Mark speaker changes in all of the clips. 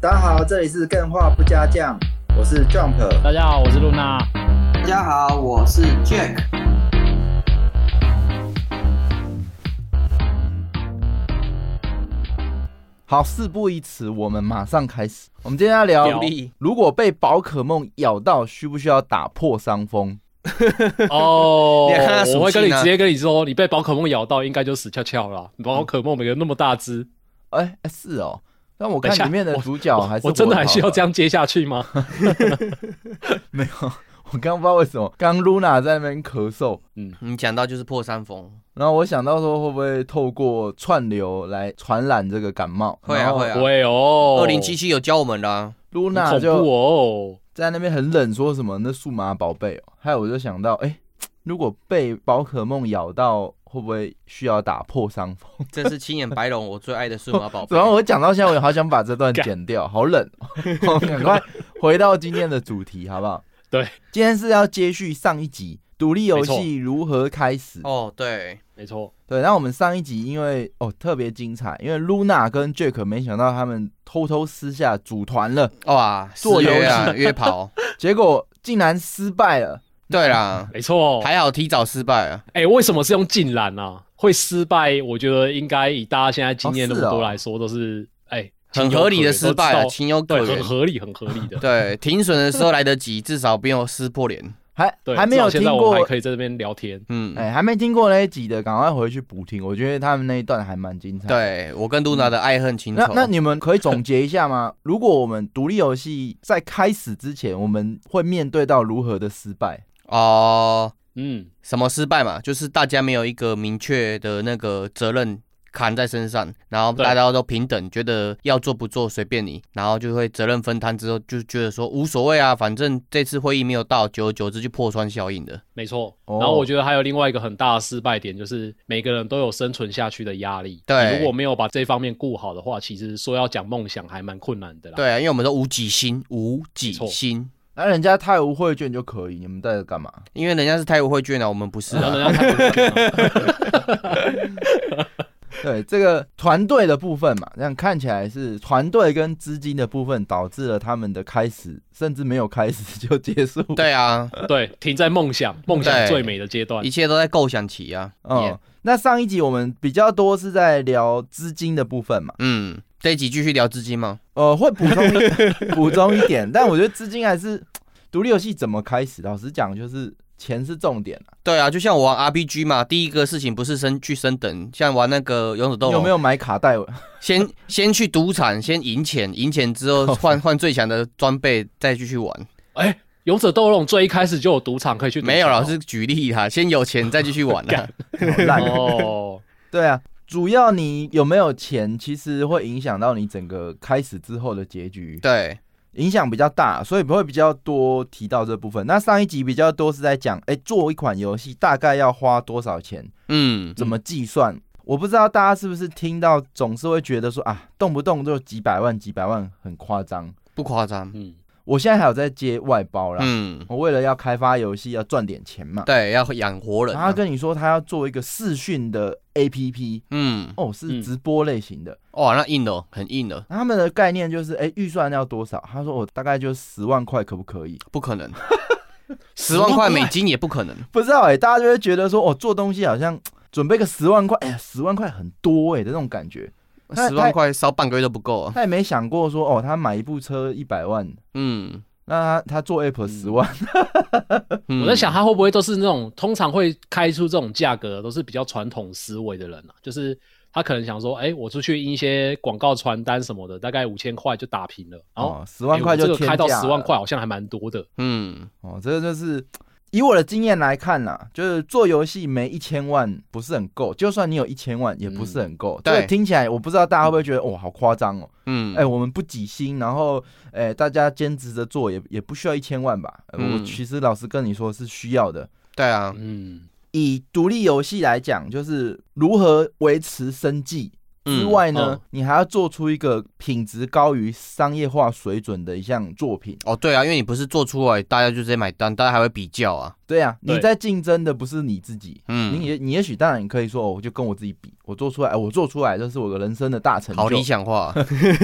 Speaker 1: 大家好，这里是更画不加酱，我是 Jump。
Speaker 2: 大家好，我是露 娜。
Speaker 3: 大家好，我是 Jack。
Speaker 4: 好，事不宜迟，我们马上开始。我们今天要聊
Speaker 2: 聊，
Speaker 4: 如果被宝可梦咬到，需不需要打破伤风？
Speaker 2: 哦
Speaker 5: 你还看他属性啊
Speaker 2: 我会跟你直接跟你说，你被宝可梦咬到，应该就死翘翘了。
Speaker 5: 嗯
Speaker 2: 宝可梦每个那么大只，
Speaker 4: 哎、哎是哦。但我
Speaker 2: 等一下
Speaker 4: 看里面的主角还是
Speaker 2: 我真的还需要这
Speaker 4: 样？
Speaker 2: 样接下去吗？
Speaker 4: 没有，我刚不知道为什么，刚 Luna 在那边咳嗽，
Speaker 5: 你讲到就是破伤风，
Speaker 4: 然后我想到说会不会透过串流来传染这个感冒？
Speaker 5: 会啊会啊。
Speaker 2: 喂哦，
Speaker 5: 二零七七有教我们的啊、
Speaker 4: ，Luna
Speaker 2: 很恐
Speaker 4: 就
Speaker 2: 怖哦。
Speaker 4: 在那边很冷，说什么那数码宝贝哦，还有我就想到，哎、如果被宝可梦咬到，会不会需要打破伤风？
Speaker 5: 这是青眼白龙我最爱的数码
Speaker 2: 哦
Speaker 5: 宝贝
Speaker 4: 然。后我讲到现在，我好想把这段剪 掉，好冷哦，我们赶快回到今天的主题，好不好？
Speaker 2: 对，
Speaker 4: 今天是要接续上一集独立游
Speaker 2: 没
Speaker 4: 戏如何开始。
Speaker 5: 哦，对，
Speaker 2: 没错，
Speaker 4: 对，那我们上一集因为哦特别精彩，因为 Luna 跟 Jack 没想到他们偷偷私下组团 了，
Speaker 5: 哇，
Speaker 4: 做
Speaker 5: 四
Speaker 4: 游
Speaker 5: 约啊，约跑。
Speaker 4: 结果竟然失败了。
Speaker 5: 对啦，
Speaker 2: 没错。
Speaker 5: 还好提早失败啊。
Speaker 2: 哎、为什么是用禁栏啊？会失败，我觉得应该以大家现在经验
Speaker 4: 哦
Speaker 2: 那
Speaker 4: 是
Speaker 2: 么多
Speaker 4: 哦
Speaker 2: 来说，都是哎、情
Speaker 5: 很
Speaker 2: 有
Speaker 5: 合理
Speaker 2: 可
Speaker 5: 的
Speaker 2: 原
Speaker 5: 失败啊，
Speaker 2: 都知
Speaker 5: 情有
Speaker 2: 道
Speaker 5: 可
Speaker 2: 对，
Speaker 5: 原
Speaker 2: 很。合理，很合理的。
Speaker 5: 对，停损的时候来得及，至少不用撕破脸。
Speaker 4: 还
Speaker 2: 对，
Speaker 4: 还没有
Speaker 2: 至少
Speaker 4: 听
Speaker 2: 现在我
Speaker 4: 过
Speaker 2: 们还可以在这边聊天。
Speaker 5: 嗯，
Speaker 4: 哎、还没听过那一集的，赶快回去补听。我觉得他们那一段还蛮精彩。，
Speaker 5: 对我跟露娜的爱恨情
Speaker 4: 那
Speaker 5: 仇。
Speaker 4: 那你们可以总结一下吗？如果我们独立游戏在开始之前，我们会面对到如何的失败？
Speaker 5: 哦，
Speaker 2: 嗯，
Speaker 5: 什么失败嘛？就是大家没有一个明确的那个责任扛在身上，然后
Speaker 2: 对
Speaker 5: 大家都平等，觉得要做不做随便你，然后就会责任分摊之后，就觉得说无所谓啊，反正这次会议没有到，久而久之就破窗效应的。
Speaker 2: 没错，
Speaker 4: 哦
Speaker 2: 然后我觉得还有另外一个很大的失败点，就是每个人都有生存下去的压力。
Speaker 5: 对
Speaker 2: 你如果没有把这方面顾好的话，其实说要讲梦想还蛮困难的啦。，
Speaker 5: 对啊，因为我们都无己心，无己
Speaker 2: 没错
Speaker 5: 心，
Speaker 4: 那人家太无会卷就可以，你们在这干嘛？
Speaker 5: 因为人家是泰晤会卷啊，我们不是
Speaker 2: 然后 人
Speaker 5: 啊。
Speaker 2: 家才会讲啊
Speaker 4: 对这个团队的部分嘛，这样看起来是团队跟资金的部分导致了他们的开始，甚至没有开始就结束。，
Speaker 5: 对啊，
Speaker 2: 对，停在梦想，梦想
Speaker 5: 对
Speaker 2: 最美的阶段
Speaker 5: 一。切都在构想期啊。
Speaker 4: 嗯
Speaker 5: Yeah，
Speaker 4: 那上一集我们比较多是在聊资金的部分嘛，
Speaker 5: 嗯，这一集继续聊资金吗？
Speaker 4: 呃，会补充一 补充一点，但我觉得资金还是独立游戏怎么开始，老实讲就是钱是重点啊。
Speaker 5: 对啊，就像我玩 RPG 嘛，第一个事情不是升去升等，像玩那个勇者斗啊
Speaker 4: 你有
Speaker 5: 龙，
Speaker 4: 没有买卡带？
Speaker 5: 先
Speaker 4: 呃
Speaker 5: 先去赌场，先赢钱，赢钱之
Speaker 4: 哦
Speaker 5: 后换 换最强的装备，再继续玩。
Speaker 2: 哎，勇者斗龙最一开始就有赌场可以去赌场哦，
Speaker 5: 没有啦，是举例哈，先有钱再继续玩啦。
Speaker 4: 好烂哦
Speaker 2: 哦，
Speaker 4: 对啊，主要你有没有钱，其实会影响到你整个开始之后的结局。
Speaker 5: 对，
Speaker 4: 影响比较大，所以不会比较多提到这部分。那上一集比较多是在讲，哎、做一款游戏大概要花多少钱，
Speaker 5: 嗯，
Speaker 4: 怎么计算？我不知道大家是不是听到总是会觉得说啊，动不动就几百万、几百万，很夸张。
Speaker 5: 不夸张。
Speaker 2: 嗯，
Speaker 4: 我现在还有在接外包啦，
Speaker 5: 嗯，
Speaker 4: 我为了要开发游戏要赚点钱嘛。
Speaker 5: 对，要养活人
Speaker 4: 然
Speaker 5: 啊、
Speaker 4: 后
Speaker 2: 嗯
Speaker 4: 他跟你说他要做一个视讯的 APP，
Speaker 5: 嗯，
Speaker 4: 哦，
Speaker 2: 嗯
Speaker 4: 是直播类型的。
Speaker 5: 哇，那硬了，很硬了，
Speaker 4: 那他们的概念就是，哎、预算要多少？他说我大概就十万块，可不可以？
Speaker 5: 不 可能，十万块美金也不可能。
Speaker 4: 不知道哎、大家就会觉得说，哦，做东西好像准备个十万块，哎、呀，十万块很多哎、的那种感觉。他
Speaker 5: 十万块烧半个月都不够啊。
Speaker 4: 他也没想过说，哦，他买一部车一百万，
Speaker 5: 嗯，
Speaker 4: 那他他做 app 十万，
Speaker 5: 嗯
Speaker 2: 我在想，他会不会都是那种通常会开出这种价格的，都是比较传统思维的人啊？就是他可能想说，哎、我出去印一些广告传单什么的，大概五千块就打平了，然后
Speaker 4: 哦，十万块
Speaker 2: 欸我
Speaker 4: 就
Speaker 2: 这个
Speaker 4: 天
Speaker 2: 开到
Speaker 4: 价
Speaker 2: 十万
Speaker 4: 了
Speaker 2: 块，好像还蛮多的。
Speaker 5: 嗯，
Speaker 4: 哦，这个就是。以我的经验来看啦、就是做游戏没一千万不是很够，就算你有一千万也不是很够。这个
Speaker 5: 嗯对
Speaker 4: 听起来我不知道大家会不会觉得，哦，好夸张哦！
Speaker 5: 嗯，
Speaker 4: 哎、我们不挤薪，然后哎、大家兼职着做也也不需要一千万吧？呃我
Speaker 5: 嗯
Speaker 4: 其实老实跟你说是需要的，
Speaker 5: 对啊，
Speaker 2: 嗯，
Speaker 4: 以独立游戏来讲，就是如何维持生计，
Speaker 5: 嗯
Speaker 4: 之外呢，
Speaker 2: 嗯
Speaker 4: 你还要做出一个品质高于商业化水准的一项作品。
Speaker 5: 哦，对啊，因为你不是做出来，大家就直接买单，大家还会比较啊。
Speaker 4: 对呀、
Speaker 2: 对
Speaker 4: 你在竞争的不是你自己。你
Speaker 5: 嗯，
Speaker 4: 也你也许当然你可以说，哦我就跟我自己比，我做出来，哎我做出来，这是我的人生的大成就。
Speaker 5: 好理想化啊。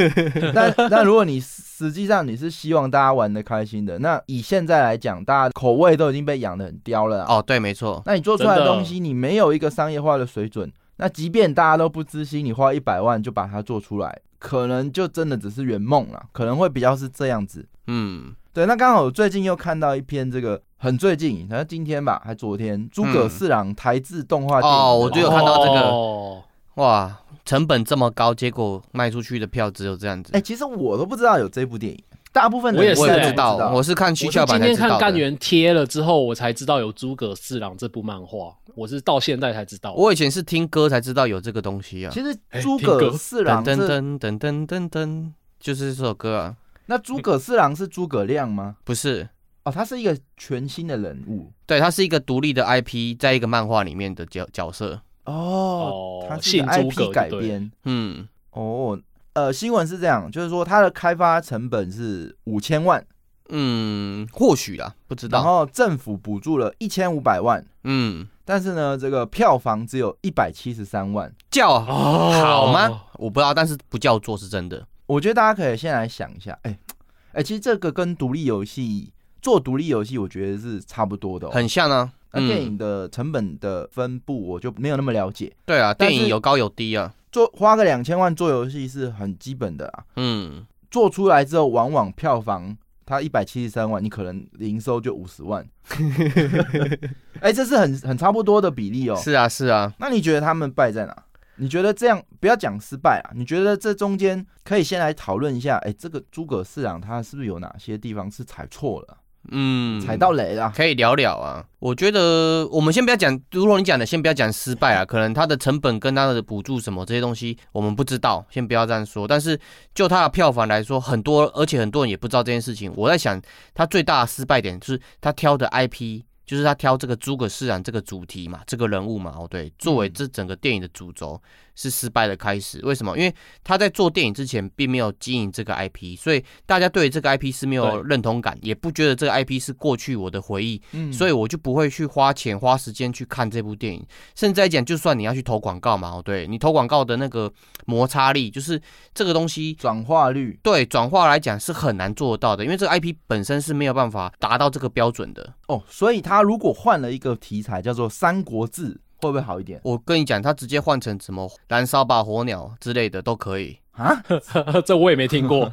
Speaker 4: 但但如果你实际上你是希望大家玩的开心的，那以现在来讲，大家口味都已经被养的很刁了啊。
Speaker 5: 哦，对，没错。
Speaker 4: 那你做出来的
Speaker 2: 真的
Speaker 4: 东西，你没有一个商业化的水准，那即便大家都不知心，你花一百万就把它做出来，可能就真的只是圆梦了，可能会比较是这样子。
Speaker 5: 嗯，
Speaker 4: 对，那刚好我最近又看到一篇这个很最近，好像今天吧，还昨天，诸葛四郎台制动画电影的、
Speaker 5: 嗯哦我就有看到这个
Speaker 2: 哦
Speaker 5: 哇，成本这么高，结果卖出去的票只有这样子。
Speaker 4: 哎、其实我都不知道有这部电影，大部分的
Speaker 2: 我也
Speaker 4: 人
Speaker 2: 是
Speaker 5: 我
Speaker 4: 都
Speaker 5: 也
Speaker 2: 哎
Speaker 5: 不知道，我是看
Speaker 2: 我
Speaker 5: 蹊
Speaker 2: 是
Speaker 5: 跷
Speaker 2: 今
Speaker 5: 版才
Speaker 2: 天
Speaker 5: 知
Speaker 2: 看
Speaker 5: 道
Speaker 2: 干
Speaker 5: 的。
Speaker 2: 员贴了之后，我才知道有诸葛四郎这部漫画，我是到现在才知道。
Speaker 5: 我以前是听歌才知道有这个东西啊。
Speaker 4: 其实
Speaker 2: 哎
Speaker 4: 诸
Speaker 2: 听歌
Speaker 4: 葛四郎
Speaker 5: 噔
Speaker 4: 这
Speaker 5: 噔噔噔噔噔噔，就是这首歌啊，
Speaker 4: 那诸葛四郎是诸葛亮吗？
Speaker 5: 不是？
Speaker 4: 哦，他是一个全新的人物
Speaker 5: 对，它是一个独立的 IP，在一个漫画里面的角角色。
Speaker 4: 哦，
Speaker 2: 哦，
Speaker 4: 他是一
Speaker 2: 姓
Speaker 4: 个
Speaker 2: 诸葛
Speaker 4: IP
Speaker 2: 就
Speaker 4: 改
Speaker 2: 对了，
Speaker 4: 编
Speaker 5: 嗯，
Speaker 4: 哦。呃，新闻是这样，就是说它的开发成本是五千万，
Speaker 5: 嗯，或许啦，不知
Speaker 4: 然
Speaker 5: 道。
Speaker 4: 后政府补助了一千五百万，
Speaker 5: 嗯，
Speaker 4: 但是呢，这个票房只有一百七十三万。
Speaker 5: 叫
Speaker 2: 哦
Speaker 5: 好吗？我不知道，但是不叫做是真的。
Speaker 4: 我觉得大家可以先来想一下，哎、哎、其实这个跟独立游戏做独立游戏，我觉得是差不多的、哦。
Speaker 5: 很像啊。
Speaker 4: 那电
Speaker 5: 嗯
Speaker 4: 影的成本的分布，我就没有那么了解。
Speaker 5: 对啊，
Speaker 4: 但
Speaker 5: 电影
Speaker 4: 是
Speaker 5: 有高有低啊。
Speaker 4: 做花个两千万做游戏是很基本的啊，
Speaker 5: 嗯，
Speaker 4: 做出来之后，往往票房它一百七十三万，你可能营收就五十 万。哎、这是很很差不多的比例哦。
Speaker 5: 是啊，是啊。
Speaker 4: 那你觉得他们败在哪？你觉得这样不要讲失败啊？你觉得这中间可以先来讨论一下，哎、这个诸葛市长他是不是有哪些地方是踩错了，
Speaker 5: 嗯，
Speaker 4: 踩到雷了啊？
Speaker 5: 可以聊聊啊。我觉得我们先不要讲，如果你讲的，先不要讲失败啊，可能它的成本跟它的补助什么这些东西，我们不知道，先不要这样说。但是就它的票房来说，很多，而且很多人也不知道这件事情。我在想，它最大的失败点就是它挑的 IP。就是他挑这个诸葛市长这个主题嘛，这个人物嘛，哦对，作为这整个电影的主轴是失败的开始。为什么？因为他在做电影之前并没有经营这个 IP，所以大家对这个 IP 是没有认同感，也不觉得这个 IP 是过去我的回忆，
Speaker 4: 嗯
Speaker 5: 所以我就不会去花钱花时间去看这部电影。甚至来讲，就算你要去投广告嘛，哦，对你投广告的那个摩擦力，就是这个东西。
Speaker 4: 转化率
Speaker 5: 对转化来讲是很难做到的，因为这个 IP 本身是没有办法达到这个标准的。
Speaker 4: 哦，所以他如果换了一个题材叫做《三国志》，会不会好一点
Speaker 5: 我跟你讲，它直接换成什么燃烧吧火鸟之类的都可以。
Speaker 4: 啊？
Speaker 2: 这我也没听过，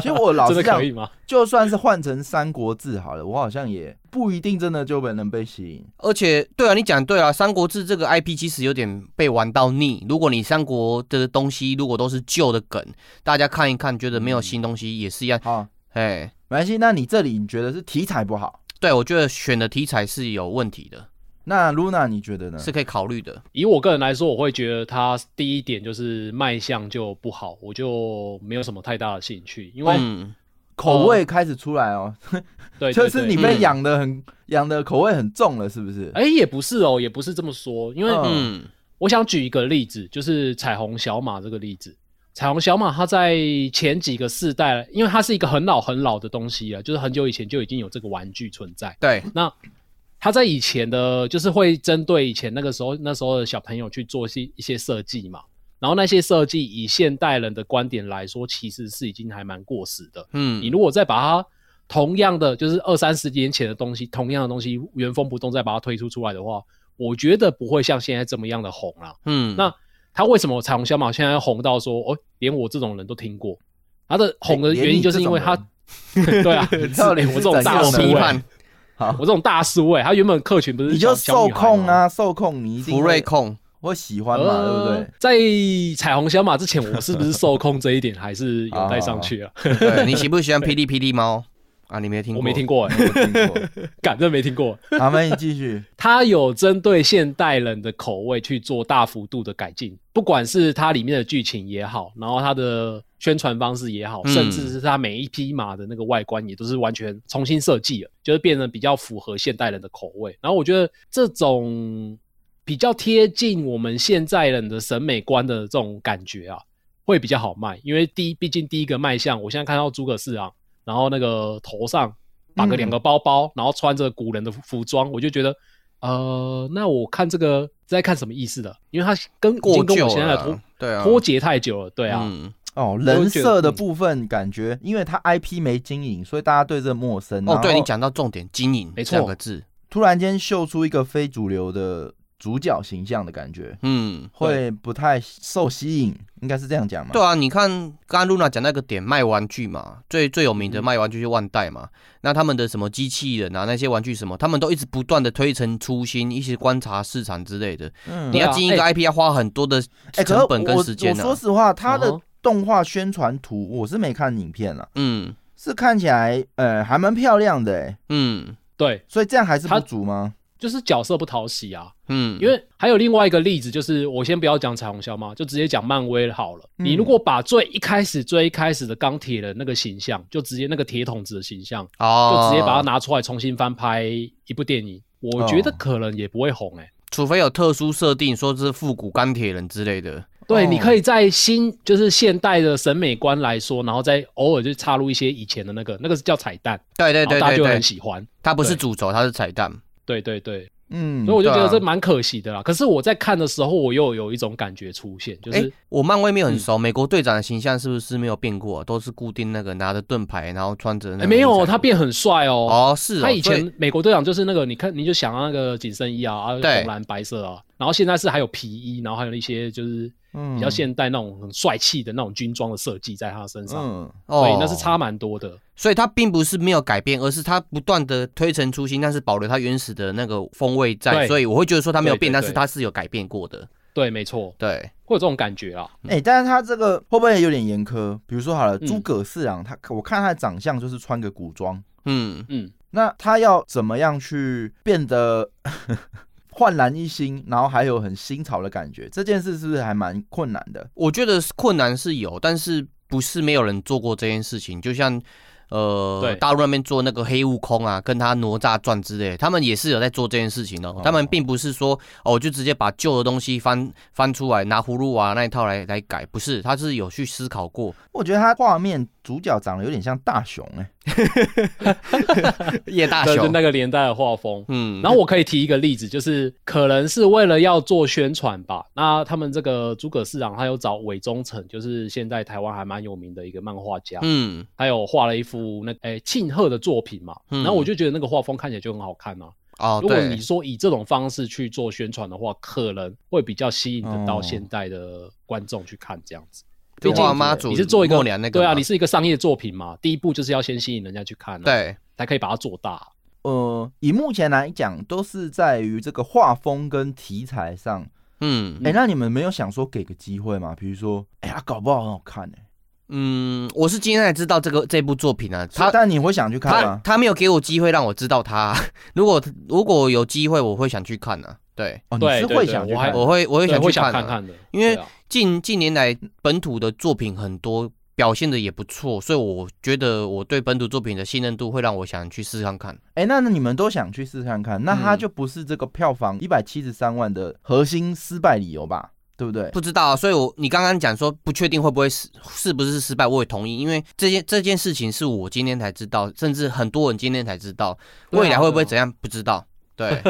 Speaker 4: 其实我老
Speaker 2: 真
Speaker 4: 实
Speaker 2: 的
Speaker 4: 讲
Speaker 2: 可，以吗？
Speaker 4: 就算是换成《三国志》好了，我好像也不一定真的就能被吸引。
Speaker 5: 而且，对啊，你讲对啊，《三国志》这个 IP 其实有点被玩到腻。如果你三国的东西如果都是旧的梗，大家看一看觉得没有新东西也是
Speaker 2: 嗯
Speaker 5: 一样。
Speaker 4: 好，
Speaker 5: 哎，
Speaker 4: 没关系。那你这里你觉得是题材不好？
Speaker 5: 对我觉得选的题材是有问题的，
Speaker 4: 那 Luna 你觉
Speaker 2: 嗯
Speaker 4: 得呢？
Speaker 5: 是可以考虑的。嗯
Speaker 2: 以我个人来说，我会觉得他第一点就是卖相就不好，我就没有什么太大的兴趣，因为、
Speaker 5: 嗯，
Speaker 4: 口味开始出来哦，
Speaker 2: 哦对，
Speaker 4: 就
Speaker 2: 对
Speaker 4: 是
Speaker 2: 对嗯
Speaker 4: 你
Speaker 5: 们
Speaker 4: 被养的很养的口味很重了，是不是？
Speaker 2: 哎、也不是哦，也不是这么说，因为
Speaker 4: 嗯
Speaker 5: 嗯
Speaker 2: 我想举一个例子，就是彩虹小马这个例子。彩虹小马它在前几个世代，因为它是一个很老很老的东西啊了，就是很久以前就已经有这个玩具存在。
Speaker 5: 对，
Speaker 2: 那他在以前的，就是会针对以前那个时候那时候的小朋友去做一些一些设计嘛。然后那些设计以现代人的观点来说，其实是已经还蛮过时的。
Speaker 5: 嗯
Speaker 2: 你如果再把它同样的，就是二三十年前的东西，同样的东西原封不动再把它推出出来的话，我觉得不会像现在这么样的红啦、
Speaker 5: 嗯
Speaker 2: 那他为什么彩虹小马现在红到说，哦，连我这种人都听过？他的红的原因就是因为他， 对啊，
Speaker 4: 到底
Speaker 2: 哎
Speaker 4: 是
Speaker 2: 我这种
Speaker 4: 怎
Speaker 2: 大
Speaker 4: 样
Speaker 5: 自
Speaker 2: 叔
Speaker 5: 我
Speaker 4: 的
Speaker 2: 哎、
Speaker 5: 批判，
Speaker 4: 好
Speaker 2: 我，这种大叔哎、他原本客群不是
Speaker 4: 你就
Speaker 2: 小小
Speaker 4: 受
Speaker 2: 女孩吗
Speaker 4: 控啊，受控你一定
Speaker 5: 福瑞
Speaker 4: 会
Speaker 5: 控，
Speaker 4: 会喜欢嘛，对不
Speaker 2: 呃
Speaker 4: 对？
Speaker 2: 在彩虹小马之前，我是不是受控这一点还是有待上去啊？
Speaker 5: 对你喜不喜欢霹雳霹雳猫啊？你没听过？
Speaker 2: 我没听。过哎、
Speaker 4: 没有听
Speaker 2: 敢真没听过。
Speaker 4: 过阿妹，你继续。
Speaker 2: 他有针对现代人的口味去做大幅度的改进，不管是它里面的剧情也好，然后它的宣传方式也好，
Speaker 5: 嗯
Speaker 2: 甚至是它每一匹马的那个外观也都是完全重新设计了，就是变得比较符合现代人的口味。然后我觉得这种。比较贴近我们现在人的审美观的这种感觉啊，会比较好卖。因为第一，毕竟第一个卖相，我现在看到诸葛四郎，然后那个头上绑个两个包包，然后穿着古人的服服装，我就觉得，呃，那我看这个在看什么意思的？因为他跟已
Speaker 5: 过
Speaker 2: 经跟
Speaker 5: 旧
Speaker 2: 我现在的
Speaker 5: 了
Speaker 2: 脱
Speaker 5: 啦，对啊，
Speaker 2: 脱节太久了，对啊，
Speaker 5: 嗯
Speaker 4: 哦，
Speaker 2: 觉得
Speaker 4: 人设的
Speaker 2: 嗯
Speaker 4: 部分感觉，因为他 IP 没经营，所以大家对这陌生。
Speaker 5: 哦，对
Speaker 4: 然后
Speaker 5: 你讲到重点，经营
Speaker 2: 没错
Speaker 5: 两个字，
Speaker 4: 突然间秀出一个非主流的主角形象的感觉，
Speaker 5: 嗯，
Speaker 4: 会不太受吸引，应该是这样讲嘛？
Speaker 5: 对啊，你看刚刚露娜讲那个点卖玩具嘛，最最有名的卖玩具就万代嘛，那他们的什么机器人啊，那些玩具什么，他们都一直不断的推陈出新，一直观察市场之类的。
Speaker 4: 嗯
Speaker 5: 你
Speaker 2: 对啊
Speaker 5: 要经营一个
Speaker 2: 哎
Speaker 5: IP 要花很多的啊
Speaker 4: 哎、可是
Speaker 5: 成本跟
Speaker 4: 我
Speaker 5: 时间
Speaker 4: 我
Speaker 5: 呢、
Speaker 4: 说实话，他
Speaker 2: 嗯
Speaker 4: 的
Speaker 2: 哼
Speaker 4: 动画宣传图我是没看影片了，啊
Speaker 5: 嗯
Speaker 4: 是看起来呃还蛮漂亮的哎、
Speaker 5: 嗯
Speaker 2: 对，
Speaker 4: 所以这样还是不
Speaker 2: 他
Speaker 4: 足吗？
Speaker 2: 就是角色不讨喜啊。
Speaker 5: 嗯，
Speaker 2: 因为还有另外一个例子，就是我先不要讲彩虹小马，就直接讲漫威好了。
Speaker 4: 嗯
Speaker 2: 你如果把最一开始最一开始的钢铁人那个形象，就直接那个铁桶子的形象，
Speaker 5: 哦，哦
Speaker 2: 就直接把它，拿出来重新翻拍一部电影，我觉得可能也不会红诶、欸
Speaker 5: 除非有特殊设定，说是复古钢铁人之类的。
Speaker 2: 对，
Speaker 4: 哦
Speaker 2: 你可以在新就是现代的审美观来说，然后再偶尔就插入一些以前的那个，那个是叫彩蛋，
Speaker 5: 对对
Speaker 2: 然后
Speaker 5: 对
Speaker 2: 大家
Speaker 5: 对
Speaker 2: 就很
Speaker 5: 对，
Speaker 2: 喜欢。
Speaker 5: 它不是
Speaker 2: 对
Speaker 5: 主轴，它是彩蛋。
Speaker 2: 对对对，
Speaker 4: 嗯
Speaker 2: 所以，我就觉
Speaker 5: 对
Speaker 2: 得
Speaker 5: 啊
Speaker 2: 这蛮可惜的啦。可是我在看的时候，我又有一种感觉出现，就
Speaker 5: 哎、
Speaker 2: 是
Speaker 5: 我漫威没有很熟，美国队长的形象是不是没有变过？啊都是固定那个拿着盾牌，然后穿着那个
Speaker 2: 哎，没有，
Speaker 5: 迷彩
Speaker 2: 他变很帅哦。
Speaker 5: 哦，是哦
Speaker 2: 他以
Speaker 5: 所
Speaker 2: 前美国队长就是那个，你看你就想到那个紧身衣啊，啊红
Speaker 5: 对
Speaker 2: 蓝白色啊，然后现在是还有皮衣，然后还有一些就是
Speaker 4: 嗯
Speaker 2: 比较现啊代那种很帅气的那种军装的设计在他身上，
Speaker 4: 嗯，
Speaker 5: 哦，
Speaker 2: 所以那是差蛮多的。
Speaker 5: 所以它并不是没有改变，而是它不断的推陈出新，但是保留它原始的那个风味在，
Speaker 2: 对
Speaker 5: 所以我会觉得说它没有变，
Speaker 2: 对对
Speaker 5: 但是它是有改变过的，
Speaker 2: 对，没错，
Speaker 5: 对，
Speaker 2: 会有这种感觉啊。
Speaker 4: 哎、但是他这个会不会有点严苛？比如说好了，
Speaker 2: 嗯
Speaker 4: 诸葛四郎，他我看他的长相就是穿个古装，
Speaker 5: 嗯，
Speaker 2: 嗯，
Speaker 4: 那他要怎么样去变得 焕然一新，然后还有很新潮的感觉？这件事是不是还蛮困难的？
Speaker 5: 我觉得困难是有，但是不是没有人做过这件事情，就像。呃
Speaker 2: 对，
Speaker 5: 大陆那边做那个黑悟空啊，跟他哪吒传之类的，他们也是有在做这件事情哦。他们并不是说哦，就直接把旧的东西翻翻出来，拿葫芦娃那一套来来改，不是，他是有去思考 过，
Speaker 4: 我觉得他画面主角长得有点像大雄、哎，
Speaker 5: 叶大
Speaker 2: 对，就
Speaker 5: 雄，啊
Speaker 2: 那个年代的画风。
Speaker 5: 嗯，
Speaker 2: 然后我可以提一个例子，就是可能是为了要做宣传吧。那他们这个诸葛市长，他有找韦忠诚，就是现在台湾还蛮有名的一个漫画家，
Speaker 5: 嗯，
Speaker 2: 他有画了一幅那诶庆贺的作品嘛。
Speaker 5: 嗯
Speaker 2: 然后我就觉得那个画风看起来就很好看啊。
Speaker 5: 哦，
Speaker 2: 如果
Speaker 5: 对，
Speaker 2: 你说以这种方式去做宣传的话，可能会比较吸引得
Speaker 4: 哦
Speaker 2: 到现代的观众去看这样子。
Speaker 5: 就
Speaker 2: 毕竟
Speaker 5: 画妈祖
Speaker 2: 你是做一个
Speaker 5: 默娘那个
Speaker 2: 对啊，
Speaker 5: 嘛
Speaker 2: 你是一个商业作品嘛，第一步就是要先吸引人家去看、啊，，
Speaker 5: 对，
Speaker 2: 才可以把它做大。啊
Speaker 4: 呃，以目前来讲，都是在于这个画风跟题材上。
Speaker 5: 嗯
Speaker 4: 哎、那你们没有想说给个机会吗？比如说，哎、呀，搞不好很好看哎、
Speaker 5: 嗯，我是今天才知道这个这部作品啊，
Speaker 4: 他
Speaker 5: 他
Speaker 4: 但你会想去看
Speaker 5: 他
Speaker 4: 吗？
Speaker 5: 他没有给我机会让我知道他，如果如果有机会，我会想去看啊，对，
Speaker 4: 哦，你
Speaker 2: 对
Speaker 4: 是
Speaker 2: 对
Speaker 4: 会
Speaker 2: 对
Speaker 4: 想去
Speaker 2: 我还
Speaker 4: 看的，
Speaker 5: 我会我会
Speaker 2: 哎对
Speaker 5: 想
Speaker 2: 会
Speaker 5: 去
Speaker 2: 想
Speaker 5: 啊
Speaker 2: 看看的，
Speaker 5: 因为
Speaker 2: 对啊
Speaker 5: 近近年来本土的作品很多，表现的也不错，所以我觉得我对本土作品的信任度会让我想去试看看。
Speaker 4: 哎、那那你们都想去试试看看，那他
Speaker 5: 嗯
Speaker 4: 就不是这个票房一百七十三万的核心失败理由吧？对不对？
Speaker 5: 不知道、啊，所以我你刚刚讲说不确定会不会失是不是失败，我也同意，因为这件这件事情是我今天才知道，甚至很多人今天才知道，
Speaker 2: 对啊
Speaker 5: 未来会不会
Speaker 2: 对啊
Speaker 5: 怎样不知道。对，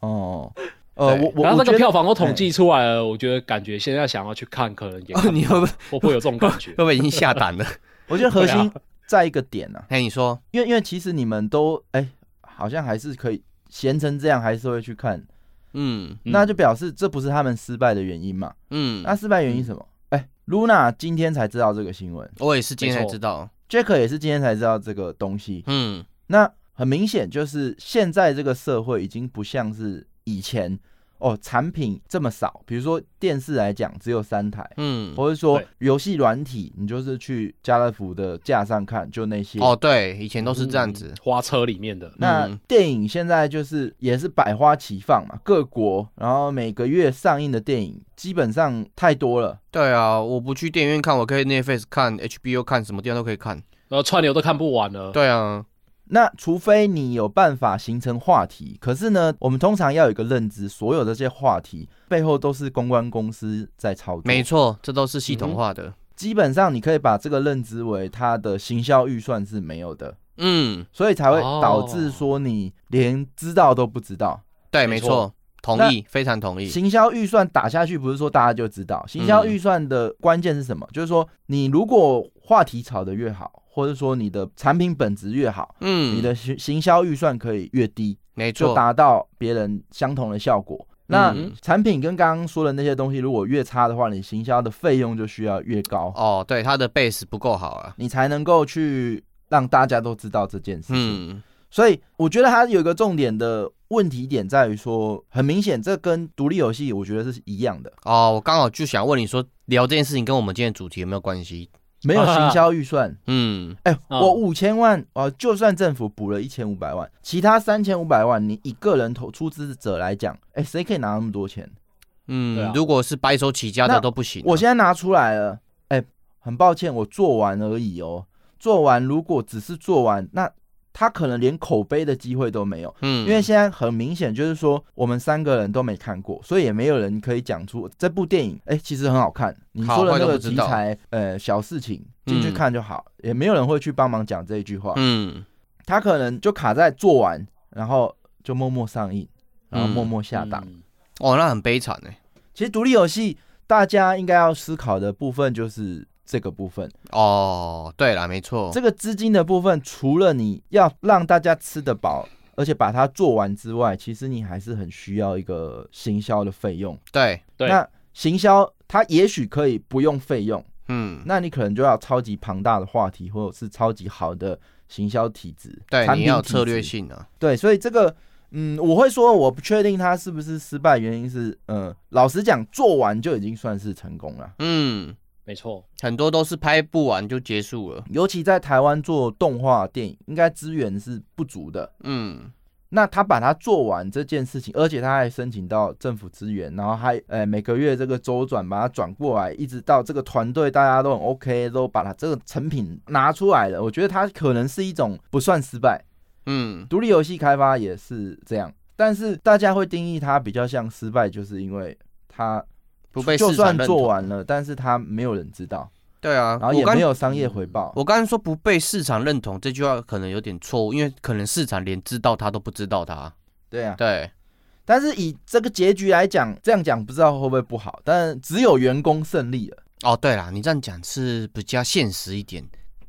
Speaker 4: 哦，呃，
Speaker 5: 对
Speaker 4: 我我
Speaker 2: 然后
Speaker 4: 我觉
Speaker 2: 那个
Speaker 4: 得
Speaker 2: 票房都统计出来了，我觉得感觉现在想要去看，可 能也 看
Speaker 5: 哦你会不会
Speaker 2: 会不会有这种感觉
Speaker 5: 会？不会已经下单了？
Speaker 4: 我觉得核
Speaker 2: 对啊
Speaker 4: 心在一个点啊，
Speaker 5: 哎，你说，
Speaker 4: 因为因为其实你们都哎、好像还是可以闲成这样，还是会去看，
Speaker 5: 嗯
Speaker 2: 嗯
Speaker 4: 那就表示这不是他们失败的原因嘛？
Speaker 5: 嗯，
Speaker 4: 那失败原因是什么？
Speaker 2: 嗯
Speaker 4: 哎、露 l u n a 今天才知道这个新闻
Speaker 5: 我也是今天才
Speaker 2: 没错
Speaker 5: 知道，
Speaker 4: ，Jack 也是今天才知道这个东西。
Speaker 5: 嗯
Speaker 4: 那很明显就是现在这个社会已经不像是以前哦，产品这么少，比如说电视来讲只有三台。
Speaker 5: 嗯，
Speaker 4: 或者说
Speaker 2: 对
Speaker 4: 游戏软体，你就是去家乐福的架上看，就那些
Speaker 5: 哦，对，以前 都是这样子
Speaker 2: 嗯，花车里面的，
Speaker 4: 那
Speaker 5: 嗯
Speaker 4: 电影现在就是也是百花齐放嘛，各国，然后每个月上映的电影基本上太多了。
Speaker 5: 对啊，我不去电影院看，我可以 Netflix 看、HBO 看，什么地方都可以看，
Speaker 2: 然后串流都看不完了。
Speaker 5: 对啊，
Speaker 4: 那除非你有办法形成话题，可是呢，我们通常要有一个认知，所有的这些话题背后都是公关公司在操作。
Speaker 5: 没错，这都是系
Speaker 2: 嗯
Speaker 5: 统化的。
Speaker 4: 基本上你可以把这个认知为它的行销预算是没有的，
Speaker 5: 嗯，
Speaker 4: 所以才会
Speaker 2: 哦
Speaker 4: 导致说你连知道都不知道。
Speaker 5: 对，
Speaker 2: 没
Speaker 5: 没
Speaker 2: 错
Speaker 5: 错，同意，非常同意。
Speaker 4: 行销预算打下去，不是说大家就知
Speaker 5: 嗯
Speaker 4: 道。行销预算的关键是什么？就是说，你如果话题炒得越好，或者说你的产品本质越好，
Speaker 5: 嗯，
Speaker 4: 你的行行销预算可以越低，
Speaker 5: 没
Speaker 4: 就
Speaker 5: 错，
Speaker 4: 达到别人相同的效果。那
Speaker 5: 嗯
Speaker 4: 产品跟刚刚说的那些东西，如果越差的话，你行销的费用就需要越高，
Speaker 5: 哦，对，他的 base 不够好啊。
Speaker 4: 你才能够去让大家都知道这件事情。
Speaker 5: 嗯，
Speaker 4: 所以我觉得它有一个重点的问题点在于说，很明显，这跟独立游戏我觉得是一样的。
Speaker 5: 哦，我刚好就想问你说，聊这件事情跟我们今天的主题有没有关系？
Speaker 4: 没有行销预算。
Speaker 5: 嗯，
Speaker 4: 哎、
Speaker 2: 嗯
Speaker 4: 我五千万，呃，就算政府补了一千五百万，其他三千五百万，你一个人投出资者来讲，哎、谁可以拿那么多钱？
Speaker 5: 嗯，
Speaker 2: 对啊
Speaker 5: 如果是白手起家的
Speaker 4: 那
Speaker 5: 都不行啊、
Speaker 4: 我现在拿出来了，哎、很抱歉，我做完而已哦。做完如果只是做完，那他可能连口碑的机会都没有，
Speaker 5: 嗯，
Speaker 4: 因为现在很明显就是说，我们三个人都没看过，所以也没有人可以讲出这部电影，哎、其实很好看。你
Speaker 5: 好
Speaker 4: 说的
Speaker 5: 坏
Speaker 4: 那
Speaker 5: 都
Speaker 4: 个
Speaker 5: 不知
Speaker 4: 题
Speaker 5: 道
Speaker 4: 材，呃，小事情进去
Speaker 5: 嗯
Speaker 4: 看就好，也没有人会去帮忙讲这一句话。
Speaker 5: 嗯
Speaker 4: 他可能就卡在做完，然后就默默上映，然后默默下档。
Speaker 2: 嗯
Speaker 5: 哦，那很悲惨哎。
Speaker 4: 其实独立游戏大家应该要思考的部分就是这个部分，
Speaker 5: 哦，对啦，没错，
Speaker 4: 这个资金的部分，除了你要让大家吃得饱。而且把它做完之外，其实你还是很需要一个行销的费用。
Speaker 5: 对，
Speaker 2: 对
Speaker 4: 那行销它也许可以不用费用，
Speaker 5: 嗯，
Speaker 4: 那你可能就要超级庞大的话题，或者是超级好的行销体制。
Speaker 5: 对，
Speaker 4: 产
Speaker 5: 你
Speaker 4: 品
Speaker 5: 要有
Speaker 4: 体
Speaker 5: 策略
Speaker 4: 制
Speaker 5: 性啊。
Speaker 4: 对，所以这个，嗯，我会说我不确定他是不是失败，原因是，嗯，老实讲，做完就已经算是成功了。
Speaker 5: 嗯，
Speaker 2: 没错，
Speaker 5: 很多都是拍不完就结束了。
Speaker 4: 尤其在台湾做动画电影，应该资源是不足的。
Speaker 5: 嗯，
Speaker 4: 那他把它做完这件事情，而且他还申请到政府资源，然后还呃每个月这个周转把它转过来，一直到这个团队大家都很 OK，都把它这个成品拿出来了。我觉得它可能是一种不算失败，
Speaker 5: 嗯，
Speaker 4: 独立游戏开发也是这样，但是大家会定义它比较像失败，就是因为它
Speaker 5: 不被
Speaker 4: 就
Speaker 5: 市场
Speaker 4: 算
Speaker 5: 认
Speaker 4: 做
Speaker 5: 同。
Speaker 4: 完了，但是它没有人知道，
Speaker 5: 对啊，
Speaker 4: 然后
Speaker 5: 我
Speaker 4: 也
Speaker 5: 刚嗯
Speaker 4: 没有商业回报。
Speaker 5: 我刚刚说不被市场认同这句话可能有点错误，因为可能市场连知道他都不知道他。
Speaker 4: 对啊，
Speaker 5: 对，
Speaker 4: 但是以这个结局来讲，这样讲不知道会不会不好，但只有员工胜利了，
Speaker 5: 哦，对啦，你这样讲是比较现实一点。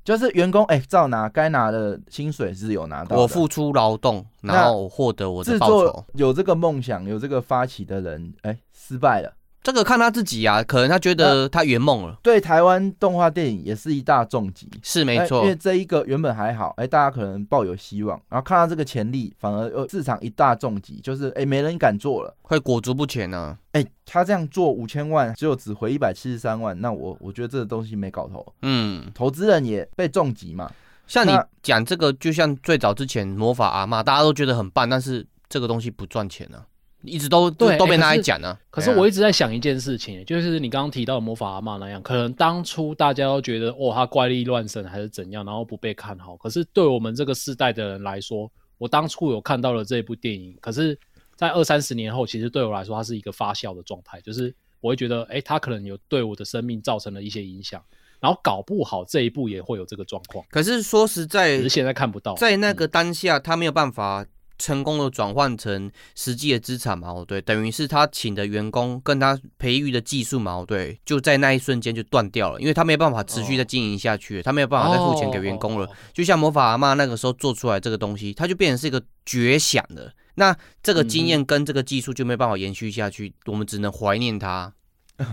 Speaker 4: 就是员工哎、照拿该拿的薪水是有
Speaker 2: 啊
Speaker 4: 拿到的，
Speaker 5: 我付出劳动，
Speaker 4: 那
Speaker 5: 然后我获得我的
Speaker 4: 制
Speaker 5: 报
Speaker 4: 作
Speaker 5: 酬。
Speaker 4: 有这个梦想有这个发起的人哎、失败了。
Speaker 5: 这个看他自己啊，可能他觉得他圆梦了，
Speaker 4: 对台湾动画电影也是一大重击，
Speaker 5: 是没
Speaker 4: 哎
Speaker 5: 错
Speaker 4: 因。为这一个原本还好，哎、大家可能抱有希望，然后看到这个潜力，反而呃市场一大重击，就是哎、没人敢做了。
Speaker 5: 会裹足不前啊呢、
Speaker 4: 哎、他这样做五千万，只有只回一百七十三万，那我我觉得这个东西没搞头，
Speaker 5: 嗯，
Speaker 4: 投资人也被重击嘛。
Speaker 5: 像你
Speaker 4: 那
Speaker 5: 讲这个，就像最早之前魔法阿嬷，大家都觉得很棒，但是这个东西不赚钱啊，一直都
Speaker 2: 对
Speaker 5: 都被
Speaker 2: 哎
Speaker 5: 拿
Speaker 2: 可
Speaker 5: 来
Speaker 2: 是
Speaker 5: 讲呢、啊
Speaker 2: 可是我一
Speaker 5: 哎呀
Speaker 2: 直在想一件事情，就是你刚刚提到的魔法阿嬷那样，可能当初大家都觉得哦，她怪力乱神还是怎样，然后不被看好。可是对我们这个世代的人来说，我当初有看到了这部电影，可是，在二三十年后，其实对我来说，它是一个发酵的状态，就是我会觉得，哎，它可能有对我的生命造成了一些影响，然后搞不好这一部也会有这个状况，
Speaker 5: 可是说实在
Speaker 2: 只是，现在看不到。嗯
Speaker 5: 在那个当下，他没有办法成功的转换成实际的资产嘛，哦对，等于是他请的员工跟他培育的技术嘛，哦对，就在那一瞬间就断掉了，因为他没有办法持续的经营下去，他没有办法再付钱给员工了。
Speaker 2: 哦
Speaker 5: 就像魔法阿嬷那个时候做出来这个东西，它就变成是一个绝响了。那这个经验跟这个技术就没办法延续下去，我们只能怀念它。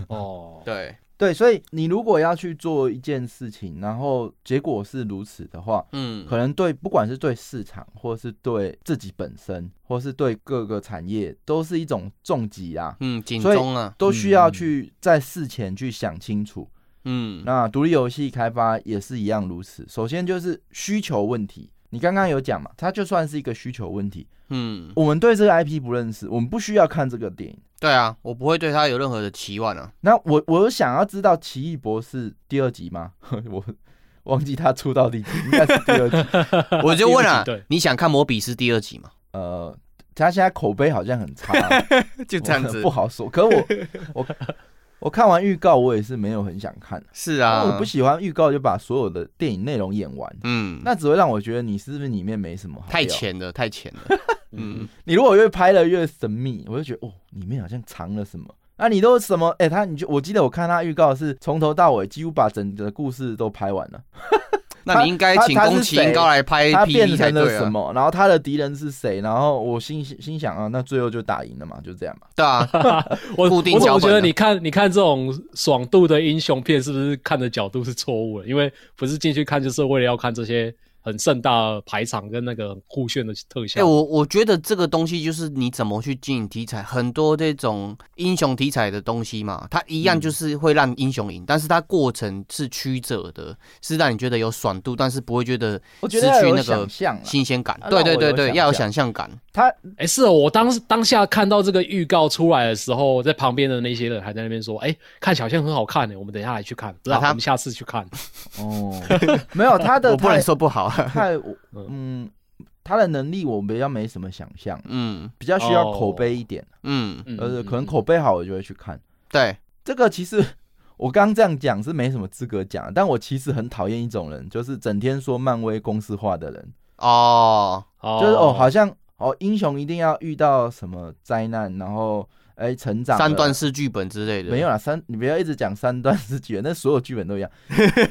Speaker 2: 哦，
Speaker 5: 对，
Speaker 4: 对，所以你如果要去做一件事情，然后结果是如此的话，
Speaker 5: 嗯
Speaker 4: 可能对不管是对市场，或是对自己本身，或是对各个产业，都是一种重击啊。
Speaker 5: 嗯，警
Speaker 4: 所以
Speaker 5: 钟啊，
Speaker 4: 都需要
Speaker 2: 嗯
Speaker 4: 去在事前去想清楚。
Speaker 5: 嗯，
Speaker 4: 那独立游戏开发也是一样如此。首先就是需求问题，你刚刚有讲嘛，它就算是一个需求问题。
Speaker 5: 嗯，
Speaker 4: 我们对这个 IP 不认识，我们不需要看这个电影。
Speaker 5: 对啊，我不会对他有任何的期望啊。
Speaker 4: 那我我有想要知道《奇异博士》第二集吗？我忘记他出到第几，应该是第二 集。
Speaker 5: 我就问了
Speaker 2: 第二集对，
Speaker 5: 你想看《摩比斯》第二集吗？
Speaker 4: 呃，他现在口碑好像很差，啊
Speaker 5: 就
Speaker 4: 我不好说。可我我我看完预告，我也是没有很想看。
Speaker 5: 是
Speaker 4: 因
Speaker 5: 啊，
Speaker 4: 哦为我不喜欢预告就把所有的电影内容演完，
Speaker 5: 嗯，
Speaker 4: 那只会让我觉得你是不是里面没什么好
Speaker 5: 太
Speaker 4: 聊。
Speaker 5: 浅 了，太浅了。嗯，
Speaker 4: 你如果越拍的越神秘，我就觉得哦，里面好像藏了什么。啊，你都什么？哎、他你就我记得我看他预告是从头到尾几乎把整个故事都拍完了，
Speaker 5: 那你应该请
Speaker 4: 他他
Speaker 5: 宫崎
Speaker 4: 他是
Speaker 5: 英高来拍
Speaker 4: 他
Speaker 5: P
Speaker 4: 变
Speaker 5: D 才
Speaker 4: 成了
Speaker 5: 对
Speaker 4: 什
Speaker 5: 啊。
Speaker 4: 么？然后他的敌人是谁？然后我心心想啊，那最后就打赢了嘛，就这样嘛。
Speaker 5: 对啊，
Speaker 2: 我
Speaker 5: 固
Speaker 2: 我
Speaker 5: 定
Speaker 2: 怎
Speaker 5: 脚
Speaker 2: 么
Speaker 5: 本
Speaker 2: 觉
Speaker 5: 的
Speaker 2: 得你看你看这种爽度的英雄片，是不是看的角度是错误的？因为不是进去看，就是为了要看这些很盛大的排场跟那个酷炫的特
Speaker 5: 哎、
Speaker 2: 效。
Speaker 5: 我我觉得这个东西就是你怎么去经营题材，很多这种英雄题材的东西嘛，它一
Speaker 4: 嗯
Speaker 5: 样就是会让英雄赢，但是它过程是曲折的，是让你觉得有爽度，但是不会觉得
Speaker 4: 我觉
Speaker 5: 失
Speaker 4: 得要
Speaker 5: 去
Speaker 4: 有
Speaker 5: 那
Speaker 4: 想
Speaker 5: 个
Speaker 4: 象啦，
Speaker 5: 新鲜感。
Speaker 4: 啊
Speaker 5: 对对
Speaker 4: 让我有
Speaker 5: 对对，
Speaker 4: 想
Speaker 5: 要有
Speaker 4: 象
Speaker 5: 想象感。
Speaker 4: 他
Speaker 2: 哎、是哦，我当当下看到这个预告出来的时候，在旁边的那些人还在那边说：“哎、看起来好像很好看呢、欸我们等一下来去看，不知道、
Speaker 5: 啊他
Speaker 2: 我们下次去看。
Speaker 4: 哦， 没有他的
Speaker 5: 我不能
Speaker 4: 太
Speaker 5: 说不好。
Speaker 4: 太我嗯，他的能力我比较没什么想象，
Speaker 5: 嗯
Speaker 4: 比较需要
Speaker 2: 哦
Speaker 4: 口碑一点，
Speaker 5: 嗯，
Speaker 2: 嗯”
Speaker 4: 呃、
Speaker 2: 嗯
Speaker 4: 可能口碑好我就会去看。
Speaker 5: 对，
Speaker 4: 这个其实我刚刚这样讲是没什么资格讲，但我其实很讨厌一种人，就是整天说漫威公式化的人，
Speaker 5: 哦，
Speaker 2: 哦
Speaker 4: 就是哦，好像哦，英雄一定要遇到什么灾难，然后哎成长了。
Speaker 5: 三段式剧本之类的。
Speaker 4: 没有啦，三你不要一直讲三段式剧本， 那所有剧本都一样。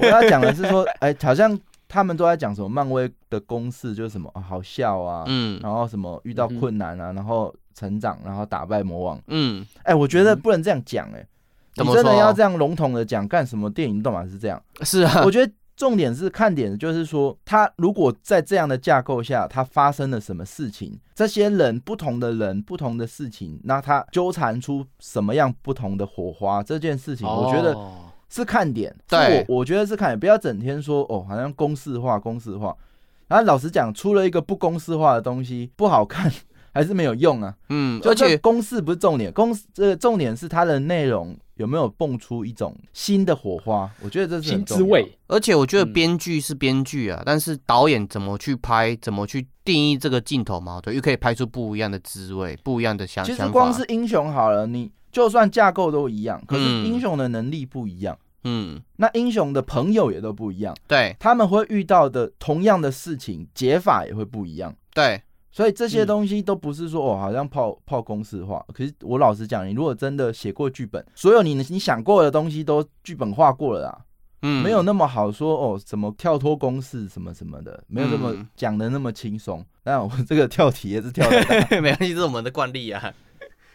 Speaker 4: 我要讲的是说，哎，好像他们都在讲什么漫威的公式，就是什么、啊好笑啊，
Speaker 5: 嗯
Speaker 4: 然后什么遇到
Speaker 2: 嗯哼
Speaker 4: 困难啊，然后成长，然后打败魔王。
Speaker 5: 嗯，
Speaker 4: 哎，我觉得不能这样讲，哎，
Speaker 5: 怎
Speaker 4: 你
Speaker 5: 么
Speaker 4: 真的
Speaker 5: 说
Speaker 4: 要这样笼统的讲，干什么电影都嘛是这 样。
Speaker 5: 是啊
Speaker 4: 我，觉得重点是看点，就是说，他如果在这样的架构下，他发生了什么事情，这些人不同的人不同的事情，那他纠缠出什么样不同的火花，这件事情，我觉得
Speaker 2: 哦
Speaker 4: 是看点。是
Speaker 5: 对
Speaker 4: 我我觉得是看点，不要整天说哦，好像公式化，公式化。然后老实讲，出了一个不公式化的东西，不好看还是没有用啊。
Speaker 5: 嗯，
Speaker 4: 就
Speaker 5: 而
Speaker 4: 这
Speaker 5: 且
Speaker 4: 公式不是重点，公式这个重点是它的内容有没有蹦出一种新的火花，我觉得这是很
Speaker 2: 新
Speaker 4: 重
Speaker 2: 滋
Speaker 4: 要
Speaker 2: 味。
Speaker 5: 而且我觉得
Speaker 2: 嗯
Speaker 5: 编剧是编剧啊，但是导演怎么去拍，怎么去定义这个镜头矛盾，又可以拍出不一样的滋味，不一样的想
Speaker 4: 其实
Speaker 5: 想
Speaker 4: 光
Speaker 5: 法。
Speaker 4: 是英雄好了，你就算架构都一样，可是
Speaker 5: 嗯
Speaker 4: 英雄的能力不一样，
Speaker 5: 嗯，
Speaker 4: 那英雄的朋友也都不一样，
Speaker 5: 对
Speaker 4: 他们会遇到的同样的事情，解法也会不一样。
Speaker 5: 对，
Speaker 4: 所以这些
Speaker 2: 嗯
Speaker 4: 东西都不是说哦，好像泡泡公式化。可是我老实讲，你如果真的写过剧本，所有你你想过的东西都剧本化过了啊，
Speaker 5: 嗯，
Speaker 4: 没有那么好说哦，怎么跳脱公式什么什么的，没有那么
Speaker 5: 嗯
Speaker 4: 讲的那么轻松。那我这个跳题也是跳的，
Speaker 5: 没关系，这是我们的惯例啊。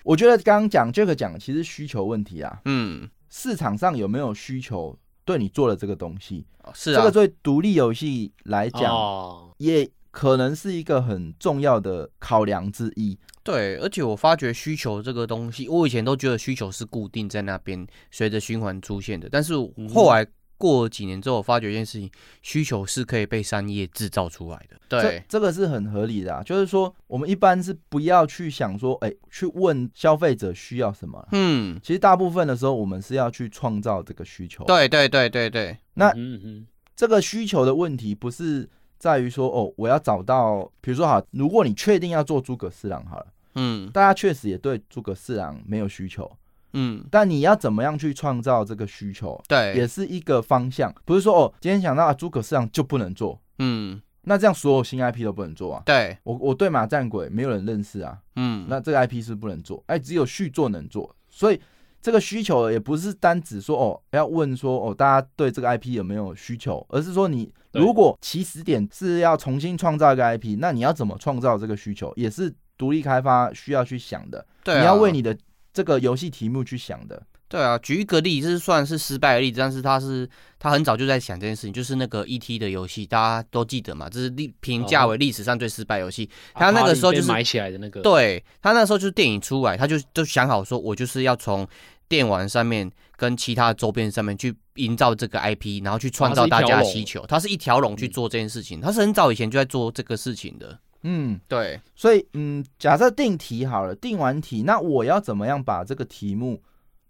Speaker 4: 我觉得刚刚讲 Jack 讲的其实需求问题啊，
Speaker 5: 嗯，
Speaker 4: 市场上有没有需求对你做了这个东西？
Speaker 5: 是
Speaker 4: 这
Speaker 5: 啊
Speaker 4: 个，对独立游戏来讲，
Speaker 2: 哦，
Speaker 4: 也可能是一个很重要的考量之一。
Speaker 5: 对，而且我发觉需求这个东西，我以前都觉得需求是固定在那边，随着循环出现的，但是
Speaker 4: 嗯
Speaker 5: 后来。过了几年之后，我发觉一件事情，需求是可以被商业制造出来的。
Speaker 4: 这，这个是很合理的啊，就是说我们一般是不要去想说，哎，去问消费者需要什么啦。
Speaker 5: 嗯，
Speaker 4: 其实大部分的时候，我们是要去创造这个需求。，
Speaker 5: 对对对对对，
Speaker 4: 那
Speaker 2: 嗯嗯
Speaker 4: 这个需求的问题不是在于说，哦，我要找到，比如说好，如果你确定要做诸葛四郎好了，
Speaker 5: 嗯
Speaker 4: 大家确实也对诸葛四郎没有需求，
Speaker 5: 嗯，
Speaker 4: 但你要怎么样去创造这个需求，
Speaker 5: 对，
Speaker 4: 也是一个方向。不是说哦，今天想到啊，诸葛市场就不能做，
Speaker 5: 嗯，
Speaker 4: 那这样所有新 IP 都不能做啊。
Speaker 5: 对，
Speaker 4: 我我对马战鬼没有人认识啊，
Speaker 5: 嗯，
Speaker 4: 那这个 IP 是不能做，哎，只有续作能做。所以这个需求也不是单指说哦，要问说哦，大家对这个 IP 有没有需求，而是说你
Speaker 2: 对
Speaker 4: 如果起始点是要重新创造一个 IP，那你要怎么创造这个需求，也是独立开发需要去想的。
Speaker 5: 对啊、
Speaker 4: 你要为你的这个游戏题目去想的。
Speaker 5: 对啊，举一个例，这是算是失败的例子，但是他是他很早就在想这件事情，就是那个 E T 的游戏，大家都记得嘛，这是历评价
Speaker 4: 哦
Speaker 5: 为历史上最失败的游戏。他那个时候就是
Speaker 2: 啊把你被埋起来的那个，
Speaker 5: 对他那时候就是电影出来，他就就想好说，我就是要从电玩上面跟其他周边上面去营造这个 IP，然后去创造大家的需求。他是一条龙去做这件事情，他是很早以前就在做这个事情的。
Speaker 4: 嗯，
Speaker 5: 对，
Speaker 4: 所以嗯，假设定题好了，定完题，那我要怎么样把这个题目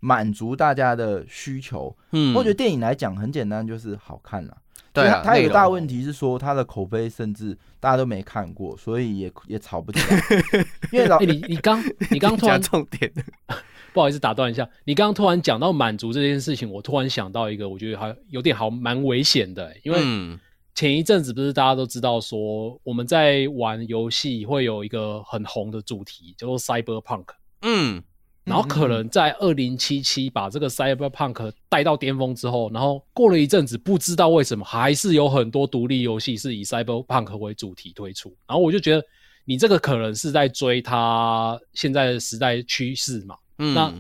Speaker 4: 满足大家的需求？
Speaker 5: 嗯，
Speaker 4: 我觉得电影来讲很简单，就是好看了。
Speaker 5: 对
Speaker 4: 因为
Speaker 5: 啊
Speaker 4: 它，它有
Speaker 5: 内
Speaker 4: 个
Speaker 5: 容
Speaker 4: 大问题是说，它的口碑甚至大家都没看过，所以 也也吵不起来。因为老
Speaker 2: 哎、你你刚你刚突
Speaker 5: 讲
Speaker 2: 然
Speaker 5: 重点，
Speaker 2: 不好意思打断一下，你刚刚突然讲到满足这件事情，我突然想到一个，我觉得还有点好蛮危险的、因为
Speaker 5: 嗯
Speaker 2: 前一阵子不是大家都知道说我们在玩游戏会有一个很红的主题叫做 Cyberpunk，
Speaker 5: 嗯，
Speaker 2: 然后可能在二零七七把这个 Cyberpunk 带到巅峰之后，然后过了一阵子，不知道为什么还是有很多独立游戏是以 Cyberpunk 为主题推出，然后我就觉得你这个可能是在追它现在的时代趋势嘛。
Speaker 5: 嗯
Speaker 2: 那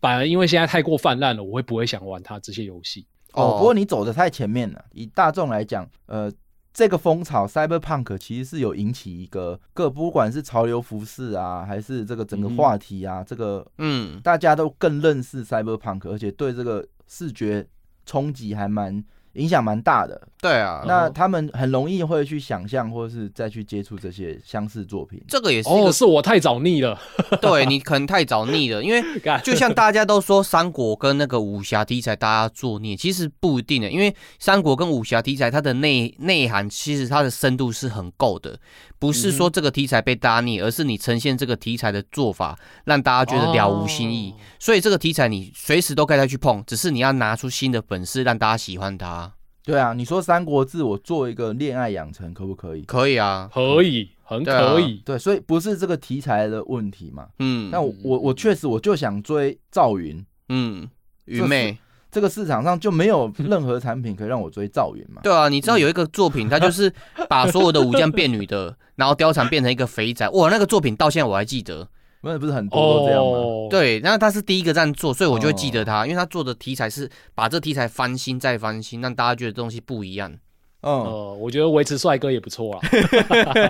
Speaker 2: 反而因为现在太过泛滥了，我会不会想玩它这些游戏？
Speaker 4: 哦，不过你走的太前面了。以大众来讲，呃，这个风潮 Cyberpunk 其实是有引起一个各不管是潮流服饰啊，还是这个整个
Speaker 2: 嗯
Speaker 4: 话题啊，这个
Speaker 5: 嗯
Speaker 4: 大家都更认识 Cyberpunk，而且对这个视觉冲击还蛮影响蛮大的。
Speaker 5: 对啊，
Speaker 4: 那
Speaker 2: 嗯
Speaker 4: 他们很容易会去想象，或是再去接触这些相似作品。
Speaker 5: 这个也是一
Speaker 2: 哦，
Speaker 5: 个
Speaker 2: 是啊我太早 腻了，
Speaker 5: 对你可能太早腻了，因为
Speaker 2: 干
Speaker 5: 就像大家都说三国跟那个武侠题材大家作孽，其实不一定的，因为三国跟武侠题材它的内内涵其实它的深度是很够的，不是说这个题材被搭腻，而是你呈现这个题材的做法让大家觉得了无新意，
Speaker 2: 哦
Speaker 5: 所以这个题材你随时都该再去碰，只是你要拿出新的本事让大家喜欢它，
Speaker 4: 对啊，你说《三国志》，我做一个恋爱养成可不可以？
Speaker 5: 可以啊，
Speaker 2: 哦可以，很
Speaker 5: 对啊
Speaker 2: 可以。
Speaker 4: 对，所以不是这个题材的问题嘛。
Speaker 5: 嗯，
Speaker 4: 但我我我确实我就想追赵云，
Speaker 5: 嗯，愚昧。
Speaker 4: 这个市场上就没 有任何产品可以让我追赵云嘛。
Speaker 5: 对啊，你知道有一个作品，它就是把所有的武将变女 的，然后貂蝉变成一个肥仔，哇，那个作品到现在我还记得。
Speaker 4: 那不是啊很多都这样吗？
Speaker 2: 哦，
Speaker 5: 对，那他是第一个这样做，所以我就会记得他，因为他做的题材是把这题材翻新再翻新，让大家觉得东西不一样。
Speaker 4: 嗯，
Speaker 5: 哦
Speaker 2: 呃，我觉得维持帅哥也不错啊 啦。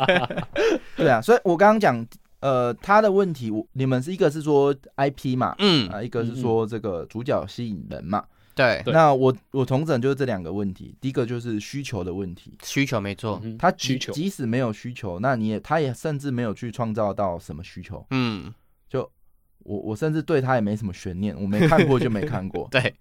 Speaker 4: 对啊，所以我刚刚讲，呃，他的问题，我你们是一个是说 IP 嘛，
Speaker 5: 嗯，
Speaker 4: 啊，一个是说这个主角吸引人嘛。
Speaker 5: 对，
Speaker 2: 对
Speaker 4: 那我我同整就是这两个问题，第一个就是需求的问题，
Speaker 5: 需求没错。
Speaker 2: 嗯
Speaker 4: 他
Speaker 2: 需求
Speaker 4: 即使没有需求，那你也他也甚至没有去创造到什么需求，
Speaker 5: 嗯，，
Speaker 4: 就我我甚至对他也没什么悬念，我没看过就没看过
Speaker 5: 对，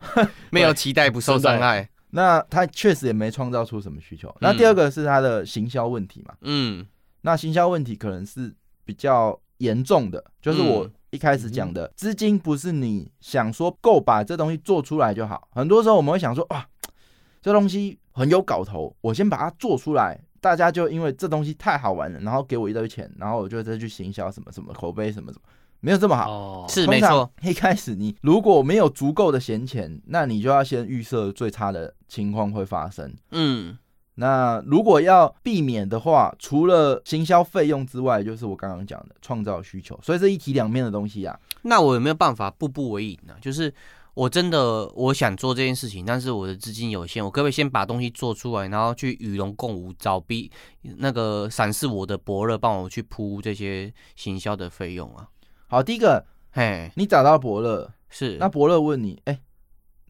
Speaker 5: 没有期待不受伤害。
Speaker 4: 那他确实也没创造出什么需求。
Speaker 2: 嗯
Speaker 4: 那第二个是他的行销问题嘛，
Speaker 5: 嗯
Speaker 4: 那行销问题可能是比较严重的，就是我
Speaker 5: 嗯
Speaker 4: 一开始讲的，资金不是你想说够把这东西做出来就好，很多时候我们会想说，哇，这东西很有搞头，我先把它做出来。大家就因为这东西太好玩了，然后给我一堆钱，然后我就再去行销什么什么口碑什么什么，没有这么好。
Speaker 2: 哦，
Speaker 5: 是
Speaker 4: 通
Speaker 5: 没
Speaker 4: 常
Speaker 5: 错。
Speaker 4: 一开始你如果没有足够的闲钱，那你就要先预设最差的情况会发生。
Speaker 5: 嗯，
Speaker 4: 那如果要避免的话，除了行销费用之外，就是我刚刚讲的创造需求，所以是一体两面的东西啊。
Speaker 5: 那我有没有办法步步为营呢、就是我真的我想做这件事情，但是我的资金有限，我可不可以先把东西做出来，然后去与龙共舞，找比那个闪示我的伯乐帮我去铺这些行销的费用啊？
Speaker 4: 好，第一个
Speaker 5: 嘿，
Speaker 4: 你找到伯乐，
Speaker 5: 是
Speaker 4: 那伯乐问你，哎、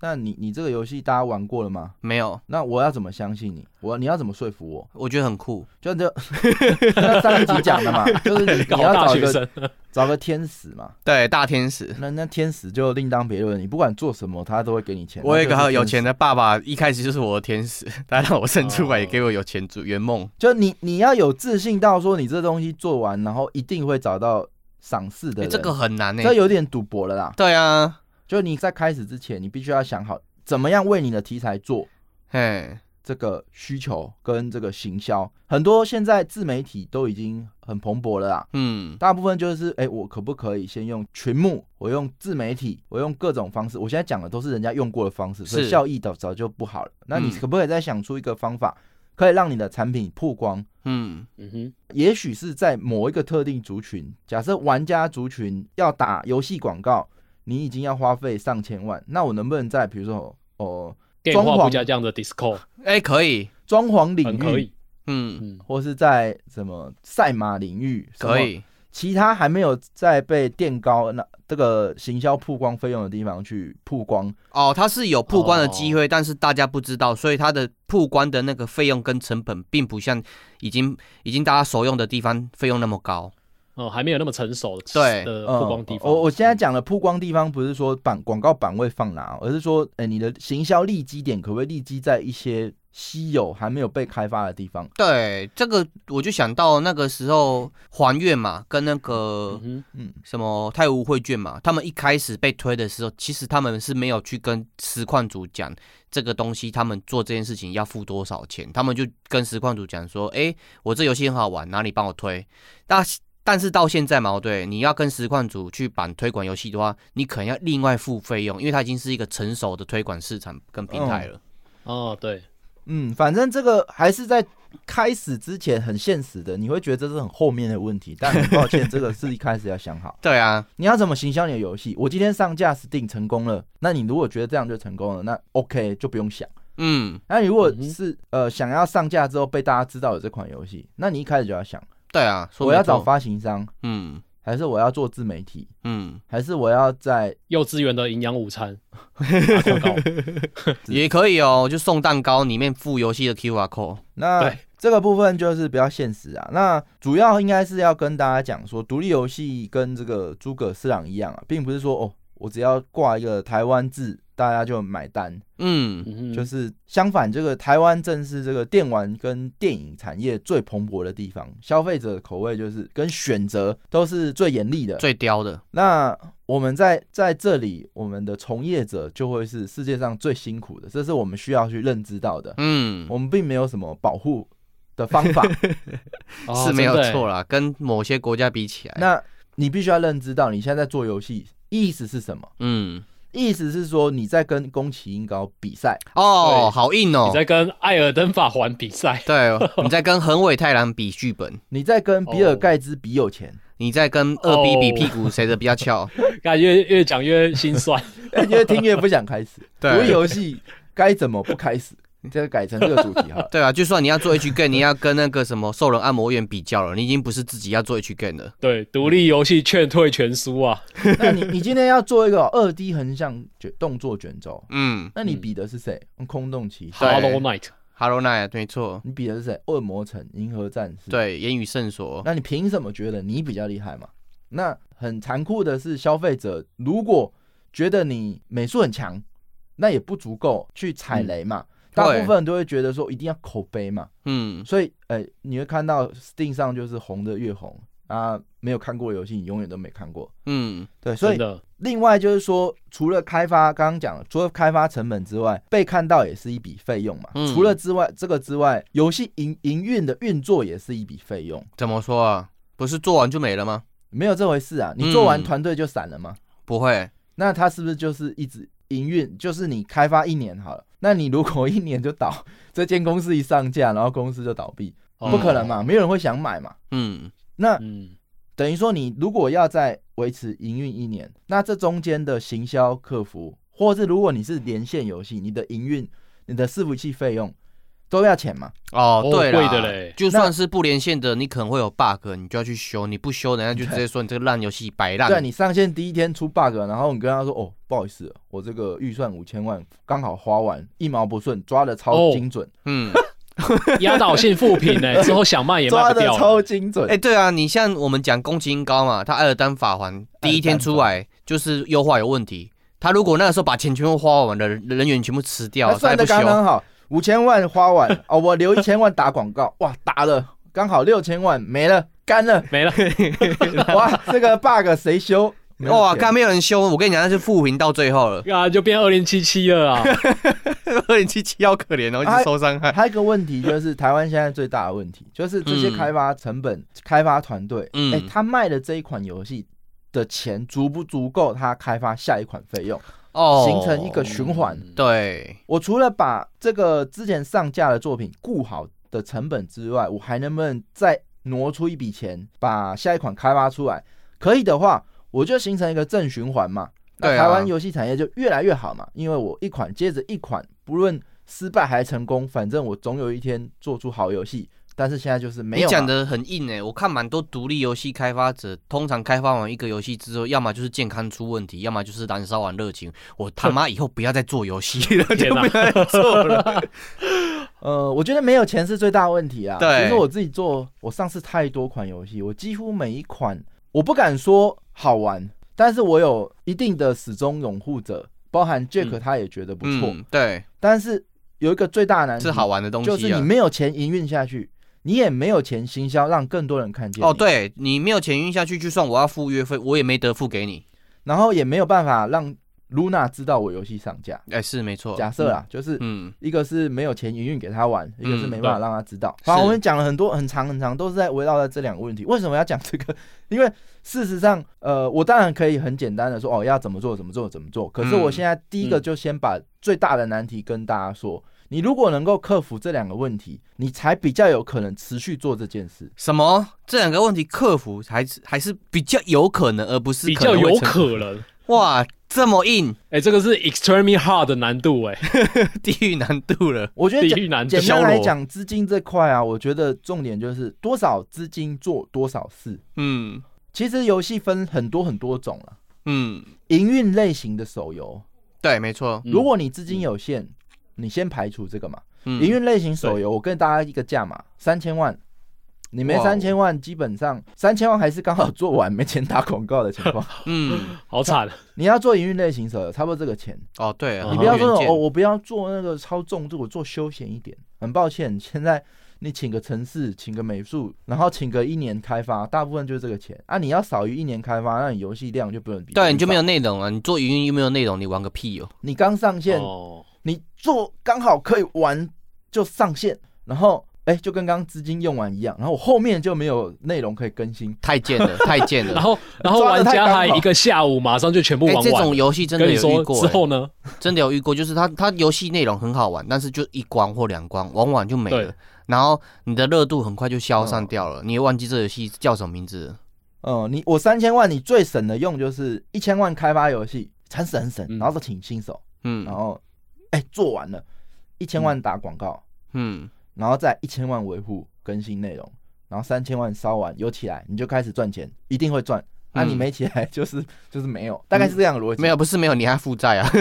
Speaker 4: 那你你这个游戏大家玩过了吗？
Speaker 5: 没有，
Speaker 4: 那我要怎么相信你？我你要怎么说服我？
Speaker 5: 我觉得很酷。
Speaker 4: 就就 那上一集讲的嘛，就是你
Speaker 2: 搞
Speaker 4: 你要
Speaker 2: 大
Speaker 4: 找一
Speaker 2: 学
Speaker 4: 个
Speaker 2: 生，
Speaker 4: 找个天使嘛。
Speaker 5: 对，大天使。
Speaker 4: 那那天使就另当别论，你不管做什么，他都会给你钱。
Speaker 5: 我有一个
Speaker 4: 那就是
Speaker 5: 有
Speaker 4: 天使
Speaker 5: 钱的爸爸，一开始就是我的天使， 他让我生出来，
Speaker 2: 哦
Speaker 5: 也给我有钱做圆梦。
Speaker 4: 就你你要有自信到说你这东西做完，然后一定会找到赏识的
Speaker 5: 哎
Speaker 4: 人。
Speaker 5: 这个很难呢、
Speaker 4: 这有点赌博了啦。
Speaker 5: 对啊，
Speaker 4: 就你在开始之前，你必须要想好怎么样为你的题材做
Speaker 5: 嘿，
Speaker 4: 这个需求跟这个行销。很多现在自媒体都已经很蓬勃了啦。
Speaker 5: 嗯，
Speaker 4: 大部分就是，哎、我可不可以先用群幕？我用自媒体，我用各种方式。我现在讲的都是人家用过的方式，所以
Speaker 5: 是
Speaker 4: 效益早早就不好了。那你
Speaker 5: 嗯
Speaker 4: 可不可以再想出一个方法，可以让你的产品曝光？
Speaker 5: 嗯，
Speaker 2: 嗯哼，
Speaker 4: 也许是在某一个特定族群，假设玩家族群要打游戏广告，你已经要花费上千万，那我能不能在比如说哦
Speaker 2: 电
Speaker 4: 装
Speaker 2: 话
Speaker 4: 潢
Speaker 2: 不加这样的 disco
Speaker 5: 哎、可以，
Speaker 4: 装潢领
Speaker 2: 很可
Speaker 4: 域，
Speaker 2: 以，
Speaker 5: 嗯，
Speaker 2: 嗯，
Speaker 4: 或是在什么赛马领域，什么
Speaker 5: 可以，
Speaker 4: 其他还没有在被垫高那这个行销曝光费用的地方去曝光，
Speaker 5: 哦，它是有曝光的机
Speaker 2: 哦
Speaker 5: 会，但是大家不知道，所以它的曝光的那个费用跟成本，并不像已经已经大家熟用的地方费用那么高。
Speaker 2: 嗯，还没有那么成熟的
Speaker 5: 对
Speaker 2: 的
Speaker 4: 嗯
Speaker 2: 呃曝光地方。
Speaker 4: 我我现在讲的曝光地方不是说版广告版位放哪，而是说，哎、你的行销利基点可不可以立基在一些稀有还没有被开发的地方？
Speaker 5: 对，这个我就想到那个时候还愿嘛，跟那个
Speaker 2: 嗯哼，
Speaker 4: 嗯，
Speaker 5: 什么泰晤会券嘛，他们一开始被推的时候，其实他们是没有去跟实况组讲这个东西，他们做这件事情要付多少钱，他们就跟实况组讲说，哎、我这游戏很好玩，哪里帮我推？那但是到现在嘛，哦对，你要跟实况组去版推广游戏的话，你可能要另外付费用，因为它已经是一个成熟的推广市场跟平台了。
Speaker 2: 哦，对，
Speaker 4: 嗯，反正这个还是在开始之前很现实的，你会觉得这是很后面的问题，但很抱歉，这个是一开始要想好。
Speaker 5: 对啊，
Speaker 4: 你要怎么行销你的游戏？我今天上架 Steam 成功了，那你如果觉得这样就成功了，那 OK 就不用想。
Speaker 5: 嗯，
Speaker 4: 那你如果
Speaker 2: 嗯哼
Speaker 4: 是、呃想要上架之后被大家知道有这款游戏，那你一开始就要想，
Speaker 5: 对啊，说
Speaker 4: 我要
Speaker 5: 没错
Speaker 4: 找，发行商，
Speaker 5: 嗯
Speaker 4: 还是我要做自媒体，
Speaker 5: 嗯，
Speaker 4: 还是我要在
Speaker 2: 幼稚园的营养午餐打广 告，
Speaker 5: 也可以哦，就送蛋糕里面附游戏的 QR code。
Speaker 4: 那
Speaker 2: 对
Speaker 4: 这个部分就是比较现实啊。那主要应该是要跟大家讲说，独立游戏跟这个诸葛市场一样啊，并不是说哦，我只要挂一个台湾字，大家就买单。
Speaker 5: 嗯，
Speaker 2: 嗯哼，
Speaker 4: 就是相反，这个台湾正是这个电玩跟电影产业最蓬勃的地方，消费者的口味就是跟选择都是最严厉的。
Speaker 5: 最刁的，
Speaker 4: 那我们在在这里，我们的从业者就会是世界上最辛苦的，这是我们需要去认知到的。哦
Speaker 5: 嗯，
Speaker 4: 我们并没有什么保护的方法，
Speaker 2: 哦
Speaker 5: 是没有
Speaker 2: 真的耶
Speaker 5: 错啦，跟某些国家比起来，
Speaker 4: 那你必须要认知到你现在在做游戏，意思是什么？
Speaker 5: 嗯，
Speaker 4: 意思是说你在跟宫崎英高比赛，
Speaker 5: 哦，
Speaker 2: 对
Speaker 5: 好硬哦
Speaker 2: 你，在跟《艾尔登法环》比赛，
Speaker 5: 对，你在跟横尾太郎比剧本，
Speaker 4: 你在跟比尔盖茨比有 钱，
Speaker 5: 你在跟二 B
Speaker 2: 哦
Speaker 5: 比屁股谁的比较翘，
Speaker 2: 感觉越讲越心酸。
Speaker 4: 越听越不想开始。
Speaker 5: 对
Speaker 4: 独立游戏该怎么不开始？ 你这个改成这个主题 好了。
Speaker 5: 对啊，就算你要做 H game，你要跟那个什么兽人按摩院比较了，你已经不是自己要做 H game 了，
Speaker 2: 对，独立游戏劝退全输啊，
Speaker 5: 嗯
Speaker 4: 那你你今天要做一个二 D 横向卷动作卷轴，
Speaker 5: 嗯
Speaker 4: 那你比的是谁？空洞骑
Speaker 2: 《
Speaker 4: 士，
Speaker 5: 对
Speaker 2: Hollow Knight》
Speaker 5: ，Hello Night，没错，
Speaker 4: 你比的是谁？恶魔城、银河战士。，
Speaker 5: 对，言语圣所，
Speaker 4: 那你凭什么觉得你比较厉害嘛？那很残酷的是，消费者如果觉得你美术很强，那也不足够去踩雷嘛。大部分人都会觉得说一定要口碑嘛，
Speaker 5: 嗯，
Speaker 4: 所以呃，你会看到 Steam 上就是红的越红啊，没有看过的游戏你永远都没看过。
Speaker 5: 嗯，
Speaker 4: 对，所
Speaker 2: 真
Speaker 4: 以
Speaker 2: 的，
Speaker 4: 另外就是说，除了开发刚刚讲了，除了开发成本之外，被看到也是一笔费用嘛。
Speaker 5: 嗯
Speaker 4: 除了之外，这个之外，游戏营营运的运作也是一笔费用。
Speaker 5: 怎么说啊？不是做完就没了吗？
Speaker 4: 没有这回事啊！你做完
Speaker 5: 嗯
Speaker 4: 团队就散了吗？
Speaker 5: 不会，
Speaker 4: 那它是不是就是一直营运？就是你开发一年好了，那你如果一年就倒，这间公司一上架，然后公司就倒闭，
Speaker 2: 哦
Speaker 4: 不可能嘛？没有人会想买嘛？
Speaker 5: 嗯，
Speaker 4: 那
Speaker 2: 嗯，
Speaker 4: 等于说，你如果要再维持营运一年，那这中间的行销客服，或是如果你是连线游戏，你的营运、你的伺服器费用都要钱嘛？
Speaker 5: 哦，
Speaker 2: 哦
Speaker 5: 对
Speaker 2: 贵
Speaker 5: 啦，
Speaker 2: 的嘞
Speaker 5: 就算是不连线的，你可能会有 bug，你就要去修，你不修，人家就直接说你这个烂游戏白烂。
Speaker 4: 对，啊你上线第一天出 bug，然后你跟他说：“哦，不好意思，我这个预算五千万刚好花完，一毛不剩，抓的超
Speaker 2: 哦
Speaker 4: 精准，
Speaker 5: 嗯，
Speaker 2: 压倒性负评 呢，之后想卖也卖
Speaker 4: 抓
Speaker 2: 不
Speaker 4: 的
Speaker 2: 掉
Speaker 4: 超
Speaker 2: 了。
Speaker 4: 精准。
Speaker 5: 哎、对啊，你像我们讲宫崎英高嘛，他艾尔丹法环第一天出来就是优化有问题，他如果那个时候把钱全部花完了，人人员全部吃掉，
Speaker 4: 他
Speaker 5: 他还
Speaker 4: 哎算啊
Speaker 5: 不
Speaker 4: 的
Speaker 5: 修，
Speaker 4: 刚刚好，五千万花完了哦，我留一千万打广告， 哇，打了刚好六千万没了，干 了，
Speaker 2: 没了，
Speaker 4: 哇，这个 bug 谁修？没啊有
Speaker 5: 哇，
Speaker 4: 钱
Speaker 5: 刚没有人修，我跟你讲，那是负评到最后了，
Speaker 2: 啊，就变二零七七了 啊！
Speaker 5: 二零七七好可怜哦，一
Speaker 4: 啊
Speaker 5: 直受伤害。
Speaker 4: 还有一个问题就是，台湾现在最大的问题就是这些
Speaker 5: 嗯
Speaker 4: 开发成本、开发团队，哎、
Speaker 5: 嗯
Speaker 4: 他卖的这一款游戏的钱足不足够他开发下一款费用，
Speaker 5: 哦，
Speaker 4: 形成一个循环。
Speaker 5: 对，
Speaker 4: 我除了把这个之前上架的作品顾好的成本之外，我还能不能再挪出一笔钱把下一款开发出来？可以的话，我就形成一个正循环嘛。那
Speaker 5: 对啊
Speaker 4: 台湾游戏产业就越来越好嘛，因为我一款接着一款，不论失败还成功，反正我总有一天做出好游戏。但是现在就是没
Speaker 5: 你
Speaker 4: 有嘛
Speaker 5: 讲的很硬诶、我看蛮多独立游戏开发者，通常开发完一个游戏之后，要么就是健康出问题，要么就是燃烧完热情。我他妈以后不要再做游戏了，
Speaker 2: 天
Speaker 5: 就
Speaker 2: 哪
Speaker 5: 不要再做了。
Speaker 4: 呃，我觉得没有钱是最大的问题啊。
Speaker 5: 对
Speaker 4: 其实我自己做，我上市太多款游戏，我几乎每一款，我不敢说好玩，但是我有一定的始终拥护者，包含 Jack
Speaker 2: 嗯
Speaker 4: 他也觉得不错。
Speaker 5: 嗯，对，
Speaker 4: 但是有一个最大的难题
Speaker 5: 是好玩的东西、啊，
Speaker 4: 就是你没有钱营运下去，你也没有钱行销，让更多人看见。
Speaker 5: 哦，，对你没有钱运下去，就算我要付月费，我也没得付给你。
Speaker 4: 然后也没有办法让 Luna 知道我游戏上架。
Speaker 5: 哎、是没错。
Speaker 4: 假设啦，啊就是
Speaker 5: 嗯，
Speaker 4: 一个是没有钱营运给他玩，一个是
Speaker 5: 嗯
Speaker 4: 没办法
Speaker 2: 对
Speaker 4: 让他知道。
Speaker 5: 是
Speaker 4: 反正我们讲了很多很长很长，都是在围绕在这两个问题。为什么要讲这个？ 因为事实上，呃，我当然可以很简单的说，哦，要怎么做，怎么做，怎么做。可是
Speaker 5: 嗯
Speaker 4: 我现在第一个就先把最大的难题跟大家说。你如果能够克服这两个问题，你才比较有可能持续做这件事。
Speaker 5: 什么？这两个问题克服还是还是比较有可能，而不 是
Speaker 2: 比
Speaker 5: 可
Speaker 2: 较
Speaker 5: 能会
Speaker 2: 有
Speaker 5: 成
Speaker 2: 可能。
Speaker 5: 哇，这么硬，
Speaker 2: 哎、这个是 extremely hard 的难度哎、
Speaker 5: 地狱难度了。
Speaker 4: 我觉得
Speaker 2: 地
Speaker 4: 讲
Speaker 2: 狱难度
Speaker 4: 简。单
Speaker 5: 小
Speaker 4: 来
Speaker 5: 罗
Speaker 4: 讲，资金这块啊，我觉得重点就是多少资金做多少事。
Speaker 5: 嗯
Speaker 4: 其实游戏分很多很多种了，
Speaker 5: 嗯，
Speaker 4: 营运类型的手游，
Speaker 5: 对，没错。
Speaker 2: 嗯
Speaker 4: 如果你资金有限，你先排除这个嘛。
Speaker 5: 嗯，
Speaker 4: 营运类型手游，我跟大家一个价码，三千万。你没
Speaker 5: 哇哦
Speaker 4: 三千万，基本上三千万还是刚好做完没钱打广告的情 况。
Speaker 5: 嗯，
Speaker 2: 好惨，
Speaker 4: 你要做营运类型手游，差不多这个钱。
Speaker 5: 哦，对啊，
Speaker 4: 你不要说
Speaker 5: 元件
Speaker 4: 哦，我不要做那个超重度，我做休闲一点。很抱歉， 现在你请个城市，请个美术，然后请个一年开发，大部分就是这个钱啊。你要少于一年开发，那你游戏量就不能比。
Speaker 5: 对，你就没有。内容了。你做营运又没有内容，你玩个屁哦。
Speaker 4: 你刚上线，
Speaker 2: 哦，
Speaker 4: 你做刚好可以玩就上线，然后哎、就跟刚刚资金用完一样，然后我后面就没有内容可以更新。
Speaker 5: 太贱了，太贱
Speaker 2: 然
Speaker 5: 了。
Speaker 2: 后然后
Speaker 4: 抓得
Speaker 2: 玩
Speaker 4: 太
Speaker 2: 家
Speaker 4: 刚
Speaker 2: 还
Speaker 4: 好
Speaker 2: 一个下午马上就全部
Speaker 5: 哎、
Speaker 2: 玩
Speaker 5: 这
Speaker 2: 完
Speaker 5: 种。游戏真的
Speaker 2: 跟你
Speaker 5: 有
Speaker 2: 说
Speaker 5: 遇过、
Speaker 2: 之
Speaker 5: 哎
Speaker 2: 后呢？
Speaker 5: 真的有遇过，就是它它游戏内容很好玩，但是就一关或两关，玩完就没了
Speaker 2: 对，
Speaker 5: 然后你的热度很快就消散掉了，你也忘记这游戏叫什么名字了。
Speaker 4: 嗯，你我三千万，你最省的用就是一千万开发游戏，很省很省，
Speaker 2: 嗯
Speaker 4: 然后再请新手，然
Speaker 5: 嗯
Speaker 4: 后哎、做完了，一千万打广告，
Speaker 5: 嗯，
Speaker 4: 然后再一千万维护更新内容，然后三千万烧完有起来，你就开始赚钱，一定会赚。那、你
Speaker 5: 嗯
Speaker 4: 没起来就是就是没有，大概是这样的逻辑、
Speaker 5: 没有，不是没有，你还负债啊，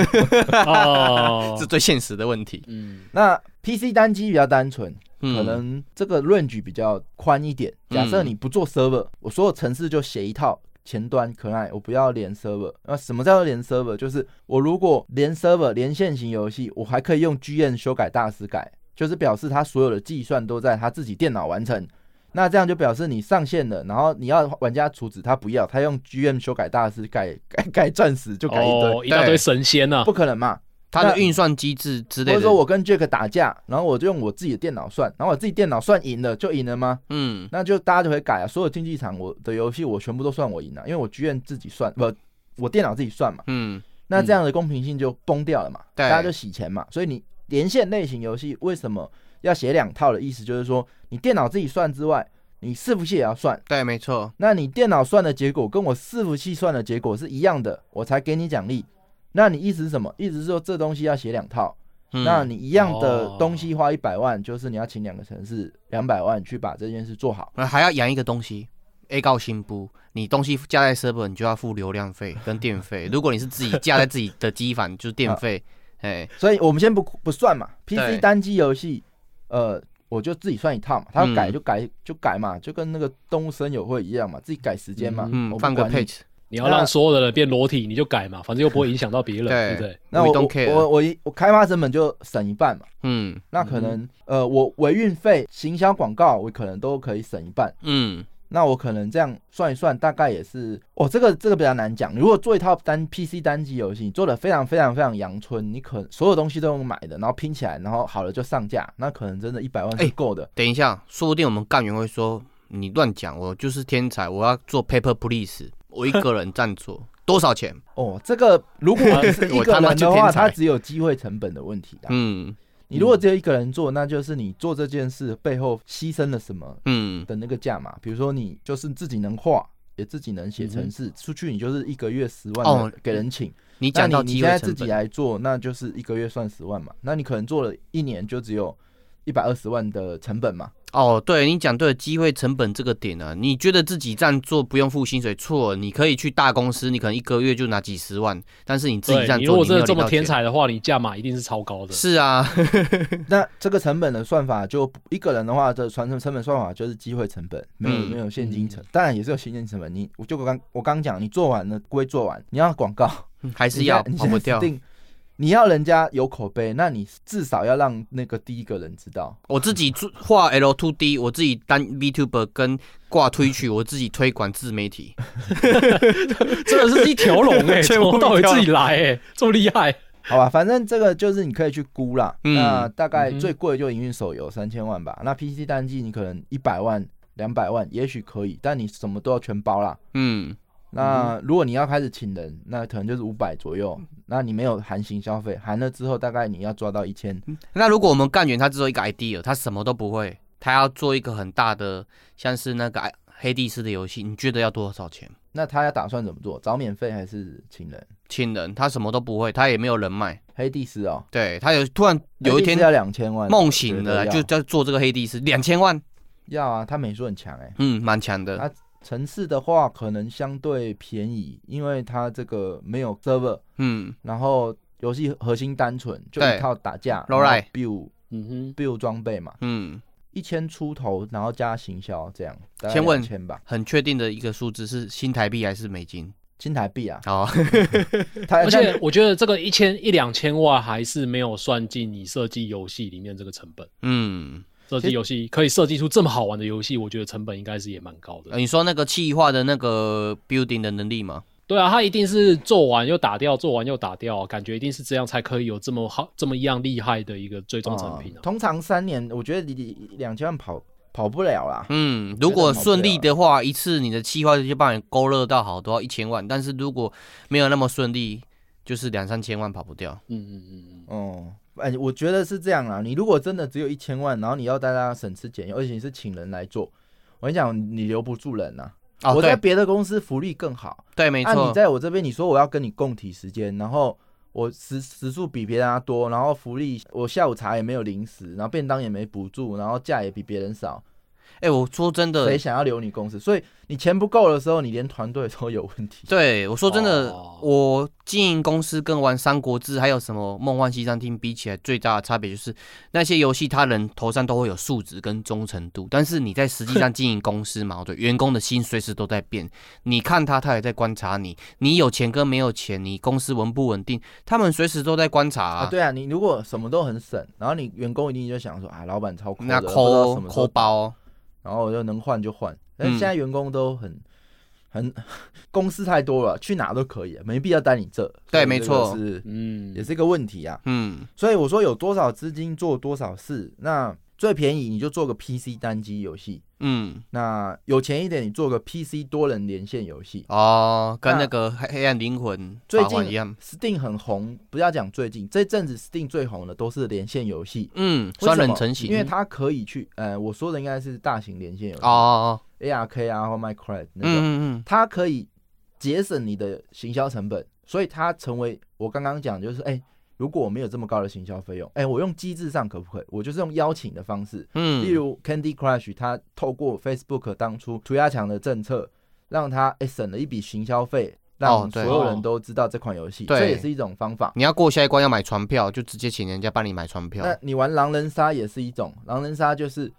Speaker 2: 哦
Speaker 5: 是，最现实的问题。
Speaker 2: 嗯，
Speaker 4: 那 PC 单机比较单纯，
Speaker 5: 嗯
Speaker 4: 可能这个 range 比较宽一点。假设你不做 server，、我所有城市就写一套前端可爱，我不要连 server。那什么叫做连 server？就是我如果连 server 连线型游戏，我还可以用 GN 修改大师改，就是表示它所有的计算都在他自己电脑完成。那这样就表示你上线了，然后你要玩家处置，他不要，他用 GM 修改大师改改 改钻石就改一堆，
Speaker 2: 哦，一大堆神仙呐
Speaker 4: 不，可能嘛？
Speaker 5: 它的运算机制之
Speaker 4: 或
Speaker 5: 类
Speaker 4: 者
Speaker 5: 的。
Speaker 4: 说我跟 Jack 打架，然后我就用我自己的电脑算，然后我自己电脑算赢了就赢了吗？
Speaker 5: 嗯
Speaker 4: 那就大家就会改啊，所有竞技场我的游戏我全部都算我赢了，啊因为我剧院自己算，不，我电脑自己算嘛，
Speaker 5: 嗯
Speaker 4: 那这样的公平性就崩掉了嘛，
Speaker 5: 对
Speaker 4: 大家就洗钱嘛，所以你连线类型游戏为什么要写两套的意思就是说，你电脑自己算之外，你伺服器也要算。
Speaker 5: 对，没错。
Speaker 4: 那你电脑算的结果跟我伺服器算的结果是一样的，我才给你奖励。那你意思是什么？意思是说这东西要写两套，
Speaker 5: 嗯
Speaker 4: 那你一样的
Speaker 2: 哦
Speaker 4: 东西花一百万，就是你要请两个城市两百万去把这件事做好。
Speaker 5: 呃还要养一个东西，A 告新部，你东西加在 server，你就要付流量费 跟电费。如果你是自己架在自己的机房，就是电费。
Speaker 4: 啊
Speaker 5: 哎，
Speaker 4: 所以我们先不不算嘛
Speaker 5: 对
Speaker 4: ，PC 单机游戏，呃，我就自己算一套嘛，他要改
Speaker 5: 嗯
Speaker 4: 就改、就改嘛，就跟那个动物森友会一样嘛，自己改时间嘛，
Speaker 5: 嗯
Speaker 4: 我，不
Speaker 5: 放个
Speaker 4: 管你
Speaker 5: page，
Speaker 2: 你要让所有的人变裸体，你就改嘛，反正又不会影响到别人，
Speaker 5: 对
Speaker 2: 对不对？
Speaker 4: 那
Speaker 5: We
Speaker 4: 我
Speaker 5: don't
Speaker 4: 我
Speaker 5: care
Speaker 4: 我我一我开发成本就省一半嘛，
Speaker 5: 嗯
Speaker 4: 那可能、呃我维运费、行销广告我可能都可以省一半。
Speaker 5: 嗯，
Speaker 4: 那我可能这样算一算，大概也是哦，这个这个比较难讲。如果做一套单 PC 单机游戏，你做的非常非常非常阳春，你可所有东西都用买的，然后拼起来，然后好了就上架，那可能真的一百万
Speaker 5: 哎
Speaker 4: 是够的。
Speaker 5: 等一下，说不定我们干员会说你乱讲，我就是天才，我要做 paper please，我一个人 占做多少钱？
Speaker 4: 哦，这个如果你是一
Speaker 5: 我
Speaker 4: 个
Speaker 5: 他妈
Speaker 4: 人
Speaker 5: 就
Speaker 4: 的
Speaker 5: 天
Speaker 4: 话，
Speaker 5: 才
Speaker 4: 它只有机会成本的问题啦。
Speaker 5: 嗯
Speaker 4: 你如果只有一个人做，那就是你做这件事背后牺牲了什么
Speaker 5: 嗯
Speaker 4: 的那个价码。比如说你就是自己能画，也自己能写程式，出去你就是一个月十万
Speaker 5: 嗯哦
Speaker 4: 的给人请。
Speaker 5: 你
Speaker 4: 那
Speaker 5: 讲到
Speaker 4: 你你
Speaker 5: 机
Speaker 4: 现在
Speaker 5: 会成
Speaker 4: 自己
Speaker 5: 本，
Speaker 4: 来做，那就是一个月算十万嘛，那你可能做了一年就只有一百二十万的成本嘛，
Speaker 5: 哦，对你讲对了，机会成本这个点啊，你觉得自己这样做不用付薪水，错了，你可以去大公司，你可能一个月就拿几十万，但是你自己
Speaker 2: 对
Speaker 5: 这样做，
Speaker 2: 你如果
Speaker 5: 没
Speaker 2: 真
Speaker 5: 有
Speaker 2: 的这
Speaker 5: 领
Speaker 2: 么
Speaker 5: 到
Speaker 2: 天
Speaker 5: 钱，
Speaker 2: 才的话，你价码一定是超高 的。
Speaker 5: 是啊，
Speaker 4: 那这个成本的算法，就一个人的话，这传承成本算法就是机会成本，没有、
Speaker 5: 嗯
Speaker 4: 没有现金成，当然也是有现金成本。你我就刚我刚讲，你做完了归做完，你要广告
Speaker 5: 还是
Speaker 4: 你现
Speaker 5: 要
Speaker 4: 在你
Speaker 5: 跑
Speaker 4: 现
Speaker 5: 不
Speaker 4: 在
Speaker 5: 掉。
Speaker 4: 定你要人家有口碑，那你至少要让那个第一个人知道。
Speaker 5: 我自己做画 L to D，我自己当 VTuber 跟挂推去，我自己推广自媒体。
Speaker 2: 真的是一条龙 哎，
Speaker 5: 全
Speaker 2: 从
Speaker 5: 部
Speaker 2: 头到尾
Speaker 5: 跳
Speaker 2: 自己来哎、这么厉害。
Speaker 4: 好吧，反正这个就是你可以去估啦。
Speaker 5: 嗯
Speaker 4: 那大概
Speaker 2: 嗯哼
Speaker 4: 最贵就营运手游三千万吧。那 PC 单机你可能一百万、两百万，也许可以，但你什么都要全包啦。
Speaker 5: 嗯，
Speaker 4: 那如果你要开始请人，那可能就是五百左
Speaker 2: 嗯
Speaker 4: 右。那你没有含行消费，含了之后大概你要抓到一千。
Speaker 2: 嗯
Speaker 5: 那如果我们干员他只有一个 idea，他什么都不会，他要做一个很大的，像是那个黑帝斯的游戏，你觉得要多少钱？
Speaker 4: 那他要打算怎么做？找免费还是请人？
Speaker 5: 亲人，他什么都不会，他也没有人脉，
Speaker 4: 黑帝斯哦，
Speaker 5: 对他有突然有
Speaker 4: 黑
Speaker 5: 一
Speaker 4: 帝
Speaker 5: 天
Speaker 4: 斯哎要两千万，啊
Speaker 5: 梦醒了，
Speaker 4: 我觉
Speaker 5: 就
Speaker 4: 得
Speaker 5: 在做这个黑帝斯，两千万，
Speaker 4: 要要啊。他美术很强哎、
Speaker 5: 嗯，蛮强的。
Speaker 4: 啊城市的话可能相对便宜，因为它这个没有 server，
Speaker 5: 嗯，
Speaker 4: 然后游戏核心单纯，就
Speaker 5: 对
Speaker 4: 一套打架
Speaker 5: Low Light
Speaker 4: build
Speaker 2: 嗯
Speaker 4: build 装备嘛，
Speaker 5: 嗯，
Speaker 4: 一千出头，然后加行销这样，大概
Speaker 5: 先问
Speaker 4: 千吧，
Speaker 5: 很确定的一个数字是新台币还是美金？哦
Speaker 4: 新台币 啊，
Speaker 5: 好，
Speaker 4: 它
Speaker 2: 哼，而且
Speaker 4: 但
Speaker 2: 我觉得这个一千一两千万还是没有算进你设计游戏里面这个成本。
Speaker 5: 嗯，
Speaker 2: 设计游戏可以设计出这么好玩的游戏，我觉得成本应该是也蛮高的
Speaker 5: 呃。你说那个气化的那个 building 的能力吗？
Speaker 2: 对啊，他一定是做完又打掉，做完又打掉，感觉一定是这样才可以有这么好、这么一样厉害的一个最终成品
Speaker 4: 哦
Speaker 2: 啊。
Speaker 4: 通常三年，我觉得你两千万跑跑不了啦。
Speaker 5: 嗯，如果顺利的话，一次你的气化就帮你勾勒到好都要一千万，但是如果没有那么顺利，就是两三千万跑不掉。
Speaker 2: 嗯嗯嗯嗯，
Speaker 4: 哦、哎，我觉得是这样啦。你如果真的只有一千万，然后你要大家省吃俭用，而且你是请人来做，我跟你讲，你留不住人呐、啊
Speaker 5: 哦，
Speaker 4: 我在
Speaker 5: 对
Speaker 4: 别的公司福利更好，
Speaker 5: 对，没
Speaker 4: 那、
Speaker 5: 错
Speaker 4: 你，在我这边，你说我要跟你共体时间，然后我时时数比别人家多，然后福利我下午茶也没有零食，然后便当也没补助，然后假也比别人少，
Speaker 5: 哎、我说真的
Speaker 4: 谁，想要留你公司？所以你钱不够的时候，你连团队都有问题。
Speaker 5: 对我说真的，
Speaker 2: 哦
Speaker 5: 我经营公司跟玩《三国志》还有什么《梦幻西餐厅》比起来，最大的差别就是那些游戏，他人头上都会有数值跟忠诚度，但是你在实际上经营公 司嘛，对，员工的心随时都在变，你看他，他也在观察你，你有钱跟没有钱，你公司稳不稳定，他们随时都在观察、
Speaker 4: 啊，。对啊，你如果什么都很省，然后你员工一定就想说啊，老板超抠的，
Speaker 5: 那
Speaker 4: 不知道
Speaker 5: 抠
Speaker 4: 什么时候
Speaker 5: 抠，包，哦
Speaker 4: 然后我就能换就换。但
Speaker 5: 嗯
Speaker 4: 是现在员工都很很 公司太多了，去哪都可以，没必要待你这。所
Speaker 5: 对
Speaker 4: 以
Speaker 5: 没
Speaker 4: 这个
Speaker 5: 错
Speaker 4: 是
Speaker 2: 嗯，
Speaker 4: 也是一个问题啊。
Speaker 5: 嗯，
Speaker 4: 所以我说有多少资金做多少事，那最便宜你就做个 PC 单机游戏，
Speaker 5: 嗯，
Speaker 4: 那有钱一点你做个 PC 多人连线游戏。
Speaker 5: 哦，跟
Speaker 4: 那
Speaker 5: 那个黑黑暗灵魂
Speaker 4: 最
Speaker 5: 法
Speaker 4: 近
Speaker 5: 环一样，
Speaker 4: Steam 很红，不要讲最近，这阵子 Steam 最红的都是连线游戏，
Speaker 5: 嗯，
Speaker 4: 为什么
Speaker 5: 双人成型，
Speaker 4: 因为它可以去，呃，我说的应该是大型连线游戏、
Speaker 5: 哦哦，哦
Speaker 4: ARK 啊或 Minecraft 那种，
Speaker 5: 嗯嗯
Speaker 4: 它可以节省你的行销成本，所以它成为我刚刚讲就是，哎、如果我没有这么高的行销费用，哎、我用机制上可不可以？我就是用邀请的方式，
Speaker 5: 嗯，
Speaker 4: 例如 Candy Crush，它透过 Facebook 当初涂鸦墙的政策，让它哎、省了一笔行销费，
Speaker 5: 哦
Speaker 4: 让
Speaker 5: 对
Speaker 4: 所有人都知道这款游戏，
Speaker 5: 对
Speaker 4: 这也是一种方法。
Speaker 5: 你要过下一关要买船票，就直接请人家帮你买船票。
Speaker 4: 那你玩狼人杀也是一种，狼人杀就是，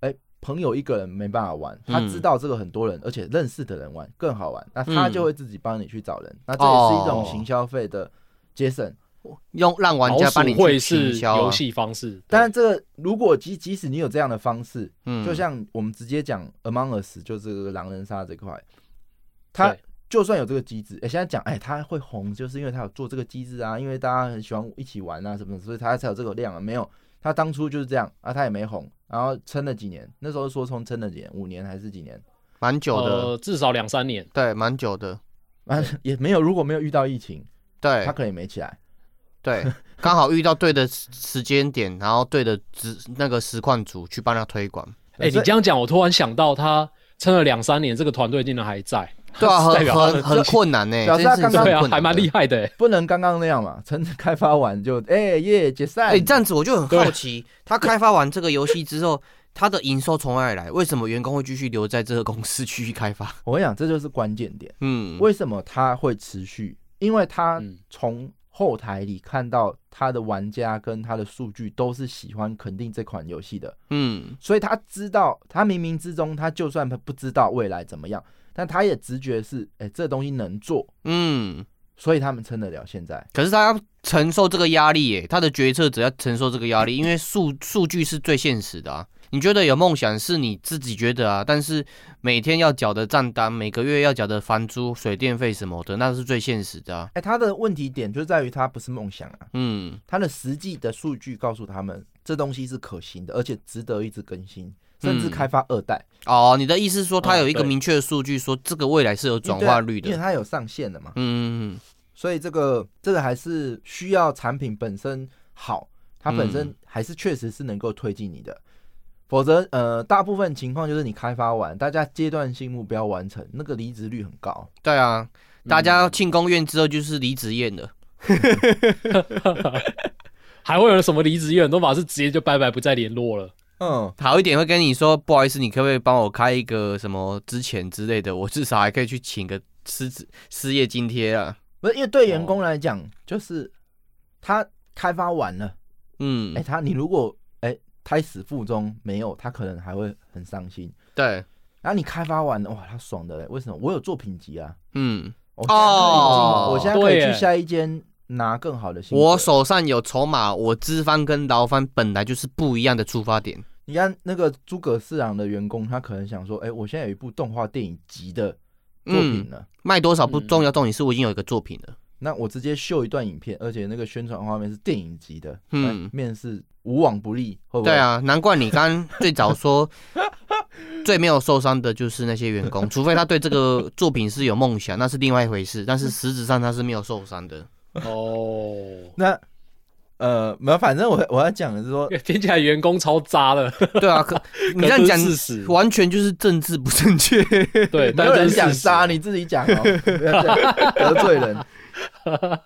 Speaker 4: 哎、朋友一个人没办法玩，他
Speaker 5: 嗯
Speaker 4: 知道这个很多人，而且认识的人玩更好玩，那他
Speaker 5: 嗯
Speaker 4: 就会自己帮你去找人，那这也是一
Speaker 5: 哦
Speaker 4: 种行销费的节省。
Speaker 5: 用让玩
Speaker 2: 老
Speaker 5: 家帮你
Speaker 2: 鼠
Speaker 5: 去
Speaker 2: 会
Speaker 5: 行
Speaker 2: 是
Speaker 5: 销啊
Speaker 2: 游戏方式，
Speaker 4: 但是这个如果即即使你有这样的方式，
Speaker 5: 嗯
Speaker 4: 就像我们直接讲 Among Us 就是这个狼人杀这块，它
Speaker 2: 对
Speaker 4: 就算有这个机制，哎、现在讲哎、它会红，就是因为它有做这个机制啊，因为大家很喜欢一起玩啊什么的，所以它才有这个量啊。没有，它当初就是这样啊，它也没红，然后撑了几年，那时候说从撑了几年，五年还是几年，
Speaker 5: 蛮久的，
Speaker 2: 呃，至少两三年。
Speaker 5: 对，蛮久的，
Speaker 4: 啊也没有，如果没有遇到疫情，
Speaker 5: 对
Speaker 4: 它可能也没起来。
Speaker 5: 对， 刚好遇到对的时时间点，然后对的职那个实况组去帮他推 广。
Speaker 2: 哎、你
Speaker 4: 所以
Speaker 2: 这样讲，我突然想到，他撑了两三年，这个团队竟然还在，
Speaker 5: 对啊，
Speaker 2: 代
Speaker 5: 很
Speaker 2: 表
Speaker 5: 很很困难呢、
Speaker 4: 表示他
Speaker 5: 这件事
Speaker 4: 刚
Speaker 5: 情
Speaker 2: 对
Speaker 5: 很
Speaker 2: 啊，
Speaker 5: 困难的
Speaker 2: 还蛮厉害的、欸。
Speaker 4: 不能刚刚那样嘛，趁开发完就哎耶、解散。
Speaker 5: 哎、这样子我就很好奇，他开发完这个游戏之后，它的营收从哪里来？为什么员工会继续留在这个公司继续开发？
Speaker 4: 我跟你讲，这就是关键点。
Speaker 5: 嗯，
Speaker 4: 为什么它会持续？因为它
Speaker 2: 嗯
Speaker 4: 从后台里看到它的玩家跟它的数据都是喜欢肯定这款游戏的，
Speaker 5: 嗯
Speaker 4: 所以他知道，他冥冥之中，他就算不知道未来怎么样，但他也直觉是，哎、这东西能做，
Speaker 5: 嗯，
Speaker 4: 所以他们撑得了现在。
Speaker 5: 可是他要承受这个压力耶，他的决策者要承受这个压力，因为数数据是最现实的啊。你觉得有梦想是你自己觉得啊，但是每天要缴的账单，每个月要缴的房租、水电费什么的，那是最现实的啊。
Speaker 4: 哎、他的问题点就在于他不是梦想啊，
Speaker 5: 嗯
Speaker 4: 他的实际的数据告诉他们，这东西是可行的，而且值得一直更新，甚至
Speaker 5: 嗯
Speaker 4: 开发二代，
Speaker 5: 哦，你的意思是说，它有一个
Speaker 2: 对啊
Speaker 5: 明确的数据，说这个未来是有
Speaker 4: 因
Speaker 5: 转
Speaker 4: 为
Speaker 5: 化率
Speaker 4: 因为
Speaker 5: 的。
Speaker 4: 它有上限的嘛，
Speaker 5: 嗯，
Speaker 4: 所以这个这个还是需要产品本身好，它本身
Speaker 5: 嗯
Speaker 4: 还是确实是能够推进你的。否则，呃，大部分情况就是你开发完，大家阶段性目标完成，那个离职率很高。
Speaker 5: 对啊，大家
Speaker 2: 嗯
Speaker 5: 庆功宴之后就是离职宴了。
Speaker 2: 还会有什么离职愿？都把是直接就拜拜，不再联络了。
Speaker 4: 嗯，
Speaker 5: 好一点会跟你说，不好意思，你可不可以帮我开一个什么之前之类的？我至少还可以去请个失职失业津贴啊。
Speaker 4: 不是，因为对员工来讲，就是他开发完了，
Speaker 5: 嗯，
Speaker 4: 哎、他你如果哎、胎死腹中没有，他可能还会很伤心。
Speaker 5: 对，
Speaker 4: 然后你开发完了，哇，他爽的嘞！为什么？我有作品集啊，
Speaker 5: 嗯，
Speaker 4: 我现在可以进我现在
Speaker 5: 哦
Speaker 4: 可以
Speaker 2: 对耶
Speaker 4: 去下一间拿更好的薪水。
Speaker 5: 我手上有筹码，我资方跟劳方本来就是不一样的出发点。
Speaker 4: 你看那个诸葛四郎的员工，他可能想说，哎、我现在有一部动画电影级的作品
Speaker 5: 嗯，
Speaker 4: 了，
Speaker 5: 卖多少不
Speaker 2: 嗯
Speaker 5: 重要，重点是我已经有一个作品了。
Speaker 4: 那我直接秀一段影片，而且那个宣传画面是电影级的，
Speaker 5: 嗯
Speaker 4: 嗯，面试无往不利，会不会？
Speaker 5: 对，啊，难怪你刚最早说最没有受伤的就是那些 员工，除非他对这个作品是有梦想，那是另外一回事。但是实质上他是没有受 伤的。
Speaker 2: 哦，
Speaker 4: 那呃，没有，反正我我要讲的是说，
Speaker 2: 听起来员工超渣了。
Speaker 5: 对啊，可你这样讲
Speaker 2: 可不是事实
Speaker 5: 完全就是政治不 正确。
Speaker 2: 对，
Speaker 4: 没
Speaker 2: 但
Speaker 4: 有人
Speaker 2: 这是
Speaker 4: 讲
Speaker 2: 事实
Speaker 4: 杀，你自己讲哦，不要这样得罪人。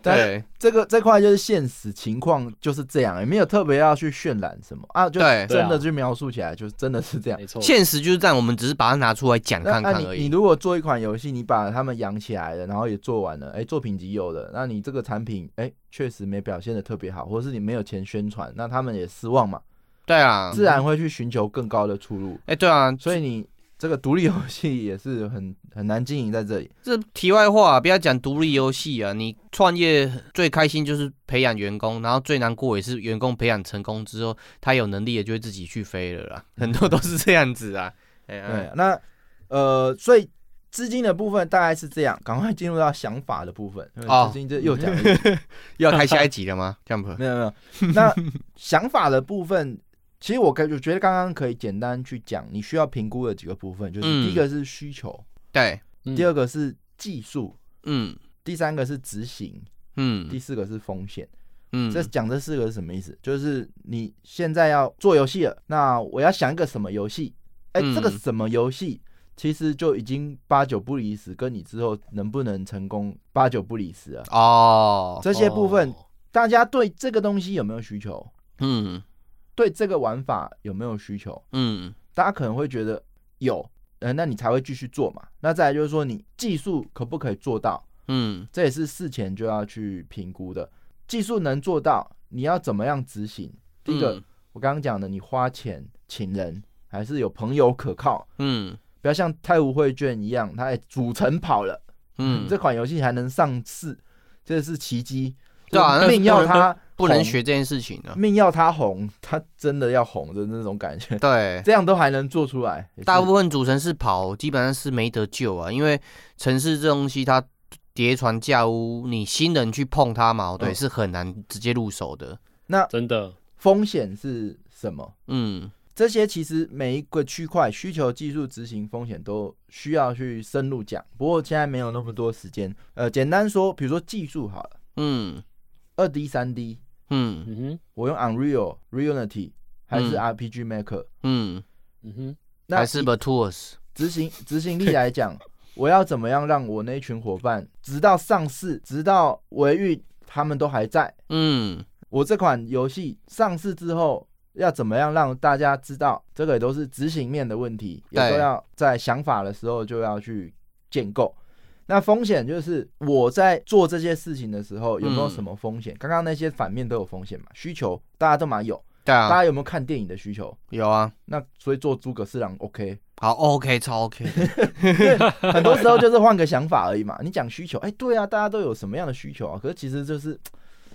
Speaker 4: 但
Speaker 5: 对
Speaker 4: 这个这块就是现实情况就是这样，也没有特别要去渲染什么啊，就
Speaker 5: 对
Speaker 4: 真的去描述起来，就是真的是这样
Speaker 2: 没。错。
Speaker 5: 现实就是这样，我们只是把它拿出来讲
Speaker 4: 那
Speaker 5: 看
Speaker 4: 那
Speaker 5: 看而
Speaker 4: 你你
Speaker 5: 已。
Speaker 4: 如果做一款游戏，你把他们养起来了，然后也做完了，哎、作品集有了，那你这个产品哎确、实没表现的特别好，或者是你没有钱宣传，那他们也失望嘛，
Speaker 5: 对啊，
Speaker 4: 自然会去寻求更高的出路。
Speaker 5: 哎，对啊，
Speaker 4: 所以你这个独立游戏也是很很难经营在这里。
Speaker 5: 这题外话、不要讲独立游戏啊，你创业最开心就是培养员工，然后最难过也是员工培养成功之后，他有能力也就会自己去飞了啦，很多都是这样子啊。哎呀
Speaker 4: 嗯对，那呃，所以资金的部分大概是这样，赶快进入到想法的部分。因为
Speaker 5: 哦
Speaker 4: 资金这又讲了一集
Speaker 5: 要开下一集了吗 ？Jump，
Speaker 4: 没有没有。那想法的部分， 其实我感我觉得刚刚可以简单去讲，你需要评估的几个部分，就是
Speaker 5: 嗯
Speaker 4: 第一个是需求，
Speaker 5: 对，
Speaker 2: 嗯
Speaker 4: 第二个是技术，
Speaker 5: 嗯
Speaker 4: 第三个是执行，第
Speaker 5: 嗯
Speaker 4: 四个是风险。
Speaker 5: 嗯，
Speaker 4: 这讲这四个是什么意思？就是你现在要做游戏了，那我要想一个什么游戏？哎、
Speaker 5: 嗯
Speaker 4: 这个什么游戏其实就已经八九不离十，跟你之后能不能成功八九不离十了。
Speaker 5: 哦，
Speaker 4: 这些部分，
Speaker 2: 哦
Speaker 4: 大家对这个东西有没有需求？
Speaker 5: 嗯
Speaker 4: 对这个玩法有没有需求？
Speaker 5: 嗯
Speaker 4: 大家可能会觉得有，呃，那你才会继续做嘛。那再来就是说，你技术可不可以做到？
Speaker 5: 嗯
Speaker 4: 这也是事前就要去评估的。技术能做到，你要怎么样执行？第一个，
Speaker 5: 嗯
Speaker 4: 我刚刚讲的，你花钱请人，还是有朋友可靠，
Speaker 5: 嗯
Speaker 4: 不要像太无绘卷一样，它主城跑了，
Speaker 5: 嗯，
Speaker 4: 这款游戏还能上市，这是奇迹。
Speaker 5: 对啊
Speaker 4: 就是命要它
Speaker 5: 不能
Speaker 4: 红嗯
Speaker 5: 学这件事情啊。
Speaker 4: 命要它红，它真的要红的那种感觉，
Speaker 5: 对，
Speaker 4: 这样都还能做出来，也是
Speaker 5: 大部分主城市跑基本上是没得救啊，因为城市这东西它叠床架屋，你新人去碰它嘛，对，
Speaker 4: 嗯
Speaker 5: 是很难直接入手的。
Speaker 2: 真的
Speaker 4: 风险是什么？
Speaker 5: 嗯
Speaker 4: 这些其实每一个区块需求、技术、执行、风险都需要去深入讲，不过现在没有那么多时间。呃，简单说，比如说技术好了，
Speaker 5: 嗯
Speaker 4: 二 D、三 D，
Speaker 5: 嗯
Speaker 2: 嗯哼，
Speaker 4: 我用 Unreal、Reality 还是
Speaker 5: 嗯
Speaker 4: RPG Maker，、
Speaker 5: 嗯，
Speaker 2: 嗯哼，
Speaker 4: 那
Speaker 5: 还是
Speaker 4: 以
Speaker 5: b t o u r s
Speaker 4: 执行执行力来讲，我要怎么样让我那群伙伴，直到上市，直到维运，他们都还在。
Speaker 5: 嗯
Speaker 4: 我这款游戏上市之后，要怎么样让大家知道，这个也都是执行面的问题，也
Speaker 5: 对
Speaker 4: 都要在想法的时候就要去建构。那风险就是我在做这些事情的时候有没有
Speaker 5: 嗯
Speaker 4: 什么风险？刚刚那些反面都有风险嘛，需求大家都蛮有，
Speaker 5: 对
Speaker 4: 大
Speaker 5: 啊，
Speaker 4: 家有没有看电影的需求？
Speaker 5: 有啊，
Speaker 4: 那所以做诸葛四郎 OK，
Speaker 5: 好 OK 超 OK，
Speaker 4: 很多时候就是换个想法而已嘛。你讲需求，哎、对啊，大家都有什么样的需求啊？可是其实就是嘖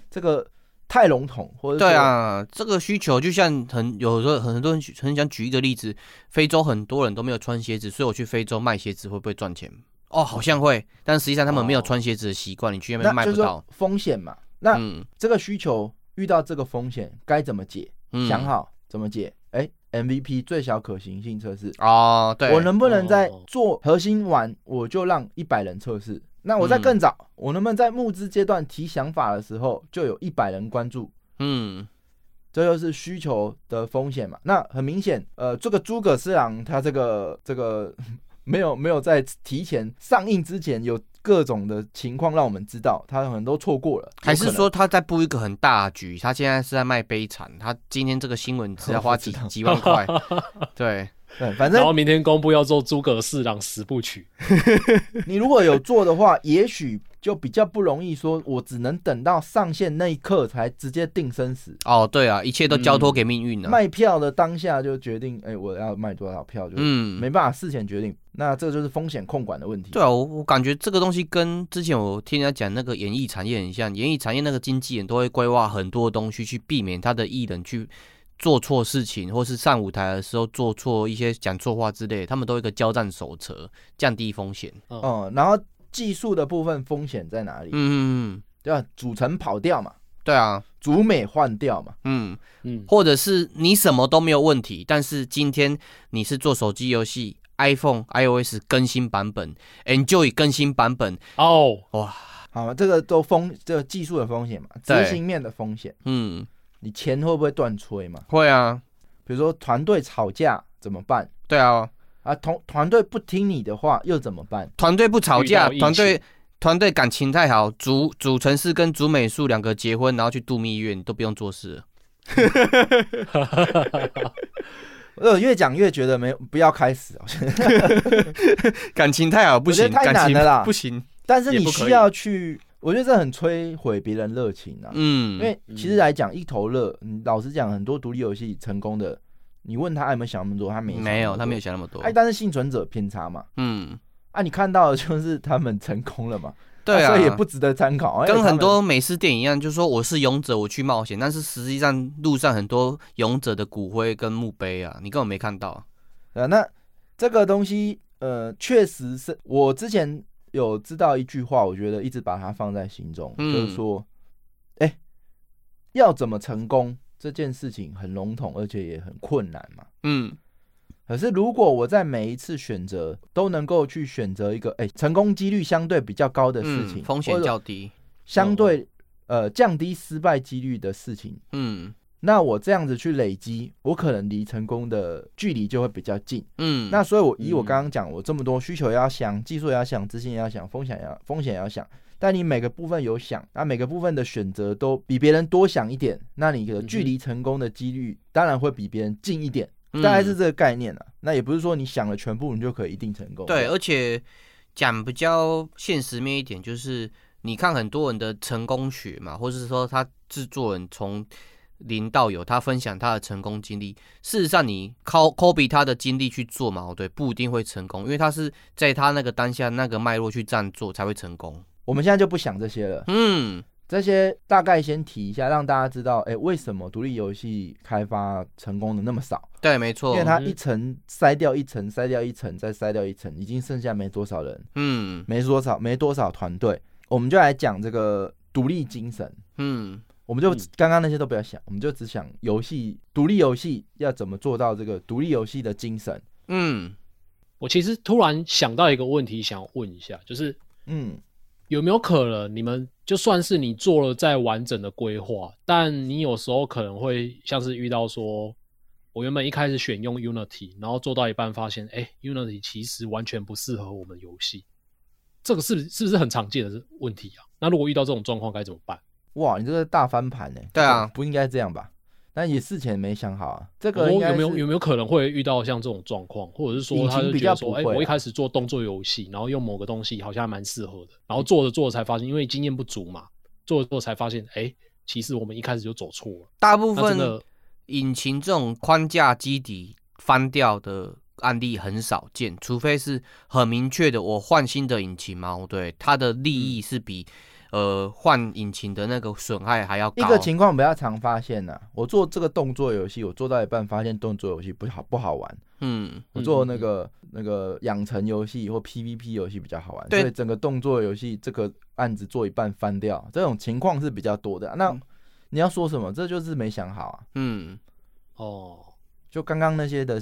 Speaker 4: 这个太笼统，或者说
Speaker 5: 对，啊，这个需求就像很有时候很多人举很想举一个例子，非洲很多人都没有穿鞋子，所以我去非洲卖鞋子会不会赚钱？哦，好像会，但实际上他们没有
Speaker 2: 哦
Speaker 5: 穿鞋子的习惯，你去那边
Speaker 4: 那
Speaker 5: 卖
Speaker 4: 就
Speaker 5: 不
Speaker 4: 是说
Speaker 5: 到。
Speaker 4: 风险嘛。那
Speaker 5: 嗯
Speaker 4: 这个需求遇到这个风险该怎么解？
Speaker 5: 嗯
Speaker 4: 想好怎么解？哎、m v p 最小可行性测试，
Speaker 5: 哦，对，
Speaker 4: 我能不能在
Speaker 2: 哦
Speaker 4: 做核心完我就让一百人测试？那我在
Speaker 5: 嗯
Speaker 4: 更早，我能不能在募资阶段提想法的时候就有一百人关注？
Speaker 5: 嗯
Speaker 4: 这就是需求的风险嘛。那很明显，呃，这个诸葛四郎他这个这个 没有没有在提前上映之前有各种的情况让我们知道，他很多错过了，
Speaker 5: 还
Speaker 4: 有
Speaker 5: 是
Speaker 4: 可能
Speaker 5: 说他在布一个很大的局？他现在是在卖悲惨，他今天这个新闻只要
Speaker 4: 我
Speaker 5: 花
Speaker 4: 不知
Speaker 5: 几
Speaker 4: 道
Speaker 5: 几万块，对，
Speaker 4: 对，反
Speaker 2: 然后
Speaker 4: 正
Speaker 2: 明天公布要做诸葛四郎十部曲，
Speaker 4: 你如果有做的话，也许就比较不容易说，我只能等到上线那一刻才直接定生死。
Speaker 5: 哦，对啊，一切都交托给命运 了。
Speaker 4: 卖票的当下就决定，哎、我要卖多少票，就
Speaker 5: 嗯，
Speaker 4: 没办法事前决定。那这就是风险控管的问题。
Speaker 5: 对啊，我我感觉这个东西跟之前我听人家讲那个演艺产业很像，演艺产业那个经纪人都会规划很多东西去避免他的艺人去做错事情，或是上舞台的时候做错一些讲错话之类的，他们都有一个交战手册，降低风险。
Speaker 4: 嗯，然后技术的部分风险在哪里？
Speaker 5: 嗯，
Speaker 4: 对吧？主城跑掉嘛，
Speaker 5: 对啊，
Speaker 4: 主美换掉嘛，
Speaker 5: 嗯，
Speaker 2: 嗯，
Speaker 5: 或者是你什么都没有问题，但是今天你是做手机游戏。iPhone、iOS 更新版本，Enjoy 更新版本，
Speaker 2: 哦，
Speaker 5: 哇，
Speaker 4: 好嘛，这个都风，这个技术的风险嘛，执
Speaker 5: 对
Speaker 4: 行面的风险，
Speaker 5: 嗯，
Speaker 4: 你钱会不会断吹嘛？
Speaker 5: 会啊，
Speaker 4: 比如说团队吵架怎么办
Speaker 5: 对啊，
Speaker 4: 啊？同团队不听你的话又怎么办？
Speaker 5: 团队不吵
Speaker 2: 遇
Speaker 5: 架
Speaker 2: 到疫，情
Speaker 5: 团队团队感情太好，主主城市跟主美术两个结婚，然后去度蜜月，你都不用做事了。
Speaker 4: 呃，越讲越觉得没有不要开始哦，
Speaker 5: 感情太好不
Speaker 4: 我
Speaker 5: 行，
Speaker 4: 觉得太
Speaker 5: 感情
Speaker 4: 难了啦
Speaker 5: 不行。
Speaker 4: 但是
Speaker 5: 也
Speaker 4: 你
Speaker 5: 不可以
Speaker 4: 需要去，我觉得这很摧毁别人热情啊。因
Speaker 5: 嗯，
Speaker 4: 为其实来讲一头热，你老实讲，很多独立游戏成功的，你问他有没有想那么多，他没想
Speaker 5: 没有，
Speaker 4: 那么
Speaker 5: 他没有
Speaker 4: 多。
Speaker 5: 想那么多
Speaker 4: 哎，。但是幸存者偏差嘛，
Speaker 5: 嗯，
Speaker 4: 啊，你看到的就是他们成功了嘛。
Speaker 5: 对啊，
Speaker 4: 所以也不值得参考。哎因为
Speaker 5: 跟
Speaker 4: 他
Speaker 5: 很
Speaker 4: 们
Speaker 5: 多美式电影一样，就说我是勇者，我去冒险，但是实际上路上很多勇者的骨灰跟墓碑啊，你根本没看到。
Speaker 4: 呃，那这个东西呃，确实是我之前有知道一句话，我觉得一直把它放在心中，
Speaker 5: 嗯
Speaker 4: 就是说，哎、要怎么成功这件事情很笼统，而且也很困难嘛。
Speaker 5: 嗯，
Speaker 4: 可是如果我在每一次选择都能够去选择一个哎、成功几率相对比较高的事
Speaker 5: 嗯
Speaker 4: 情，
Speaker 5: 风
Speaker 4: 或
Speaker 5: 险
Speaker 4: 者
Speaker 5: 较嗯低。
Speaker 4: 相对呃降低失败几率的事情，
Speaker 5: 嗯
Speaker 4: 那我这样子去累积，我可能离成功的距离就会比较近。
Speaker 5: 嗯，
Speaker 4: 那所以，我以我
Speaker 2: 嗯
Speaker 4: 刚刚讲，我这么多需求也要想，技术也要想，资讯也要想，风险也要风险也要想。但你每个部分有想，那每个部分的选择都比别人多想一点，那你的距离成功的几率当然会比别人近一点，
Speaker 5: 嗯
Speaker 4: 大概是这个概念啊。那也不是说你想了全部你就可以一定成功。
Speaker 5: 对，而且讲比较现实面一点，就是你看很多人的成功学嘛，或是说他制作人从零到有，他分享他的成功经历。事实上，你 co copy 他的经历去做嘛，哦对，不一定会成功，因为他是在他那个当下那个脉络去这样做才会成功。
Speaker 4: 我们现在就不想这些了，
Speaker 5: 嗯，
Speaker 4: 这些大概先提一下，让大家知道，哎、为什么独立游戏开发成功的那么少？
Speaker 5: 对，没错
Speaker 4: 因为。它
Speaker 2: 嗯
Speaker 4: 一层筛掉一层，筛掉一层，再筛掉一层，已经剩下没多少人，
Speaker 5: 嗯
Speaker 4: 没多少，没多少团队。我们就来讲这个独立精神，
Speaker 5: 嗯
Speaker 4: 我们就
Speaker 2: 嗯
Speaker 4: 刚刚那些都不要想，我们就只想游戏独立游戏要怎么做到这个独立游戏的精神。
Speaker 5: 嗯，
Speaker 2: 我其实突然想到一个问题，想问一下，就是
Speaker 4: 嗯，
Speaker 2: 有没有可能你们就算是你做了再完整的规划，但你有时候可能会像是遇到说，我原本一开始选用 Unity，然后做到一半发现，哎，Unity 其实完全不适合我们游戏，这个是是不是很常见的问题啊？那如果遇到这种状况该怎么办？
Speaker 4: 哇，你这个大翻盘呢、
Speaker 5: 对啊
Speaker 4: 不应该这样吧？但也事前没想好啊。这
Speaker 2: 我
Speaker 4: 个应
Speaker 2: 说
Speaker 4: 该
Speaker 2: 哦有没有
Speaker 4: 是
Speaker 2: 有没有可能会遇到像这种状况，或者是说
Speaker 4: 引
Speaker 2: 他
Speaker 4: 擎
Speaker 2: 就
Speaker 4: 比
Speaker 2: 觉
Speaker 4: 较
Speaker 2: 得说，
Speaker 4: 不
Speaker 2: 哎、
Speaker 4: 会
Speaker 2: 我一
Speaker 4: 啊
Speaker 2: 开始做动作游戏，然后用某个东西好像还蛮适合的，然后做着做着才发现，因为经验不足嘛，做着做着才发现，哎、其实我们一开始就走错了。
Speaker 5: 大部
Speaker 2: 那真
Speaker 5: 分
Speaker 2: 的
Speaker 5: 引擎这种框架基底翻掉的案例很少见，除非是很明确的，我换新的引擎嘛，对，它的利益是比、呃换引擎的那个损害还要
Speaker 4: 嗯一
Speaker 5: 高。
Speaker 4: 个情况比较常发现呢、我做这个动作游戏，我做到一半发现动作游戏不好不好玩，
Speaker 5: 嗯，
Speaker 4: 我做那个、那个养成游戏或 PVP 游戏比较好玩，
Speaker 5: 对
Speaker 4: 所以整个动作游戏这个案子做一半翻掉，这种情况是比较多的。啊那、你要说什么？这就是没想好啊。
Speaker 5: 嗯，
Speaker 2: 哦，
Speaker 4: 就刚刚那些的，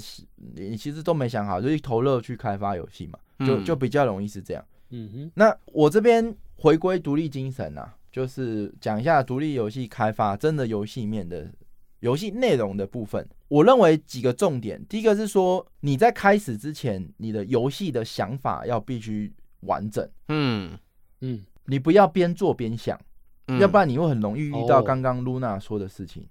Speaker 4: 你其实都没想好，就一头热去开发游戏嘛，就
Speaker 5: 嗯
Speaker 4: 就比较容易是这样。
Speaker 2: 嗯哼，
Speaker 4: 那我这边回归独立精神啊，就是讲一下独立游戏开发真的游戏面的游戏内容的部分。我认为几个重点，第一个是说你在开始之前，你的游戏的想法要必须完整，
Speaker 5: 嗯
Speaker 2: 嗯，
Speaker 4: 你不要边做边想，
Speaker 5: 嗯，
Speaker 4: 要不然你会很容易遇到
Speaker 2: 哦
Speaker 4: 刚刚露娜说的事情。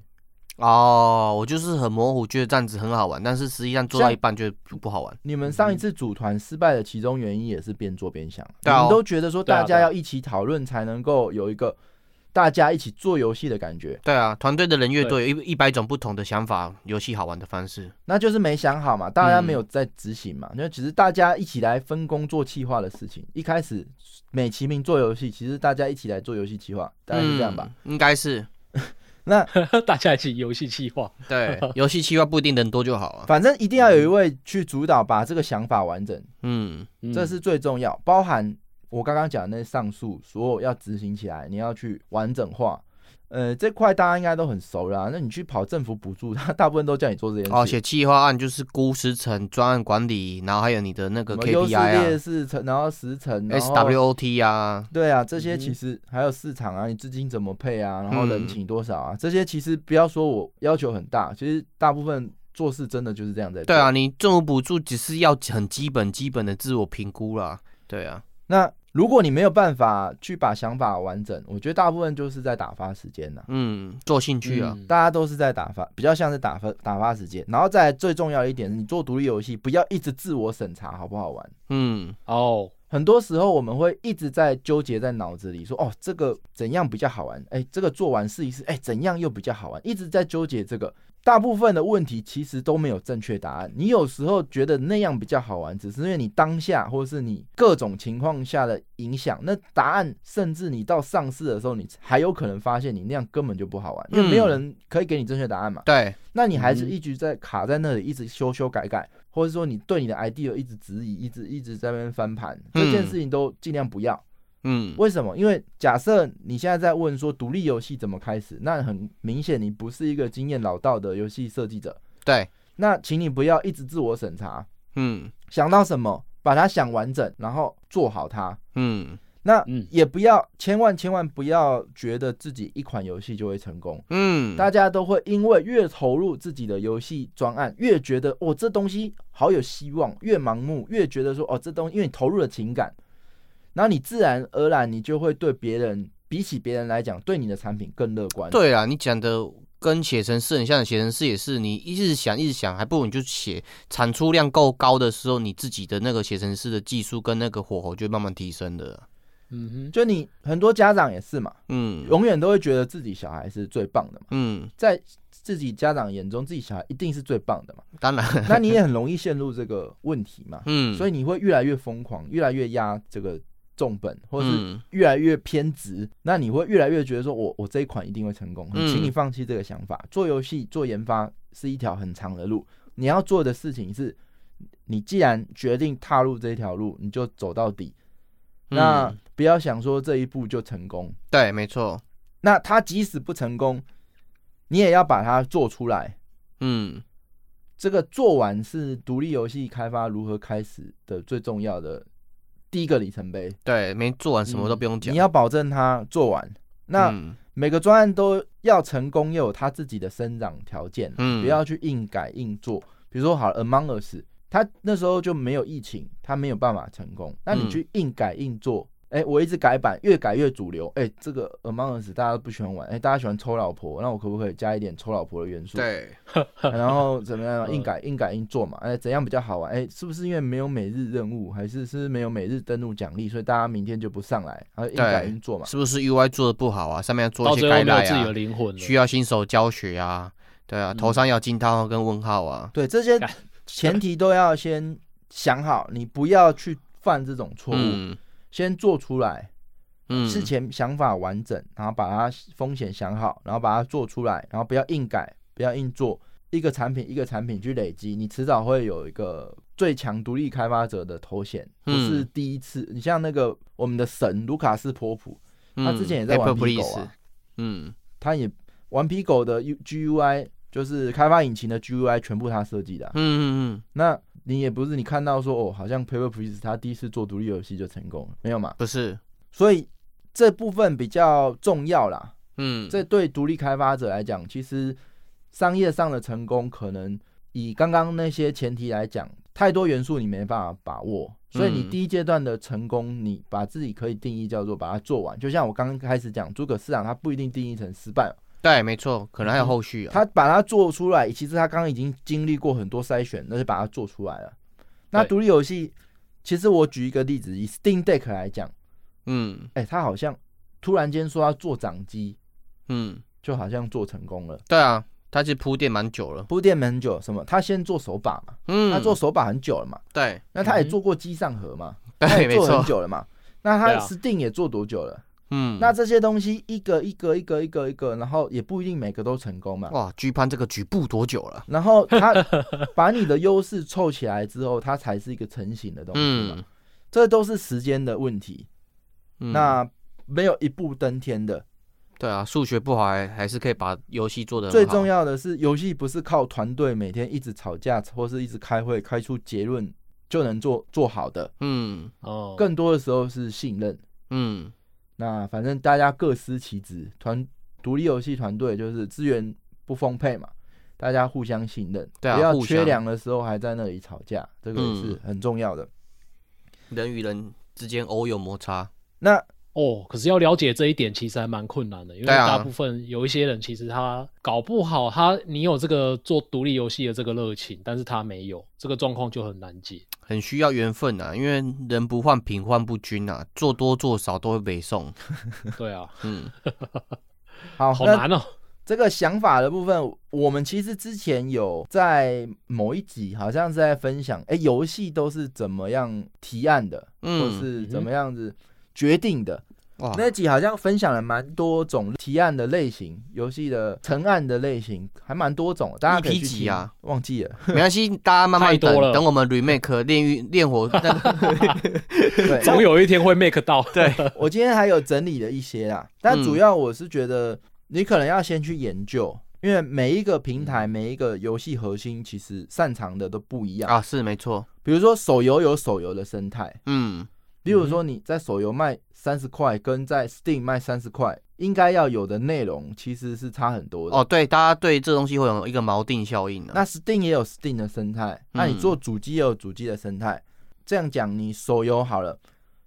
Speaker 5: 哦，我就是很模糊，觉得这样子很好玩，但是实际上做到一半就不好玩。
Speaker 4: 你们上一次组团失败的其中原因也是边做边想，
Speaker 5: 对啊
Speaker 4: 你们都觉得说
Speaker 2: 对啊
Speaker 4: 大家
Speaker 2: 对啊
Speaker 4: 要一起讨论才能够有一个大家一起做游戏的感觉，
Speaker 5: 对啊，团队的人越多，有一一百种不同的想法，游戏好玩的方式。
Speaker 4: 那就是没想好嘛，大家
Speaker 5: 嗯
Speaker 4: 没有在执行嘛，那、只是大家一起来分工做企划的事情。一开始美其名做游戏，其实大家一起来做游戏企划，大概是这样吧。
Speaker 5: 嗯，应该是
Speaker 4: 那
Speaker 2: 大家一起游戏计划，
Speaker 5: 对，游戏企划不一定人多就好啊。
Speaker 4: 反正一定要有一位去主导，把这个想法完整，
Speaker 5: 嗯
Speaker 2: 嗯
Speaker 4: 这是最重要。包含我刚刚讲的那上述所有要执行起来，你要去完整化。呃，这块大家应该都很熟啦、那你去跑政府补助，他大部分都叫你做这件事。
Speaker 5: 哦，写企划案就是估时程、专案管理，然后还有你的那
Speaker 4: 什
Speaker 5: 个
Speaker 4: 么优势
Speaker 5: KPI
Speaker 4: 劣
Speaker 5: 啊、
Speaker 4: 势层，然后时程，然后
Speaker 5: SWOT 啊，
Speaker 4: 对啊，这些其
Speaker 2: 嗯
Speaker 4: 实还有市场啊，你资金怎么配啊，然后
Speaker 5: 嗯
Speaker 4: 人请多少啊，这些其实不要说我要求很大，其实大部分做事真的就是这样在做。
Speaker 5: 对啊，，你政府补助只是要很基本、基本的自我评估啦。对啊，
Speaker 4: 那如果你没有办法去把想法完整，我觉得大部分就是在打发时间呐、
Speaker 5: 嗯，做兴趣啊，
Speaker 2: 嗯
Speaker 4: 大家都是在打发，比较像是打发打发时间。然后再来最重要的一点，你做独立游戏不要一直自我审查好不好玩。
Speaker 5: 嗯
Speaker 2: 哦，
Speaker 4: 很多时候我们会一直在纠结在脑子里说，哦，这个怎样比较好玩？哎，这个做完试一试，哎，怎样又比较好玩？一直在纠结这个。大部分的问题其实都没有正确答案。你有时候觉得那样比较好玩，只是因为你当下或是你各种情况下的影响。那答案甚至你到上市的时候，你还有可能发现你那样根本就不好玩，因为没有
Speaker 5: 嗯
Speaker 4: 人可以给你正确答案嘛。
Speaker 5: 对，
Speaker 4: 那你还是
Speaker 2: 嗯
Speaker 4: 一直在卡在那里，一直修修改改，或者说你对你的 idea 一直质疑，一直一直在那边翻盘，这
Speaker 2: 嗯
Speaker 4: 件事情都尽量不要。
Speaker 5: 嗯，
Speaker 4: 为什么？因为假设你现在在问说独立游戏怎么开始，那很明显你不是一个经验老道的游戏设计者。
Speaker 5: 对，
Speaker 4: 那请你不要一直自我审查，
Speaker 5: 嗯
Speaker 4: 想到什么把它想完整，然后做好它。
Speaker 5: 嗯
Speaker 4: 那
Speaker 2: 嗯
Speaker 4: 也不要，千万千万不要觉得自己一款游戏就会成功。
Speaker 5: 嗯，
Speaker 4: 大家都会因为越投入自己的游戏专案，越觉得哦这东西好有希望，越盲目，越觉得说哦这东西，因为你投入了情感，然后你自然而然你就会对别人比起别人来讲，对你的产品更乐观。，
Speaker 5: 对啊，你讲的跟写程式很像，写程式也是你一直想一直想，还不如你就写，产出量够高的时候，你自己的那个写程式的技术跟那个火候就会慢慢提升的。
Speaker 2: 嗯哼，
Speaker 4: 就你很多家长也是嘛，
Speaker 5: 嗯
Speaker 4: 永远都会觉得自己小孩是最棒的嘛，
Speaker 5: 嗯，
Speaker 4: 在自己家长眼中，自己小孩一定是最棒 的嘛，
Speaker 5: 当然，
Speaker 4: 那你也很容易陷入这个问题嘛，
Speaker 5: 嗯，
Speaker 4: 所以
Speaker 5: 以
Speaker 4: 你会越来越疯狂，越来越压这个重本，或者是
Speaker 5: 嗯
Speaker 4: 越来越偏执，那你会越来越觉得说我我这一款一定会成功，
Speaker 5: 嗯
Speaker 4: 请你放弃这个想法。做游戏做研发是一条很长的路，你要做的事情是，你既然决定踏入这条路，你就走到底。那
Speaker 5: 嗯
Speaker 4: 不要想说这一步就成功，
Speaker 5: 对，没错，
Speaker 4: 那它即使不成功，你也要把它做出来。
Speaker 5: 嗯
Speaker 4: 这个做完是独立游戏开发如何开始的最重要的第一个里程碑，
Speaker 5: 对，没做完什么都不用讲。
Speaker 4: 你要保证它做完。那、
Speaker 5: 嗯
Speaker 4: 每个专案都要成功，又有他自己的生长条件，
Speaker 5: 嗯
Speaker 4: 不要去硬改硬做。比如说，好了，Among Us，他那时候就没有疫情，他没有办法成功。那你去硬改硬做，哎、我一直改版，越改越主流。哎、这个 Among Us 大家都不喜欢玩，哎、大家喜欢抽老婆，那我可不可以加一点抽老婆的元素？
Speaker 5: 对，
Speaker 4: 然后怎么样
Speaker 2: 嗯
Speaker 4: 硬改硬改硬做嘛？哎，怎样比较好玩？哎，是不是因为没有每日任务，还是是没有每日登录奖励，所以大家明天就不上来，然后硬改硬做嘛？
Speaker 5: 是不是 UI 做的不好啊？上面要做
Speaker 2: 到
Speaker 5: 一些
Speaker 2: 最后
Speaker 5: 改
Speaker 2: 没有
Speaker 5: 改
Speaker 2: 自己的
Speaker 5: 啊，
Speaker 2: 灵魂了。
Speaker 5: 需要新手教学啊，对
Speaker 4: 嗯
Speaker 5: 啊，头上要惊叹号跟问号啊，
Speaker 4: 对，这些
Speaker 2: 干
Speaker 4: 前提都要先想好，你不要去犯这种错误，
Speaker 5: 嗯
Speaker 4: 先做出来，
Speaker 5: 嗯，
Speaker 4: 事前想法完整，然后把它风险想好，然后把它做出来，然后不要硬改，不要硬做，一个产品一个产品去累积，你迟早会有一个最强独立开发者的头衔，不
Speaker 5: 嗯
Speaker 4: 是第一次。你像那个我们的神卢卡斯波普，
Speaker 5: 嗯
Speaker 4: 他之前也在玩
Speaker 5: Paper
Speaker 4: Pico 啊
Speaker 5: Please，嗯
Speaker 4: 他也顽皮狗的 U GUI 就是开发引擎的 GUI 全部他设计的啊、
Speaker 5: 嗯嗯嗯，
Speaker 4: 那你也不是你看到说哦，好像 Paper Please 他第一次做独立游戏就成功了，没有嘛？
Speaker 5: 不是，
Speaker 4: 所以这部分比较重要啦。
Speaker 5: 嗯，
Speaker 4: 这对独立开发者来讲，其实商业上的成功，可能以刚刚那些前提来讲，太多元素你没办法把握。所以你
Speaker 5: 嗯
Speaker 4: 第一阶段的成功，你把自己可以定义叫做把它做完。就像我刚开始讲，诸葛市场它不一定定义成失败，
Speaker 5: 对，没错，可能还有后续啊，
Speaker 4: 他把它做出来，其实他刚刚已经经历过很多筛选，那就把它做出来了。那
Speaker 2: 对
Speaker 4: 独立游戏，其实我举一个例子，以 Steam Deck 来讲，
Speaker 5: 嗯
Speaker 4: 哎、他好像突然间说要做掌机，
Speaker 5: 嗯，
Speaker 4: 就好像做成功了。
Speaker 5: 对啊，他其实铺垫蛮久了，
Speaker 4: 铺垫很久，什么？他先做手把嘛，
Speaker 5: 嗯，
Speaker 4: 他做手把很久了嘛，
Speaker 5: 对
Speaker 4: 那他也
Speaker 2: 嗯
Speaker 4: 做过机上盒嘛，他
Speaker 5: 对，
Speaker 4: 也
Speaker 5: 没
Speaker 4: 做很
Speaker 5: 错，
Speaker 4: 久了嘛。那
Speaker 2: 对
Speaker 4: 他
Speaker 2: 啊
Speaker 4: Steam 也做多久了？
Speaker 5: 嗯，
Speaker 4: 那这些东西一个一个一个一个一个，然后也不一定每个都成功嘛。
Speaker 5: 哇，G 潘这个局布多久了？
Speaker 4: 然后他 把你的优势凑起来之后，它才是一个成型的东西嘛。
Speaker 5: 嗯，
Speaker 4: 这都是时间的问题，
Speaker 5: 嗯
Speaker 4: 那没有一步登天的。
Speaker 5: 对啊，数学不好还还是可以把游戏做的
Speaker 4: 最重要的是，游戏不是靠团队每天一直吵架或是一直开会开出结论就能做做好的。
Speaker 5: 嗯
Speaker 2: 哦，
Speaker 4: 更多的时候是信任。
Speaker 5: 嗯，
Speaker 4: 那反正大家各司其职，团独立游戏团队就是资源不丰沛嘛，大家互相信任，
Speaker 5: 对啊
Speaker 4: 不要
Speaker 5: 互
Speaker 4: 缺
Speaker 5: 相
Speaker 4: 粮的时候还在那里吵架，这个也是
Speaker 5: 嗯
Speaker 4: 很重要的。
Speaker 5: 人与人之间偶有摩擦，
Speaker 4: 那
Speaker 2: 哦，可是要了解这一点其实还蛮困难的，因为
Speaker 5: 对啊
Speaker 2: 大部分有一些人其实他搞不好他你有这个做独立游戏的这个热情，但是他没有，这个状况就很难解。
Speaker 5: 很需要缘分啊，因为人不患贫患不均啊，做多做少都会被送。
Speaker 2: 对啊，
Speaker 5: 嗯，
Speaker 4: 好，
Speaker 2: 好
Speaker 4: 那
Speaker 2: 难哦。
Speaker 4: 这个想法的部分，我们其实之前有在某一集好像是在分享，哎、游戏都是怎么样提案的，
Speaker 5: 嗯
Speaker 4: 或是怎么样子决定的。
Speaker 5: 哇，
Speaker 4: 那集好像分享了蛮多种提案的类型，游戏的成案的类型还蛮多种，大家可以去
Speaker 5: 一批
Speaker 4: 听
Speaker 5: 集啊，
Speaker 4: 忘记 了。
Speaker 5: 没关系，大家慢慢
Speaker 2: 太多
Speaker 5: 等，
Speaker 2: 了
Speaker 5: 等我们 remake 炼狱 炼火。那个
Speaker 4: 对，
Speaker 2: 总有一天会 make 到。
Speaker 5: 对，
Speaker 4: 我今天还有整理了一些 啦，但
Speaker 5: 嗯
Speaker 4: 主要我是觉得你可能要先去研究，因为每一个平
Speaker 5: 嗯
Speaker 4: 台、每一个游戏核心其实擅长的都不一样。
Speaker 5: 啊，是没错。
Speaker 4: 比如说手游有手游的生态，
Speaker 5: 嗯，
Speaker 4: 例如说你在手游卖三十块，跟在 Steam 卖三十块，应该要有的内容其实是差很多的。
Speaker 5: 哦，对，大家对这东西会有一个锚定效应啊。
Speaker 4: 那 Steam 也有 Steam 的生态，那你做主机也有主机的生态。这样讲，你手游好了，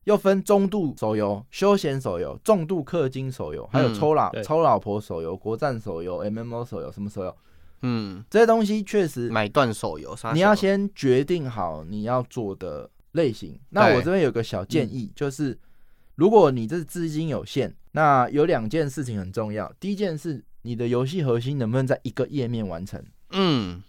Speaker 4: 又分中度手游、休闲手游、重度氪金手游，还有
Speaker 5: 嗯
Speaker 4: 抽老、
Speaker 2: 对
Speaker 4: 抽老婆手游、国战手游、MMO 手游，什么手游？
Speaker 5: 嗯，
Speaker 4: 这些东西确实
Speaker 5: 买断手游，杀手
Speaker 4: 你要先决定好你要做的类型。那
Speaker 5: 对嗯
Speaker 4: 我这边有个小建议，就是如果你这资金有限，那有两件事情很重要。第一件事，你的游戏核心能不能在一个页面完成？
Speaker 5: 嗯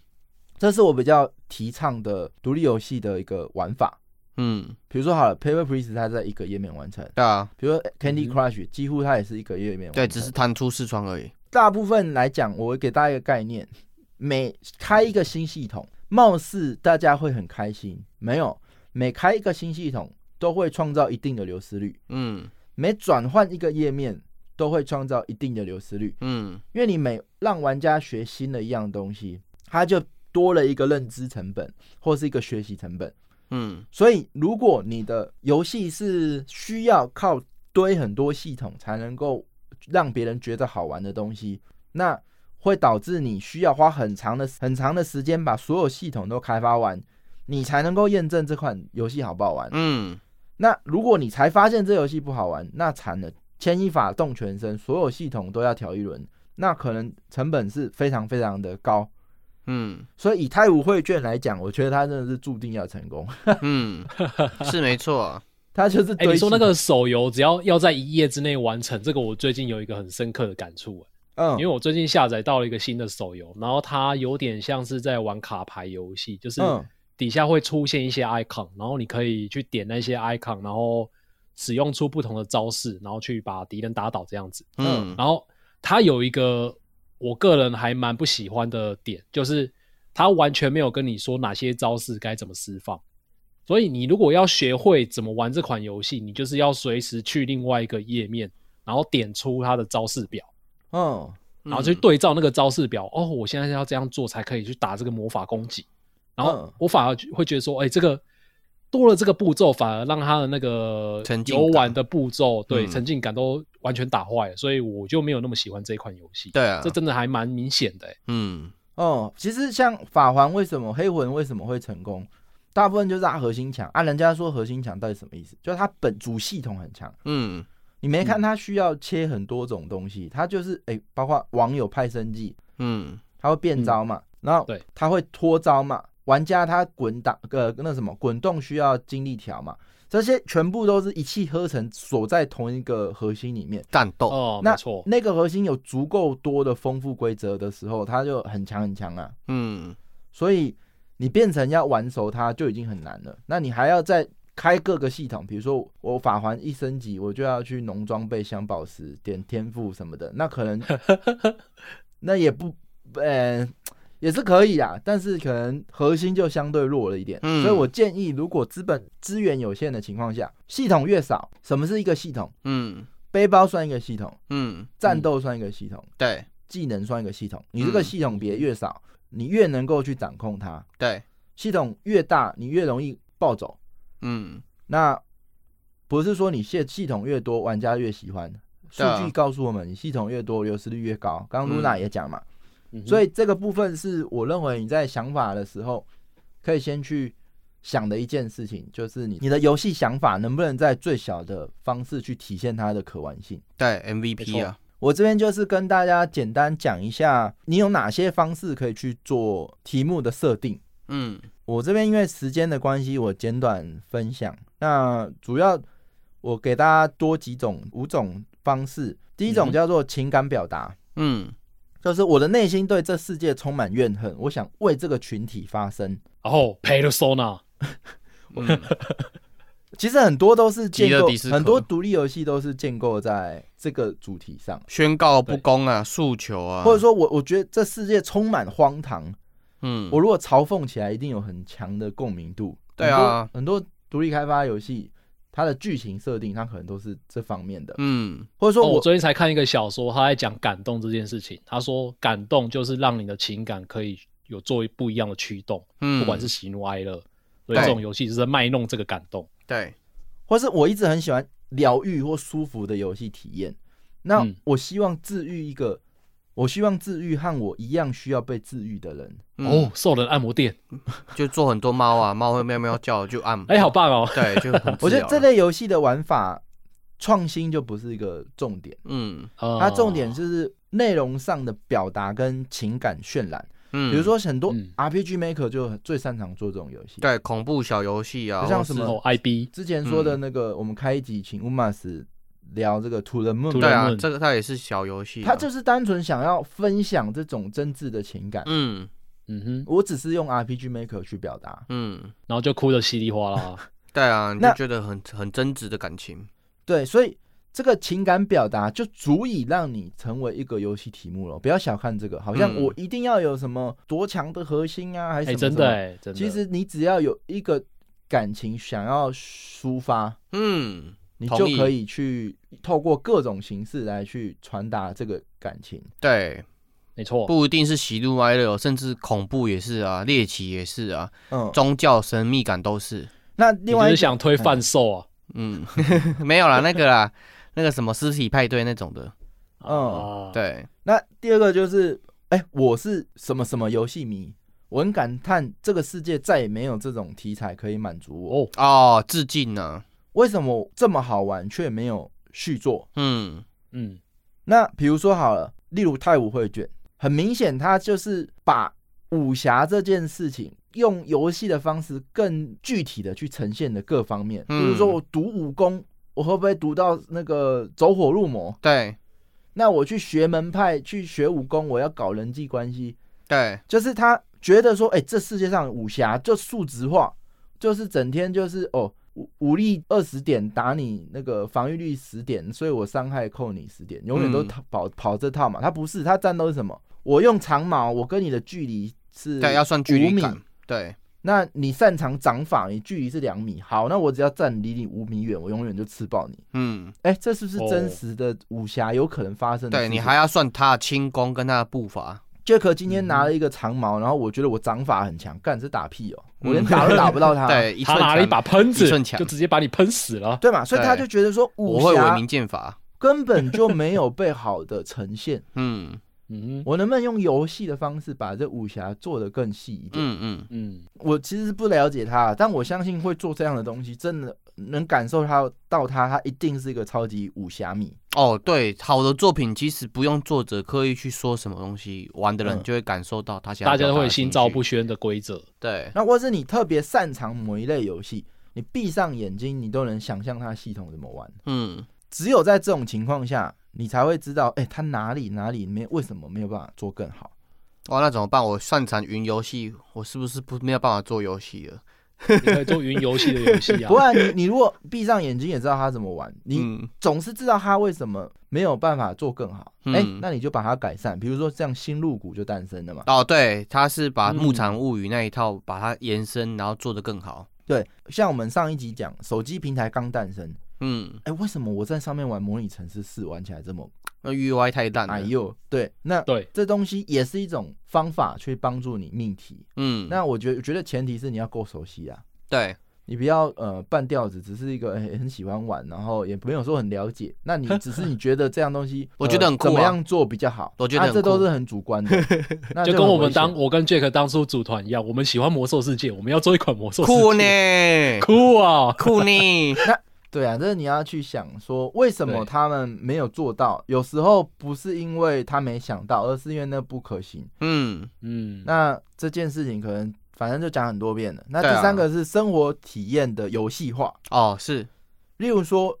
Speaker 4: 这是我比较提倡的独立游戏的一个玩法。
Speaker 5: 嗯，
Speaker 4: 比如说好了，Paper Please 它在一个页面完成，
Speaker 5: 对啊，
Speaker 4: 比如说 Candy
Speaker 2: 嗯
Speaker 4: Crush 几乎它也是一个页面完成。
Speaker 5: 对，只是弹出视窗而已。
Speaker 4: 大部分来讲，我给大家一个概念：每开一个新系统，貌似大家会很开心，没有，每开一个新系统都会创造一定的流失率，
Speaker 5: 嗯
Speaker 4: 每转换一个页面都会创造一定的流失率，
Speaker 5: 嗯，
Speaker 4: 因为你每让玩家学新的一样东西，他就多了一个认知成本或是一个学习成本。
Speaker 5: 嗯，
Speaker 4: 所以，如果你的游戏是需要靠堆很多系统才能够让别人觉得好玩的东西，那会导致你需要花很长的很长的时间把所有系统都开发完，你才能够验证这款游戏好不好玩。
Speaker 5: 嗯，
Speaker 4: 那如果你才发现这游戏不好玩，那惨了，牵一发动全身，所有系统都要调一轮，那可能成本是非常非常的高。
Speaker 5: 嗯
Speaker 4: 所以以泰晤会卷来讲，我觉得它真的是注定要成功，
Speaker 5: 嗯，是没错。
Speaker 4: 它就是
Speaker 2: 哎、
Speaker 4: 堆
Speaker 2: 你说那个
Speaker 4: 系
Speaker 2: 手游只要要在一夜之内完成，这个我最近有一个很深刻的感触、哎
Speaker 4: 统，嗯，
Speaker 2: 因为我最近下载到了一个新的手游，然后它有点像是在玩卡牌游戏，就是
Speaker 4: 嗯
Speaker 2: 底下会出现一些 icon，然后你可以去点那些 icon，然后使用出不同的招式，然后去把敌人打倒这样子。
Speaker 5: 嗯
Speaker 2: 然后它有一个我个人还蛮不喜欢的点，就是它完全没有跟你说哪些招式该怎么释放。所以你如果要学会怎么玩这款游戏，你就是要随时去另外一个页面，然后点出它的招式表。
Speaker 4: 嗯
Speaker 2: 然后去对照那个招式表，哦，我现在要这样做才可以去打这个魔法攻击。然后
Speaker 4: 嗯
Speaker 2: 我反而会觉得说，哎、这个多了这个步骤，反而让他的那个
Speaker 5: 沉浸
Speaker 2: 游玩
Speaker 5: 感
Speaker 2: 的步骤，对
Speaker 5: 嗯
Speaker 2: 沉浸感都完全打坏了，所以我就没有那么喜欢这一款游戏。
Speaker 5: 对啊
Speaker 2: 这真的还蛮明显的、哎
Speaker 5: 嗯
Speaker 4: 哦，其实像法环为什么黑魂为什么会成功，大部分就是它核心强啊。人家说核心强到底什么意思？就是它本主系统很强，
Speaker 5: 嗯
Speaker 4: 你没看它需要切很多种东西，它就是哎、包括网友派生技，
Speaker 5: 嗯
Speaker 4: 它会变招嘛，然后
Speaker 2: 对
Speaker 4: 它会脱招嘛，玩家他滚打呃那什么滚动需要精力条嘛，这些全部都是一气呵成锁在同一个核心里面。
Speaker 5: 战斗，
Speaker 2: 哦，
Speaker 4: 那
Speaker 2: 没错，
Speaker 4: 那个核心有足够多的丰富规则的时候，它就很强很强啊。
Speaker 5: 嗯
Speaker 4: 所以你变成要玩熟它就已经很难了，那你还要再开各个系统，比如说我法环一升级，我就要去农装备、镶宝石、点天赋什么的，那可 能那也不，呃，也是可以啦，但是可能核心就相对弱了一点，
Speaker 5: 嗯
Speaker 4: 所以我建议，如果资本资源有限的情况下，系统越少，什么是一个系统？
Speaker 5: 嗯
Speaker 4: 背包算一个系统，
Speaker 5: 嗯，
Speaker 4: 战斗算一个系统，
Speaker 5: 对
Speaker 4: 技能算一个系统，你这个
Speaker 5: 嗯
Speaker 4: 系统别越少，你越能够去掌控它。
Speaker 5: 对，
Speaker 4: 系统越大，你越容易暴走。
Speaker 5: 嗯
Speaker 4: 那不是说你系系统越多，玩家越喜欢。数
Speaker 5: 对啊
Speaker 4: 据告诉我们，你系统越多，流失率越高。刚刚
Speaker 5: 嗯
Speaker 4: Luna 也讲嘛，
Speaker 2: 嗯哼
Speaker 4: 所以这个部分是我认为你在想法的时候，可以先去想的一件事情，就是你你的游戏想法能不能在最小的方式去体现它的可玩性。
Speaker 5: 对
Speaker 2: 没
Speaker 5: MVP
Speaker 2: 错
Speaker 5: 啊，
Speaker 4: 我这边就是跟大家简单讲一下，你有哪些方式可以去做题目的设定。
Speaker 5: 嗯
Speaker 4: 我这边因为时间的关系，我简短分享。那主要我给大家多几种五种方式。第一
Speaker 2: 嗯
Speaker 4: 种
Speaker 2: 哼
Speaker 4: 叫做情感表达，
Speaker 5: 嗯
Speaker 4: 就是我的内心对这世界充满怨恨，我想为这个群体发声。
Speaker 2: 然后 Persona，
Speaker 5: 嗯
Speaker 4: 其实很多都是建
Speaker 5: 吉
Speaker 4: 构
Speaker 5: 勒迪斯，科
Speaker 4: 很多独立游戏都是建构在这个主题上，
Speaker 5: 宣告不公啊，诉求啊，
Speaker 4: 或者说我我觉得这世界充满荒唐。
Speaker 5: 嗯
Speaker 4: 我如果嘲讽起来，一定有很强的共鸣度。
Speaker 5: 对啊
Speaker 4: 很多很多独立开发游戏，它的剧情设定，它可能都是这方面的。
Speaker 5: 嗯
Speaker 4: 或者说
Speaker 2: 哦，
Speaker 4: 我、
Speaker 2: 我最近才看一个小说，他在讲感动这件事情。他说，感动就是让你的情感可以有做不一样的驱动，
Speaker 5: 嗯，
Speaker 2: 不管是喜怒哀乐。所以
Speaker 5: 对
Speaker 2: 这种游戏就是在卖弄这个感动。
Speaker 5: 对
Speaker 4: 或是我一直很喜欢疗愈或舒服的游戏体验。那
Speaker 2: 嗯
Speaker 4: 我希望治愈一个，我希望治愈和我一样需要被治愈的人。
Speaker 5: 嗯
Speaker 2: 哦，兽人按摩店，
Speaker 5: 就做很多猫啊，猫会喵喵叫就按，
Speaker 2: 哎、好棒哦！
Speaker 5: 对，就很
Speaker 4: 我
Speaker 5: 治
Speaker 4: 觉得
Speaker 5: 疗了
Speaker 4: 这类游戏的玩法创新就不是一个重点，
Speaker 5: 嗯
Speaker 2: 呃
Speaker 4: 它重点就是内容上的表达跟情感渲染。
Speaker 5: 嗯，
Speaker 4: 比如说很多
Speaker 2: 嗯
Speaker 4: RPG maker 就很最擅长做这种游戏。，
Speaker 5: 对恐怖小游戏啊，
Speaker 4: 就像
Speaker 5: 或
Speaker 4: 什
Speaker 5: 是
Speaker 4: 么
Speaker 2: 哦，IB
Speaker 4: 之前说的那个，我们开一集请 Umas 聊这个 To the Moon，
Speaker 2: To the
Speaker 5: 对啊，
Speaker 2: 人
Speaker 5: 这个它也是小游戏啊，
Speaker 4: 他就是单纯想要分享这种真挚的情感。
Speaker 5: 嗯
Speaker 2: 嗯哼，
Speaker 4: 我只是用 RPG Maker 去表达。
Speaker 5: 嗯，
Speaker 2: 然后就哭得稀里哗 啦。
Speaker 5: 对啊，你就
Speaker 4: 那
Speaker 5: 觉得很很真挚的感情，
Speaker 4: 对，所以这个情感表达就足以让你成为一个游戏题目了。不要小看这个，好像
Speaker 5: 嗯
Speaker 4: 我一定要有什么多强的核心啊，还是什
Speaker 2: 哎、
Speaker 4: 么
Speaker 2: 真
Speaker 4: 什
Speaker 2: 的
Speaker 4: 么
Speaker 2: 哎、真的。
Speaker 4: 其实你只要有一个感情想要抒发，
Speaker 5: 嗯
Speaker 4: 你就
Speaker 5: 同意
Speaker 4: 可以去透过各种形式来去传达这个感情。
Speaker 5: 对，
Speaker 2: 没错，
Speaker 5: 不一定是喜怒哀乐，甚至恐怖也是啊，猎奇也是啊，
Speaker 4: 嗯，
Speaker 5: 宗教神秘感都是。
Speaker 4: 那
Speaker 2: 你
Speaker 4: 另
Speaker 2: 就
Speaker 4: 外一
Speaker 2: 是
Speaker 4: 个
Speaker 2: 想推贩售啊？
Speaker 5: 嗯， 没有啦，那个啦，那个什么尸体派对那种的，
Speaker 4: 嗯
Speaker 2: 啊，
Speaker 5: 对，
Speaker 4: 那第二个就是，哎、我是什么什么游戏迷，我很感叹这个世界再也没有这种题材可以满足我。
Speaker 2: 哦，
Speaker 5: 哦，致敬呢、
Speaker 4: 为什么这么好玩却没有续作？
Speaker 5: 嗯
Speaker 2: 嗯，
Speaker 4: 那比如说好了，例如《太武绘卷》，很明显它就是把武侠这件事情用游戏的方式更具体的去呈现的各方面，比如说
Speaker 5: 嗯
Speaker 4: 我读武功，我会不会读到那个走火入魔？
Speaker 5: 对
Speaker 4: 那我去学门派去学武功，我要搞人际关系，
Speaker 5: 对，
Speaker 4: 就是他觉得说，哎、这世界上武侠就数值化，就是整天就是哦，武武力二十点打你那个防御力十点，所以我伤害扣你十点，永远都
Speaker 5: 嗯
Speaker 4: 跑、跑跑这套嘛。他不是，他战斗是什么？我用长矛，我跟你的距离是
Speaker 5: 对要算
Speaker 4: 五
Speaker 5: 距离
Speaker 4: 米
Speaker 5: 感，对
Speaker 4: 那你擅长掌法，你距离是两米，好，那我只要站离你五米远，我永远就吃爆你。
Speaker 5: 嗯
Speaker 4: 哎、这是不是
Speaker 2: 哦
Speaker 4: 真实的武侠有可能发生的事
Speaker 5: 对
Speaker 4: 情？
Speaker 5: 你还要算他的轻功跟他的步伐，
Speaker 4: 杰克今天
Speaker 5: 嗯
Speaker 4: 拿了一个长矛，然后我觉得我掌法很强，干这打屁哦，我连打都打不到啊他，
Speaker 5: 嗯 对一
Speaker 2: 他
Speaker 5: 寸
Speaker 2: 拿了一
Speaker 5: 长
Speaker 2: 把喷子
Speaker 5: 一寸，强
Speaker 2: 就直接把你喷死了。
Speaker 4: 对嘛？所以他就觉得说
Speaker 5: 我
Speaker 4: 武
Speaker 5: 会为
Speaker 4: 侠
Speaker 5: 民剑法，
Speaker 4: 根本就没有被好的呈现。
Speaker 5: 嗯
Speaker 2: 嗯哼
Speaker 4: 我能不能用游戏的方式把这武侠做得更细一点？
Speaker 5: 嗯嗯
Speaker 2: 嗯，
Speaker 4: 我其实是不了解他，但我相信会做这样的东西，真的能感受他到他，他一定是一个超级武侠迷。
Speaker 5: 哦对，好的作品其实不用作者刻意去说什么东西，玩的人
Speaker 4: 嗯
Speaker 5: 就会感受到他想要
Speaker 2: 大家都
Speaker 5: 表达
Speaker 2: 会
Speaker 5: 的
Speaker 2: 心
Speaker 5: 情
Speaker 2: 照
Speaker 5: 绪
Speaker 2: 不宣的 规则。
Speaker 5: 对，
Speaker 4: 那或是你特别擅长某一类游戏，你闭上眼睛，你都能想象它系统怎么玩。
Speaker 5: 嗯
Speaker 4: 只有在这种情况下，你才会知道，哎、他哪里哪里没为什么没有办法做更好。
Speaker 5: 哇那怎么办？我擅长云游戏，我是不是不没有办法做游戏了？
Speaker 2: 你可以做云游戏的游戏 啊
Speaker 4: 不。然你你如果闭上眼睛也知道他怎么玩，你
Speaker 5: 嗯
Speaker 4: 总是知道他为什么没有办法做更好。哎、
Speaker 5: 嗯
Speaker 4: 那你就把它改善，比如说这样新入股就诞生了嘛。
Speaker 5: 哦，对，他是把
Speaker 2: 嗯
Speaker 5: 《牧场物语》那一套把它延伸，然后做得更好。
Speaker 4: 对，像我们上一集讲手机平台刚诞生，
Speaker 5: 嗯，
Speaker 4: 哎、为什么我在上面玩模拟城市四玩起来这么
Speaker 5: 那 UI 太烂了。
Speaker 4: 哎呦？对，那
Speaker 2: 对
Speaker 4: 这东西也是一种方法去帮助你命题。
Speaker 5: 嗯，
Speaker 4: 那我觉得觉得前提是你要够熟悉啊。
Speaker 5: 对，
Speaker 4: 你不要呃半吊子，只是一个、欸、很喜欢玩，然后也没有说很了解。那 你只是你觉得这样东西，
Speaker 5: 我觉得
Speaker 4: 呃
Speaker 5: 很酷啊
Speaker 4: 怎么样做比较好？
Speaker 5: 我觉得
Speaker 4: 啊
Speaker 5: 很
Speaker 4: 这都
Speaker 5: 酷
Speaker 4: 是很主观的， 那
Speaker 2: 就
Speaker 4: 就
Speaker 2: 跟
Speaker 4: 很
Speaker 2: 我
Speaker 4: 危
Speaker 2: 们
Speaker 4: 险
Speaker 2: 当我跟 Jack 当初组团一样，我们喜欢魔兽世界，我们要做一款魔兽世界。
Speaker 5: 酷呢，
Speaker 2: 酷啊！
Speaker 5: 酷呢，
Speaker 4: 对啊，这是你要去想说为什么
Speaker 2: 对
Speaker 4: 他们没有做到？有时候不是因为他没想到，而是因为那不可行。
Speaker 5: 嗯，
Speaker 2: 嗯，
Speaker 4: 那这件事情可能反正就讲很多遍了。那
Speaker 5: 对啊
Speaker 4: 第三个是生活体验的游戏化，
Speaker 5: 哦，是
Speaker 4: 例如说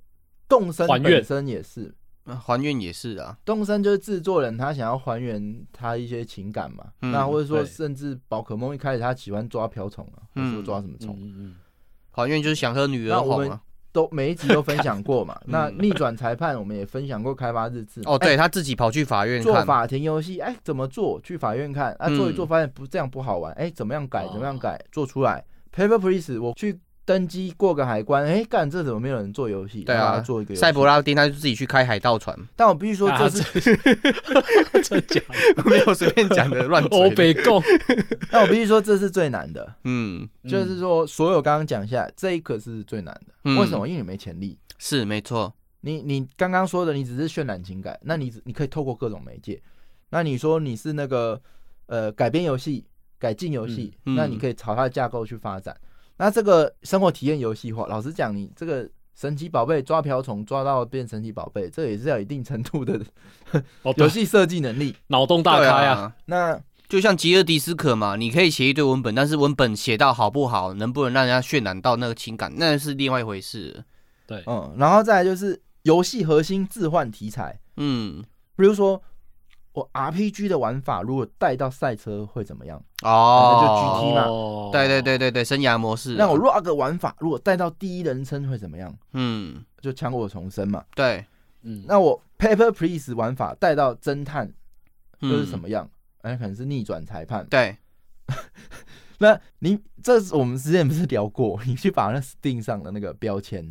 Speaker 4: 动身
Speaker 2: 还原
Speaker 4: 本身也是，
Speaker 5: 呃还原也是啊，
Speaker 4: 动森就是制作人，他想要还原他一些情感嘛，
Speaker 5: 嗯
Speaker 4: 那或者说
Speaker 2: 对
Speaker 4: 甚至宝可梦一开始他喜欢抓瓢虫啊，
Speaker 5: 嗯
Speaker 4: 或者抓什么虫，
Speaker 2: 嗯
Speaker 5: 还原就是想喝女儿
Speaker 4: 那我
Speaker 5: 红
Speaker 4: 们
Speaker 5: 啊。
Speaker 4: 都每一集都分享过嘛。
Speaker 5: 嗯
Speaker 4: 那逆转裁判我们也分享过开发日志嘛，
Speaker 5: 哦，对他自己跑去法院
Speaker 4: 哎，做
Speaker 5: 看，
Speaker 4: 法庭游戏，哎，怎么做？去法院看，啊，
Speaker 5: 嗯
Speaker 4: 做一做发现不这样不好玩，哎，怎么样改？
Speaker 2: 哦
Speaker 4: 怎么样改？做出来。Paper Please，我去登机过个海关，哎，干这怎么没有人做游戏？
Speaker 5: 对
Speaker 4: 然后
Speaker 5: 啊
Speaker 4: 把它做一个游戏
Speaker 5: 塞伯，拉丁他就自己去开海盗船，
Speaker 4: 但我必须说
Speaker 2: 啊
Speaker 4: 这是
Speaker 2: 嗯，真假的？
Speaker 5: 没有随便讲的 乱
Speaker 2: 欧
Speaker 5: 嘴的。
Speaker 2: 北共，
Speaker 4: 但我必须说这是最难的。
Speaker 5: 嗯，
Speaker 4: 就是说，所有刚刚讲下来，这一个是最难的。
Speaker 5: 嗯
Speaker 4: 为什么？因为你没潜力。
Speaker 5: 是没错，
Speaker 4: 你你刚刚说的，你只是渲染情感，那你只你可以透过各种媒介。那你说你是那个呃改编游戏、改进游戏，
Speaker 5: 嗯嗯
Speaker 4: 那你可以朝它的架构去发展。那这个生活体验游戏化，老实讲，你这个神奇宝贝抓瓢虫抓到变神奇宝贝，这也是要有一定程度 的
Speaker 2: 哦，
Speaker 4: 游
Speaker 2: 对，
Speaker 4: 戏设计能力。
Speaker 2: 脑洞大
Speaker 5: 对
Speaker 2: 开啊！
Speaker 5: 啊。
Speaker 4: 那
Speaker 5: 就像吉尔迪斯可嘛，你可以写一堆文本，但是文本写到好不好，能不能让人家渲染到那个情感，那是另外一回事。
Speaker 2: 对，
Speaker 4: 嗯，然后再来就是游戏核心置换题材，
Speaker 5: 嗯，
Speaker 4: 比如说我 RPG 的玩法如果带到赛车会怎么样？那就
Speaker 5: 哦，
Speaker 4: GT 嘛
Speaker 2: 哦
Speaker 5: 对对，对对对，生涯模式。
Speaker 4: 那我 ROG 玩法如果带到第一人称会怎么样？
Speaker 5: 嗯，
Speaker 4: 就枪火重生嘛。
Speaker 5: 对，
Speaker 2: 嗯，
Speaker 4: 那我 Paper Please 玩法带到侦探
Speaker 5: 嗯
Speaker 4: 又是什？么样？哎、可能是逆转裁判。
Speaker 5: 对，
Speaker 4: 那你这是我们之前不是聊过？ 你去把那 Steam 上的那个标签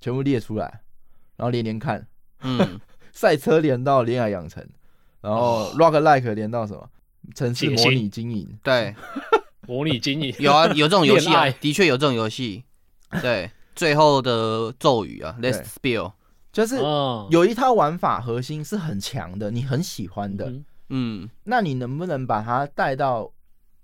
Speaker 4: 全部列出来，然后连连看，
Speaker 5: 嗯，
Speaker 4: 赛车连到恋爱养成，然后 Rock Like 连到什么城市
Speaker 2: 解
Speaker 4: 模
Speaker 2: 析
Speaker 4: 拟经营，
Speaker 5: 对，
Speaker 2: 模拟经营
Speaker 5: 有啊，有这种游戏
Speaker 2: 恋
Speaker 5: 啊
Speaker 2: 爱，
Speaker 5: 的确有这种游戏。对，最后的咒语啊
Speaker 4: 对
Speaker 5: ，Let's Spill。
Speaker 4: 就是
Speaker 2: 嗯
Speaker 4: 有一套玩法核心是很强的，你很喜欢的，
Speaker 2: 嗯
Speaker 5: 嗯
Speaker 4: 那你能不能把它带到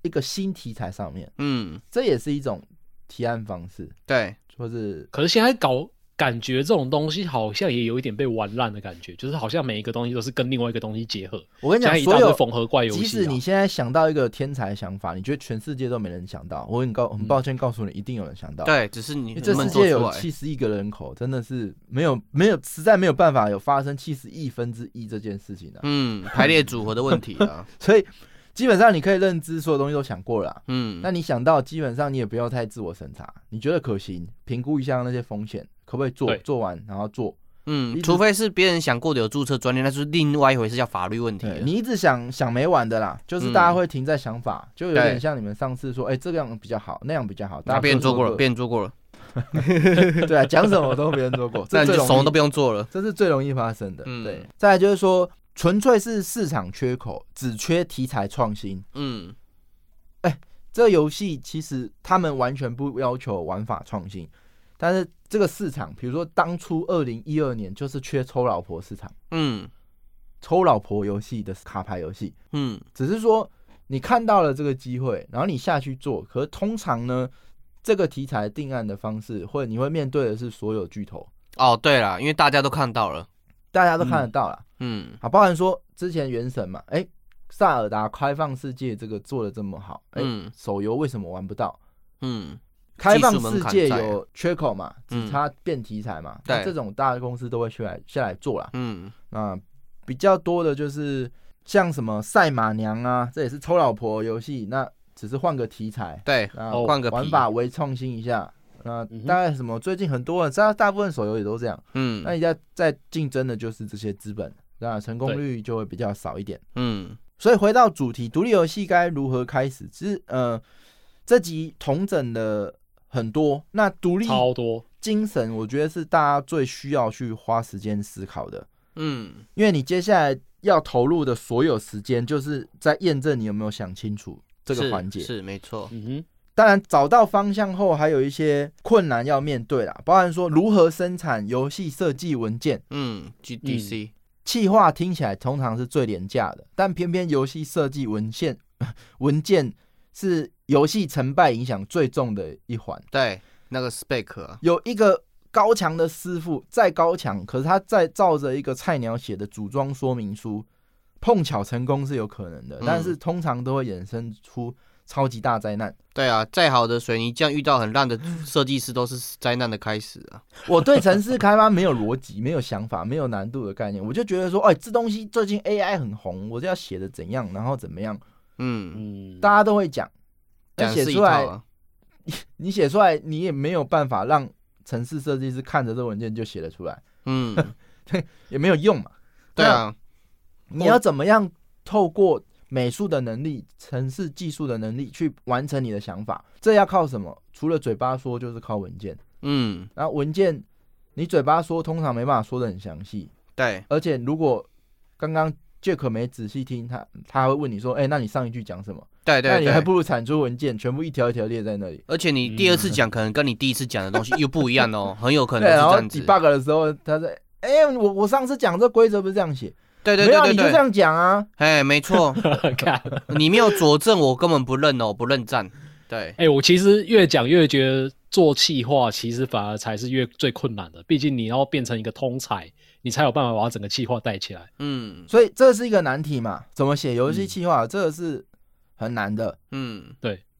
Speaker 4: 一个新题材上面？
Speaker 5: 嗯，
Speaker 4: 这也是一种提案方式。
Speaker 5: 对，
Speaker 4: 或是
Speaker 2: 可是现在搞感觉这种东西好像也有一点被玩烂的感觉，就是好像每一个东西都是跟另外一个东西结合。
Speaker 4: 我跟你讲，
Speaker 2: 现在一
Speaker 4: 所
Speaker 2: 大堆
Speaker 4: 有
Speaker 2: 缝合怪游
Speaker 4: 即
Speaker 2: 戏、
Speaker 4: 使
Speaker 2: 啊，
Speaker 4: 你现在想到一个天才想法，你觉得全世界都没人想到，我很告很抱歉告诉你，一定有人想到。，
Speaker 5: 对，只是你
Speaker 4: 这世
Speaker 5: 能不能做
Speaker 4: 界
Speaker 5: 出
Speaker 4: 有
Speaker 5: 来？
Speaker 4: 七十亿个人口，真的是没有没有，实在没有办法有发生七十亿分之一这件事情的、啊
Speaker 5: 嗯，排列组合的问题 啊，
Speaker 4: 所以基本上你可以认知所有东西都想过了啊、
Speaker 5: 嗯
Speaker 4: 那，你想到，基本上你也不要太自我审查，你觉得可行，评估一下那些风险，可不可以做
Speaker 2: 对，
Speaker 4: 做完然后做。
Speaker 5: 嗯
Speaker 4: 你，
Speaker 5: 除非是别人想过的有注册专利，那是另外一回事，叫法律问题了。
Speaker 4: 对你一直想想没完的啦，就是大家会停在想法，就有
Speaker 5: 嗯对
Speaker 4: 点像你们上次说，哎、这样比较好，那样比较好。大
Speaker 5: 那
Speaker 4: 家
Speaker 5: 别人
Speaker 4: 各
Speaker 5: 做过了，
Speaker 4: 各
Speaker 5: 别人做过了，
Speaker 4: 对啊，讲什么都别人做过，
Speaker 5: 那
Speaker 4: 这
Speaker 5: 你
Speaker 4: 最
Speaker 5: 就
Speaker 4: 容
Speaker 5: 什么
Speaker 4: 易
Speaker 5: 都不用做了。
Speaker 4: 这是最容易发生的。
Speaker 5: 嗯
Speaker 4: 对，再来就是说，纯粹是市场缺口，只缺题材创新。
Speaker 5: 嗯，
Speaker 4: 这个游戏其实他们完全不要求玩法创新，但是这个市场，比如说当初二零一二年就是缺抽老婆市场，
Speaker 5: 嗯
Speaker 4: 抽老婆游戏的卡牌游戏，
Speaker 5: 嗯
Speaker 4: 只是说你看到了这个机会，然后你下去做，可是通常呢？这个题材定案的方式，或者你会面对的是所有巨头，
Speaker 5: 哦，对了，因为大家都看到了，
Speaker 4: 大家都看得到啦。
Speaker 5: 嗯
Speaker 4: 啊，包含说之前《原神》嘛，哎、萨尔达开放世界这个做的这么好，哎、
Speaker 5: 嗯
Speaker 4: 手游为什么玩不到？
Speaker 5: 嗯
Speaker 4: 开放
Speaker 5: 技术门
Speaker 4: 世
Speaker 5: 槛
Speaker 4: 界
Speaker 5: 在啊
Speaker 4: 有缺口嘛，
Speaker 5: 嗯
Speaker 4: 只差变题材嘛，
Speaker 5: 对
Speaker 4: 那这种大的公司都会去来下来做啦。
Speaker 5: 嗯
Speaker 4: 那比较多的就是像什么赛马娘啊，这也是抽老婆游戏，那只是换个题材，
Speaker 5: 对，
Speaker 4: 那
Speaker 2: 哦
Speaker 5: 换个
Speaker 4: 玩
Speaker 5: 皮
Speaker 4: 法微创新一下。那
Speaker 2: 嗯哼
Speaker 4: 大概什么？最近很多人，大大部分手游也都这样。
Speaker 5: 嗯
Speaker 4: 那你在在竞争的就是这些资本，那成功
Speaker 2: 对
Speaker 4: 率就会比较少一点。
Speaker 5: 嗯
Speaker 4: 所以回到主题，独立游戏该如何开始？其实，呃，这集同整的很多，那独立
Speaker 2: 超多，
Speaker 4: 精神，我觉得是大家最需要去花时间思考的，
Speaker 5: 嗯
Speaker 4: 因为你接下来要投入的所有时间，就是在验证你有没有想清楚这个
Speaker 5: 是
Speaker 4: 环节。
Speaker 5: 是没错，
Speaker 2: 嗯哼，
Speaker 4: 当然，找到方向后，还有一些困难要面对啦，包含说如何生产游戏设计文件。
Speaker 5: 嗯，GDC
Speaker 4: 企划听起来通常是最廉价的，但偏偏游戏设计文献 文件是游戏成败影响最重的一环。
Speaker 5: 对那个 spec 啊，
Speaker 4: 有一个高强的师傅，再高强，可是他再照着一个菜鸟写的组装说明书，碰巧成功是有可能的
Speaker 5: 嗯，
Speaker 4: 但是通常都会衍生出超级大灾难。
Speaker 5: 对啊，再好的水泥匠遇到很烂的设计师都是灾难的开始啊。
Speaker 4: 我对城市开发没有逻辑、没有想法、没有难度的概念，我就觉得说，哎，这东西最近 AI 很红，我就要写的怎样，然后怎么样，
Speaker 5: 嗯，
Speaker 2: 嗯，
Speaker 4: 大家都会讲。但
Speaker 5: 讲
Speaker 4: 写
Speaker 5: 是一
Speaker 4: 出
Speaker 5: 套
Speaker 4: 来
Speaker 5: 啊，
Speaker 4: 你写出来，你也没有办法让城市设计师看着这文件就写得出来，
Speaker 5: 嗯，
Speaker 4: 也没有用嘛。
Speaker 5: 对啊，
Speaker 4: 你要怎么样透过美术的能力、城市技术的能力去完成你的想法？这要靠什么？除了嘴巴说，就是靠文件。
Speaker 5: 嗯，
Speaker 4: 然后文件，你嘴巴说通常没办法说的很详细，
Speaker 5: 对，
Speaker 4: 而且如果刚刚 Jack 没仔细听，他他还会问你说：“哎、那你上一句讲什么
Speaker 5: 对？”
Speaker 4: 那
Speaker 5: 对
Speaker 4: 你还
Speaker 5: 对。
Speaker 4: 不如产出文件，全部一条一条列在那里。
Speaker 5: 而且你第二次讲，可能跟你第一次讲的东西又不一样哦， 很有可
Speaker 4: 嗯
Speaker 5: 能
Speaker 4: 对，
Speaker 5: 是
Speaker 4: 然
Speaker 5: 这
Speaker 4: 后
Speaker 5: 样子。
Speaker 4: debug 的时候，他在。哎、我我上次讲这规则不是这样写，
Speaker 5: 对对
Speaker 4: 没有啊
Speaker 5: 对
Speaker 4: 你就
Speaker 5: 对
Speaker 4: 这
Speaker 5: 对，
Speaker 4: 样讲啊，
Speaker 5: 哎，没错，
Speaker 2: 看，
Speaker 5: 你没有佐证，我根本不认哦，不认账。对，
Speaker 2: 哎、我其实越讲越觉得做企划其实反而才是越最困难的，毕竟你要变成一个通才，你才有办法把整个企划带起来。
Speaker 5: 嗯
Speaker 4: 所以这是一个难题嘛？怎么写游戏企划，这个是很难的。
Speaker 5: 嗯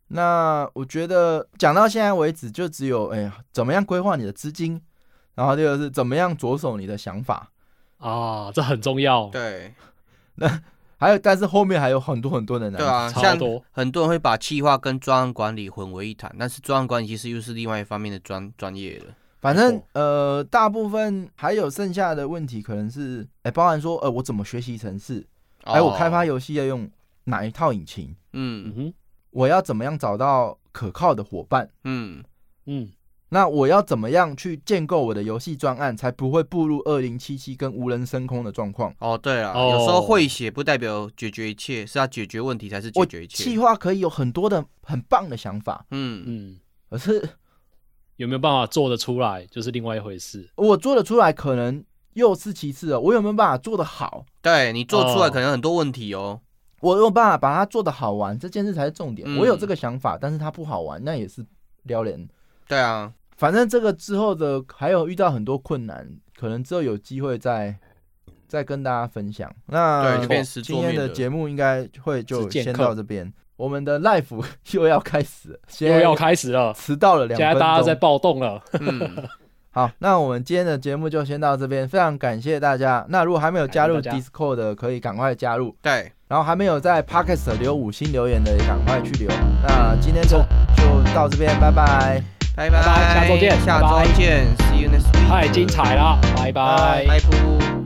Speaker 4: 那我觉得讲到现在为止，就只有哎呀，怎么样规划你的资金，然后第二个是怎么样着手你的想法，
Speaker 2: 啊，这很重要。
Speaker 5: 对
Speaker 4: 还有但是后面还有很多很多的难
Speaker 5: 对
Speaker 4: 题。
Speaker 5: 啊，
Speaker 2: 超
Speaker 5: 像
Speaker 2: 多
Speaker 5: 很多人会把企划跟专案管理混为一谈，但是专案管理其实又是另外一方面的专专业了。
Speaker 4: 反
Speaker 2: 没
Speaker 4: 正
Speaker 2: 错
Speaker 4: 呃，大部分还有剩下的问题，可能是哎，包含说呃，我怎么学习程式，
Speaker 5: 哦
Speaker 4: 哎，我开发，游戏要用哪一套引擎，
Speaker 2: 嗯
Speaker 5: 嗯
Speaker 2: 哼，
Speaker 4: 我要怎么样找到可靠的伙伴。
Speaker 5: 嗯
Speaker 2: 嗯，
Speaker 4: 那我要怎么样去建构我的游戏专案，才不会步入二零七七跟无人升空的状况？
Speaker 5: 哦，对了，
Speaker 2: 哦
Speaker 5: 有时候会写不代表解决一切，是要解决问题才是解
Speaker 4: 我
Speaker 5: 决一
Speaker 4: 企
Speaker 5: 切。
Speaker 4: 划可以有很多的很棒的想法，
Speaker 5: 嗯
Speaker 2: 嗯，
Speaker 4: 可是
Speaker 2: 有没有办法做得出来，就是另外一回事。
Speaker 4: 我做得出来，可能又是其次了。我有没有办法做得好？
Speaker 5: 对你做出来
Speaker 2: 哦
Speaker 5: 可能很多问题哦。
Speaker 4: 我有没有办法把它做得好玩，这件事才是重点。
Speaker 5: 嗯
Speaker 4: 我有这个想法，但是它不好玩，那也是撩人。
Speaker 5: 对啊，
Speaker 4: 反正这个之后的还有遇到很多困难，可能之后有机会再再跟大家分享。那
Speaker 5: 对就变实作
Speaker 4: 今
Speaker 5: 面
Speaker 4: 天的
Speaker 5: 了
Speaker 4: 节目应该会就
Speaker 2: 实践
Speaker 4: 先
Speaker 2: 课
Speaker 4: 到这边，我们的 life 又要开始了，现
Speaker 2: 又
Speaker 4: 在
Speaker 2: 要开始了，
Speaker 4: 迟到了两
Speaker 2: 现
Speaker 4: 分
Speaker 2: 在
Speaker 4: 钟。
Speaker 2: 大家在暴动了。
Speaker 5: 嗯，
Speaker 4: 好，那我们今天的节目就先到这边，非常感谢大家。那如果还没有加入
Speaker 2: 感谢大家
Speaker 4: Discord 的，可以赶快加入。
Speaker 5: 对，
Speaker 4: 然后还没有在 Podcast 留五星留言的，也赶快去留。那今天就就到这边，拜拜。
Speaker 5: 拜
Speaker 2: 拜下周见
Speaker 5: 下
Speaker 2: 拜拜
Speaker 5: 周见，See you next week，
Speaker 2: 太精彩了，拜拜
Speaker 5: 拜拜。